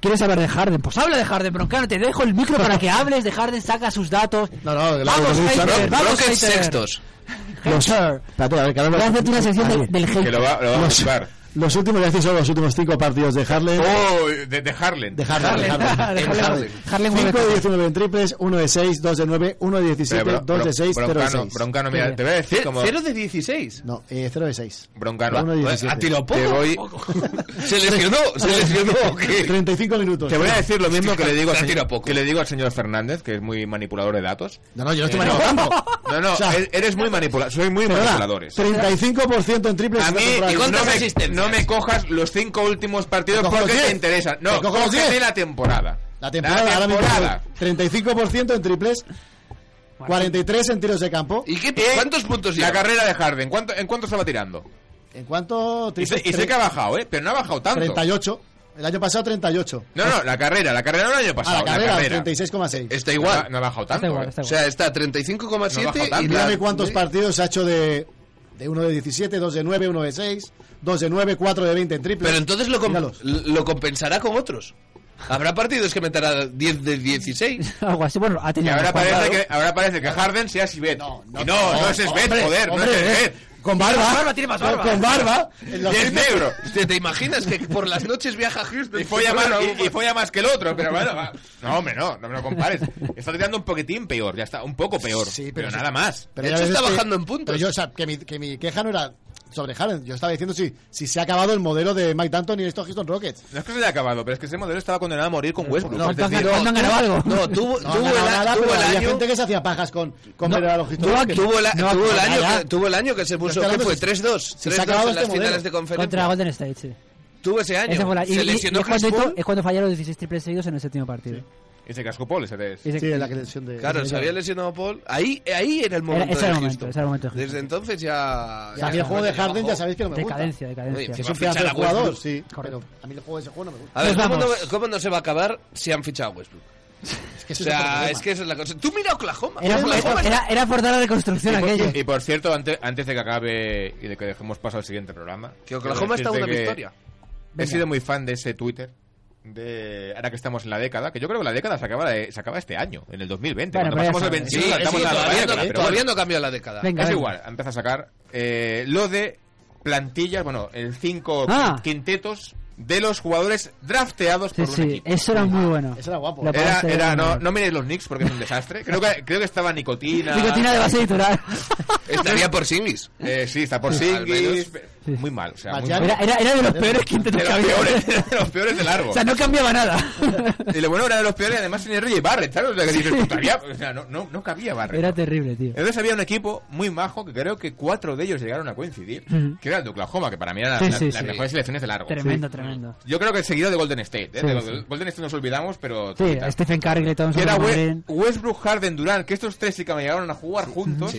Speaker 2: ¿Quieres hablar de Harden? Pues habla de Harden, broncano. Te dejo el micro para que hables de Harden, saca sus datos.
Speaker 3: No, no, la-
Speaker 2: vamos,
Speaker 3: la-
Speaker 2: hater,
Speaker 4: Bro-
Speaker 2: vamos,
Speaker 4: Brockets
Speaker 2: hater.
Speaker 4: sextos.
Speaker 3: Los, espérate, a ver, que ahora
Speaker 2: Voy a hacerte una sección
Speaker 3: Ahí.
Speaker 2: del, del
Speaker 6: Que
Speaker 2: hate.
Speaker 6: lo va, lo va a
Speaker 3: Los-
Speaker 6: buscar.
Speaker 3: Los últimos que hacen son los últimos cinco partidos de Harlem.
Speaker 6: ¡Oh! De, de Harlem.
Speaker 3: De Harlem,
Speaker 2: Harlem,
Speaker 3: Harlem,
Speaker 2: Harlem,
Speaker 3: Harlem.
Speaker 2: Harlem
Speaker 3: 5 de
Speaker 2: Wolverine.
Speaker 3: 19 en triples, 1 de 6, 2 de 9, 1 de
Speaker 6: Pero
Speaker 3: 17,
Speaker 6: bro-
Speaker 3: 2 de
Speaker 6: bro-
Speaker 3: 6, 0 de
Speaker 6: broncano,
Speaker 3: 6.
Speaker 6: broncano, mira, te voy a decir como...
Speaker 4: 0 de 16.
Speaker 3: No, eh, 0 de 6.
Speaker 6: Broncano,
Speaker 3: Uno de
Speaker 6: pues,
Speaker 3: diecisiete.
Speaker 6: a tiro poco. Te voy, se lesionó, se lesionó. ¿o qué?
Speaker 3: 35 minutos.
Speaker 6: Te voy a decir lo mismo que le digo al
Speaker 4: Se
Speaker 6: señor-
Speaker 4: tira poco.
Speaker 6: que le digo al señor Fernández, que es muy manipulador de datos.
Speaker 3: No, no, yo no
Speaker 6: Eh,
Speaker 3: estoy
Speaker 6: no,
Speaker 3: manejando.
Speaker 6: no, no,
Speaker 3: O sea,
Speaker 6: e- eres muy manipulador, soy muy
Speaker 3: Perdona,
Speaker 6: manipuladores.
Speaker 3: 35% en triples.
Speaker 6: A
Speaker 3: en la
Speaker 6: mí
Speaker 3: temporada.
Speaker 4: ¿y cuántas
Speaker 6: no me, no
Speaker 4: asistencias?
Speaker 6: me cojas los cinco últimos partidos
Speaker 3: Te cojo
Speaker 6: porque
Speaker 3: los
Speaker 6: te
Speaker 3: diez.
Speaker 6: interesan.
Speaker 3: Te
Speaker 6: No,
Speaker 3: cojo los
Speaker 6: cógete
Speaker 3: diez.
Speaker 6: la temporada.
Speaker 3: La temporada,
Speaker 6: La
Speaker 3: ahora mismo,
Speaker 6: temporada.
Speaker 3: 35% en triples, 43 en tiros de campo.
Speaker 4: ¿Y qué,
Speaker 6: Eh,
Speaker 4: cuántos puntos
Speaker 6: La
Speaker 4: lleva?
Speaker 6: carrera de Harden, ¿cuánto, ¿en cuánto estaba tirando?
Speaker 3: ¿En cuánto?
Speaker 6: Y sé,
Speaker 3: triples?
Speaker 6: y sé que ha bajado, ¿eh? Pero no ha bajado tanto.
Speaker 3: 38. El año pasado 38.
Speaker 6: No, no, la carrera, la carrera del año
Speaker 3: A
Speaker 6: pasado.
Speaker 3: la carrera, 36,6.
Speaker 4: Está
Speaker 6: No,
Speaker 4: igual.
Speaker 6: ha- no ha bajado tanto.
Speaker 2: igual,
Speaker 6: ¿eh?
Speaker 2: está
Speaker 4: O sea, está 35,7
Speaker 6: No baja
Speaker 4: y
Speaker 6: tanto.
Speaker 4: la-
Speaker 3: Dígame cuántos partidos ha hecho de, de 1 de 17, 2 de 9, 1 de 6, 2 de 9, 4 de 20 en triples.
Speaker 4: Pero entonces lo, com-
Speaker 3: Míralos.
Speaker 4: lo compensará con otros. Habrá partidos que meterá 10 de 16.
Speaker 2: Algo así, bueno, ha
Speaker 6: Y
Speaker 2: tenido
Speaker 6: ahora
Speaker 2: mejor.
Speaker 6: parece, que, ahora parece que Harden sea Sibet. No, no, no, es Sibet, joder, no es
Speaker 2: eh,
Speaker 6: Sibet.
Speaker 3: Con barba. Con barba.
Speaker 6: Y es negro.
Speaker 4: ¿Te, te imaginas que por las noches viaja a Houston?
Speaker 6: Y folla, más, y, y folla más que el otro, pero bueno. va. No, hombre, no, no me lo compares. Está tirando un poquitín peor, ya está, un poco peor.
Speaker 3: Sí, pero
Speaker 6: pero,
Speaker 3: sí.
Speaker 6: nada más.
Speaker 4: De
Speaker 3: ya
Speaker 4: hecho,
Speaker 3: ves este-
Speaker 4: está
Speaker 3: que-
Speaker 4: bajando en puntos.
Speaker 3: Pero yo, o sea, que mi, que mi queja no era sobre Harden. Yo estaba diciendo si, si se ha acabado el modelo de Mike D'Antoni y estos Houston Rockets.
Speaker 6: No es que se haya acabado, pero es que ese modelo estaba condenado a morir con Westbrook.
Speaker 2: No,
Speaker 6: es decir,
Speaker 2: entonces, ¿cuándo han ganado algo?
Speaker 4: No, tuvo,
Speaker 3: No,
Speaker 4: tuvo
Speaker 3: nada,
Speaker 4: el, a-
Speaker 3: nada,
Speaker 4: tuvo
Speaker 3: pero
Speaker 4: el
Speaker 3: había
Speaker 4: año...
Speaker 3: gente que se hacía pajas con, con
Speaker 2: No,
Speaker 3: ver a los Houston
Speaker 2: no,
Speaker 3: Rockets.
Speaker 4: Tuvo, la-
Speaker 2: No,
Speaker 4: tuvo el
Speaker 2: no,
Speaker 4: año
Speaker 3: ya.
Speaker 4: que, tuvo el año que se puso,
Speaker 3: Pero es
Speaker 4: ¿qué
Speaker 3: que
Speaker 4: fue?
Speaker 3: hablamos-
Speaker 4: 3-2.
Speaker 3: si se ha
Speaker 4: 3-2
Speaker 3: acabado
Speaker 4: en las
Speaker 3: este
Speaker 4: finales
Speaker 3: modelo.
Speaker 4: de conferencia.
Speaker 2: Contra Golden State, sí.
Speaker 4: Tuvo ese año.
Speaker 2: Ese fue la- y,
Speaker 4: se
Speaker 2: y- y
Speaker 4: lesionó
Speaker 2: es, cuando
Speaker 4: Chris
Speaker 2: hizo-
Speaker 4: Paul.
Speaker 2: es cuando fallaron los 16 triples seguidos en el séptimo partido.
Speaker 6: Y se cascó Paul, ese test.
Speaker 3: Sí, en la creación de.
Speaker 4: Claro, se había lesionado Paul. Ahí, ahí era
Speaker 2: Era-
Speaker 4: el momento.
Speaker 2: ese
Speaker 4: de
Speaker 2: era el momento,
Speaker 4: Houston.
Speaker 2: ese era el momento de
Speaker 4: Desde entonces ya.
Speaker 3: O sea, a mí el juego de Harden ya sabéis que no me gusta.
Speaker 2: Decadencia,
Speaker 4: Oye,
Speaker 2: decadencia.
Speaker 4: encima
Speaker 3: Es un pedazo de
Speaker 4: fichar a Westbrook.
Speaker 3: jugador, sí. Pero a mí el juego de ese juego no me gusta.
Speaker 4: A ver, ¿cómo no, cómo no se va a acabar si han fichado a Westbrook?
Speaker 3: Es que
Speaker 4: o
Speaker 3: ese es el
Speaker 4: sea,
Speaker 3: problema.
Speaker 4: es que esa es la cosa. Tú mira a Oklahoma.
Speaker 2: Era,
Speaker 4: Oklahoma
Speaker 2: era, era, era forzar la reconstrucción
Speaker 6: y, por-
Speaker 2: aquello.
Speaker 6: y por cierto, ante- antes de que acabe y de que dejemos paso al siguiente programa,
Speaker 4: Que Oklahoma está
Speaker 6: quiero decirte
Speaker 4: una
Speaker 6: que
Speaker 4: victoria.
Speaker 6: He sido muy fan de ese Twitter. De, ahora que estamos en la década, que yo creo que la década se acaba, de- se acaba este año, en el 2020.
Speaker 4: Bueno,
Speaker 6: Cuando
Speaker 4: pero ya
Speaker 6: pasamos el
Speaker 4: sabes.
Speaker 6: 21,
Speaker 4: Sí,
Speaker 6: saltamos
Speaker 4: sí,
Speaker 6: la
Speaker 4: todavía
Speaker 6: década,
Speaker 4: no-
Speaker 6: pero
Speaker 4: todavía no ha cambiado la década. Venga,
Speaker 6: es
Speaker 4: venga.
Speaker 6: igual, empieza a sacar eh, lo de plantillas, bueno, el cinco
Speaker 2: Ah.
Speaker 6: quintetos de los jugadores drafteados
Speaker 2: Sí,
Speaker 6: por un
Speaker 2: sí,
Speaker 6: equipo.
Speaker 2: eso era muy bueno.
Speaker 3: Eso era guapo.
Speaker 2: Lo
Speaker 6: Era,
Speaker 2: pasaste
Speaker 6: era-
Speaker 2: bien,
Speaker 6: no,
Speaker 2: ¿no?
Speaker 6: no miréis los Knicks porque es un desastre. Creo que, creo que estaba Nicotina.
Speaker 2: Nicotina de base editorial.
Speaker 6: Estaría por Singis. Eh, sí, está por
Speaker 4: Al menos.
Speaker 6: Singis. Muy mal. O sea, muy mal.
Speaker 2: Era, era, era de los peores
Speaker 6: De
Speaker 2: quintetos que
Speaker 6: los
Speaker 2: había.
Speaker 6: peores, de los peores del árbol.
Speaker 2: O sea, no cambiaba nada.
Speaker 6: Y lo bueno era de los peores, además tenía Reggie Barrett, ¿sabes? O sea, que dices, "Pues, cabía- o sea, no, no, no cabía Barrett.
Speaker 2: Era terrible, tío.
Speaker 6: Entonces había un equipo muy majo que creo que cuatro de ellos llegaron a coincidir,
Speaker 2: Ujú.
Speaker 6: que era el de Oklahoma, que para mí era
Speaker 2: Sí,
Speaker 6: la-
Speaker 2: sí,
Speaker 6: las
Speaker 2: sí.
Speaker 6: mejores selecciones de largo.
Speaker 2: Tremendo, tremendo.
Speaker 6: Yo creo que seguido de Golden State. ¿eh?
Speaker 2: Sí,
Speaker 6: De
Speaker 2: sí.
Speaker 6: Golden State nos olvidamos, pero...
Speaker 2: Sí,
Speaker 6: quizás.
Speaker 2: Stephen Curry, Thompson,
Speaker 6: Que era We-
Speaker 2: Green.
Speaker 6: Westbrook, Harden, Durant, que estos tres sí que me llegaron a jugar juntos.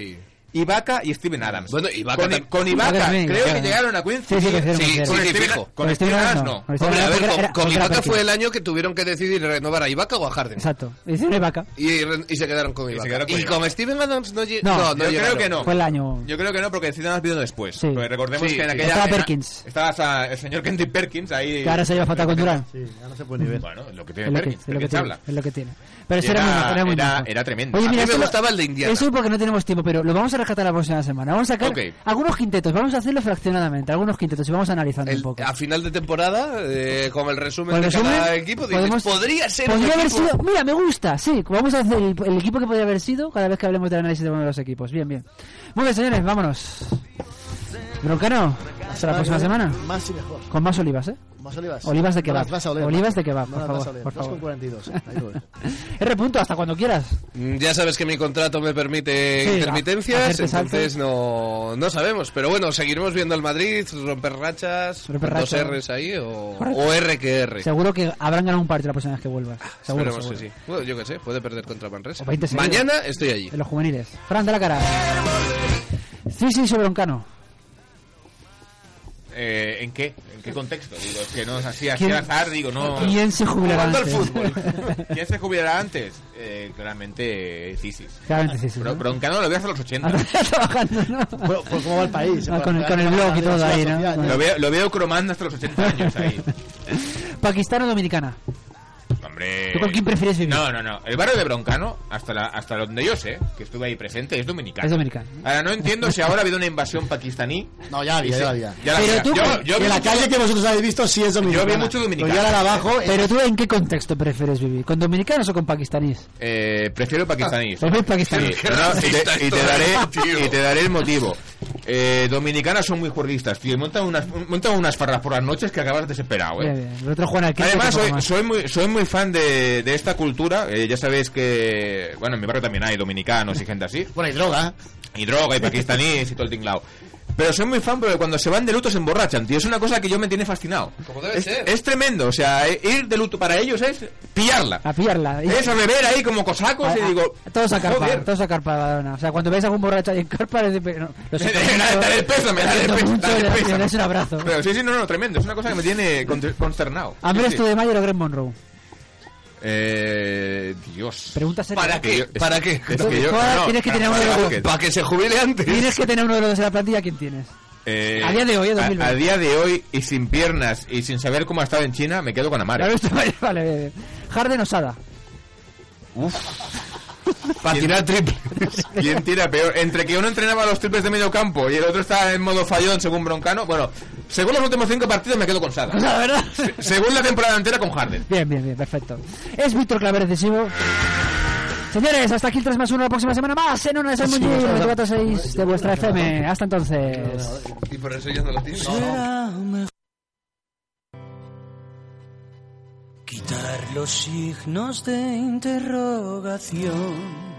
Speaker 6: Ibaka y Steven Adams. Bueno,
Speaker 4: Ibaka
Speaker 6: con,
Speaker 4: tam-
Speaker 6: con Ibaka,
Speaker 4: Ibaka también,
Speaker 6: creo que
Speaker 4: claro.
Speaker 6: llegaron a coincidir.
Speaker 4: Sí, sí, coincidieron, coincidieron.
Speaker 6: con
Speaker 4: Sí, sí,
Speaker 6: Steven-
Speaker 4: fijo.
Speaker 6: Con Steven
Speaker 2: Con Steven
Speaker 6: Adams
Speaker 2: Adams
Speaker 6: no.
Speaker 2: no. Con Steven
Speaker 4: Hombre, a ver,
Speaker 2: Era-
Speaker 4: con,
Speaker 2: era-
Speaker 4: con
Speaker 2: era
Speaker 4: Ibaka
Speaker 2: Perkins.
Speaker 4: fue el año que tuvieron que decidir renovar a Ibaka o a Harden.
Speaker 2: Exacto. Hicieron vaca.
Speaker 4: Y, re- y se quedaron con
Speaker 6: se
Speaker 4: Ibaka. Y,
Speaker 6: quedaron con Ibaka.
Speaker 4: con Steven Adams no llegó.
Speaker 2: No,
Speaker 4: No,
Speaker 6: yo creo
Speaker 4: llegaron.
Speaker 6: que no. Eh,
Speaker 2: Fue el año.
Speaker 6: Yo creo que no, porque Steven Adams vino después.
Speaker 2: Sí.
Speaker 6: Pero recordemos
Speaker 2: Sí,
Speaker 6: que en
Speaker 2: sí.
Speaker 6: aquella.
Speaker 2: Estaba
Speaker 6: en a-
Speaker 2: Perkins.
Speaker 6: Estaba esa- el señor Kendrick Perkins ahí.
Speaker 2: Que ahora se lleva fatal con Durant.
Speaker 3: Sí, ya no se puede ni ver.
Speaker 6: Bueno, lo que
Speaker 2: Es
Speaker 6: tiene
Speaker 2: lo que,
Speaker 6: Perkins.
Speaker 2: es lo
Speaker 6: ¿de qué
Speaker 2: que
Speaker 6: se
Speaker 2: tiene,
Speaker 6: habla?
Speaker 2: es lo que tiene. Pero eso era, muy majo, era muy
Speaker 6: era,
Speaker 2: majo.
Speaker 6: era tremendo.
Speaker 2: Oye, mira,
Speaker 6: a mí
Speaker 2: esto
Speaker 6: me
Speaker 2: lo-
Speaker 6: gustaba el de Indiana.
Speaker 2: Eso porque no tenemos tiempo, pero lo vamos a rescatar la próxima semana. Vamos a sacar
Speaker 4: Ok.
Speaker 2: algunos quintetos, vamos a hacerlo fraccionadamente, algunos quintetos y vamos analizando un poco.
Speaker 4: A final de temporada, eh, con el resumen
Speaker 2: Con el
Speaker 4: de cada
Speaker 2: resumen,
Speaker 4: equipo, dices,
Speaker 2: podemos-
Speaker 4: podría ser un
Speaker 2: Podría haber
Speaker 4: equipo-
Speaker 2: sido, mira, me gusta, sí, vamos a hacer el, el equipo que podría haber sido cada vez que hablemos del análisis de uno de los equipos. Bien, bien. Muy bien, señores, vámonos. Broncano, hasta la próxima semana.
Speaker 3: Más y mejor.
Speaker 2: Con más olivas, ¿eh?
Speaker 3: Más olivas.
Speaker 2: Olivas de
Speaker 3: No
Speaker 2: kebab.
Speaker 3: las vas a oler,
Speaker 2: olivas de
Speaker 3: Marco.
Speaker 2: kebab,
Speaker 3: No
Speaker 2: por
Speaker 3: las vas a
Speaker 2: favor.
Speaker 3: oler.
Speaker 2: Por
Speaker 3: Dos con
Speaker 2: favor.
Speaker 3: 42. Ahí lo ves.
Speaker 2: R punto, hasta cuando quieras.
Speaker 4: Mm, Ya sabes que mi contrato me permite
Speaker 2: Sí, a-
Speaker 4: intermitencias,
Speaker 2: hacerte saltos.
Speaker 4: entonces no, no sabemos. Pero bueno, seguiremos viendo al Madrid, romper rachas,
Speaker 2: Romper
Speaker 4: dos
Speaker 2: rachas.
Speaker 4: R's ahí, o,
Speaker 2: Correcto.
Speaker 4: o R que R. Ah,
Speaker 2: Seguro que habrán ganado un partido la próxima vez que vuelvas. Seguro,
Speaker 4: Esperemos
Speaker 2: seguro.
Speaker 4: que sí. Bueno, yo qué sé, puede perder contra Manresa.
Speaker 2: 20 seguidos.
Speaker 4: Mañana estoy allí.
Speaker 2: En los juveniles. Fran de la cara. Sí, sí, sobre Broncano.
Speaker 6: Eh, ¿En qué? ¿En qué contexto? Digo, es que no es así, así
Speaker 2: ¿Quién-
Speaker 6: al azar, digo, no.
Speaker 2: quién se jubilará
Speaker 6: Jugando
Speaker 2: antes?
Speaker 6: al fútbol. ¿Quién se jubilará antes? Eh, claramente, eh, Cisis.
Speaker 2: Claramente Cisis,
Speaker 6: Bro-
Speaker 2: ¿no?
Speaker 6: Broncano lo veas a los 80.
Speaker 2: trabajando, ¿no?
Speaker 3: Por cómo va el país.
Speaker 2: Ah,
Speaker 3: por-
Speaker 2: con el- con el blog y todo ahí, ¿no?
Speaker 3: social,
Speaker 6: Lo veo, lo veo cromando hasta los 80 años ahí.
Speaker 2: Pakistán o Dominicana.
Speaker 6: Hombre.
Speaker 2: ¿Tú con quién prefieres vivir?
Speaker 6: No, no, no. El barrio de Broncano, hasta, la, hasta donde yo sé, que estuve ahí presente, es dominicano.
Speaker 2: Es dominicano.
Speaker 6: Ahora, no entiendo si ahora ha habido una invasión pakistaní.
Speaker 3: No, ya había,
Speaker 6: Y se-
Speaker 3: ya había.
Speaker 6: ya la
Speaker 3: Pero
Speaker 6: había.
Speaker 3: tú,
Speaker 6: Yo- yo
Speaker 3: de
Speaker 6: vi
Speaker 3: la
Speaker 6: mucho-
Speaker 3: calle que vosotros habéis visto, sí es dominicana.
Speaker 6: vi mucho dominicano.
Speaker 3: Pero ya la de abajo, eh,
Speaker 2: Pero tú, ¿en qué contexto prefieres vivir? ¿Con dominicanos o con pakistaníes?
Speaker 6: Eh, prefiero pakistaníes.
Speaker 2: Ah, Prefiero pakistaníes.
Speaker 6: Sí, no, no, y, te, y te daré, y te daré el motivo. Eh, dominicanas son muy juerguistas, tío. y Montan unas, montan unas farras por las noches que acabas desesperado, eh.
Speaker 2: Bien, bien. El otro juega al cricket,
Speaker 6: Además,
Speaker 2: otro
Speaker 6: soy,
Speaker 2: juega más.
Speaker 6: soy muy, soy muy fan de, de esta cultura. Eh, ya sabéis que, bueno, en mi barrio también hay dominicanos y gente así.
Speaker 3: Bueno, hay droga.
Speaker 6: Y droga, y pakistaníes y todo el tinglao. Pero soy muy fan porque cuando se van de luto se emborrachan, tío. Es una cosa que yo me tiene fascinado.
Speaker 4: Como debe
Speaker 6: Es,
Speaker 4: ser.
Speaker 6: es tremendo, o sea, eh, ir de luto para ellos es pillarla.
Speaker 2: A pillarla.
Speaker 6: Es a beber ahí como Oh, cosacos y digo,
Speaker 2: Todos a carpa,
Speaker 6: joder.
Speaker 2: todos a carpa, Badalona. O sea, cuando veis a algún borracho ahí en carpa, le decís, no, lo siento mucho,
Speaker 6: Dale el peso, me
Speaker 2: lo
Speaker 6: dale el
Speaker 2: siento
Speaker 6: peso,
Speaker 2: mucho,
Speaker 6: dale el
Speaker 2: le-
Speaker 6: peso.
Speaker 2: le dais un abrazo.
Speaker 6: Pero sí, sí, no, no, tremendo. Es una cosa que me tiene con- consternado.
Speaker 2: Andrés
Speaker 6: Sí, sí.
Speaker 2: Tudemayo o Greg Monroe.
Speaker 6: Eh, Dios.
Speaker 2: Pregunta seria.
Speaker 6: ¿Para qué?
Speaker 4: ¿Para qué?
Speaker 6: Es que yo-
Speaker 2: Joder,
Speaker 6: no,
Speaker 2: tienes que
Speaker 6: no,
Speaker 2: tener uno de
Speaker 6: no,
Speaker 2: los
Speaker 6: que-
Speaker 4: Para que se jubile antes.
Speaker 2: Tienes que tener uno de los dos en la plantilla, ¿quién tienes?
Speaker 6: Eh,
Speaker 2: A día de hoy, eh,
Speaker 6: a,
Speaker 2: 2020.
Speaker 6: a día de hoy, y sin piernas y sin saber cómo ha estado en China, me quedo con ¿eh? Amare.
Speaker 2: Vale, vale, vale, vale. Harden osada.
Speaker 6: Para tirar triples. ¿Quién tira peor? Entre que uno entrenaba los triples de medio campo y el otro está en modo fallón según Broncano. Bueno, según los últimos cinco partidos me quedo con Sada.
Speaker 2: La verdad.
Speaker 6: Se- según la temporada entera con Harden.
Speaker 2: Bien, bien, bien, perfecto. Es Víctor Claver decisivo. Señores, hasta aquí el 3 más 1 la próxima semana más en una de esas
Speaker 4: Sí,
Speaker 2: mundial
Speaker 4: sí, sí.
Speaker 2: 446 de vuestra FM. Hasta entonces.
Speaker 4: Y por eso ya no lo tiene.
Speaker 17: Quitar los signos de interrogación.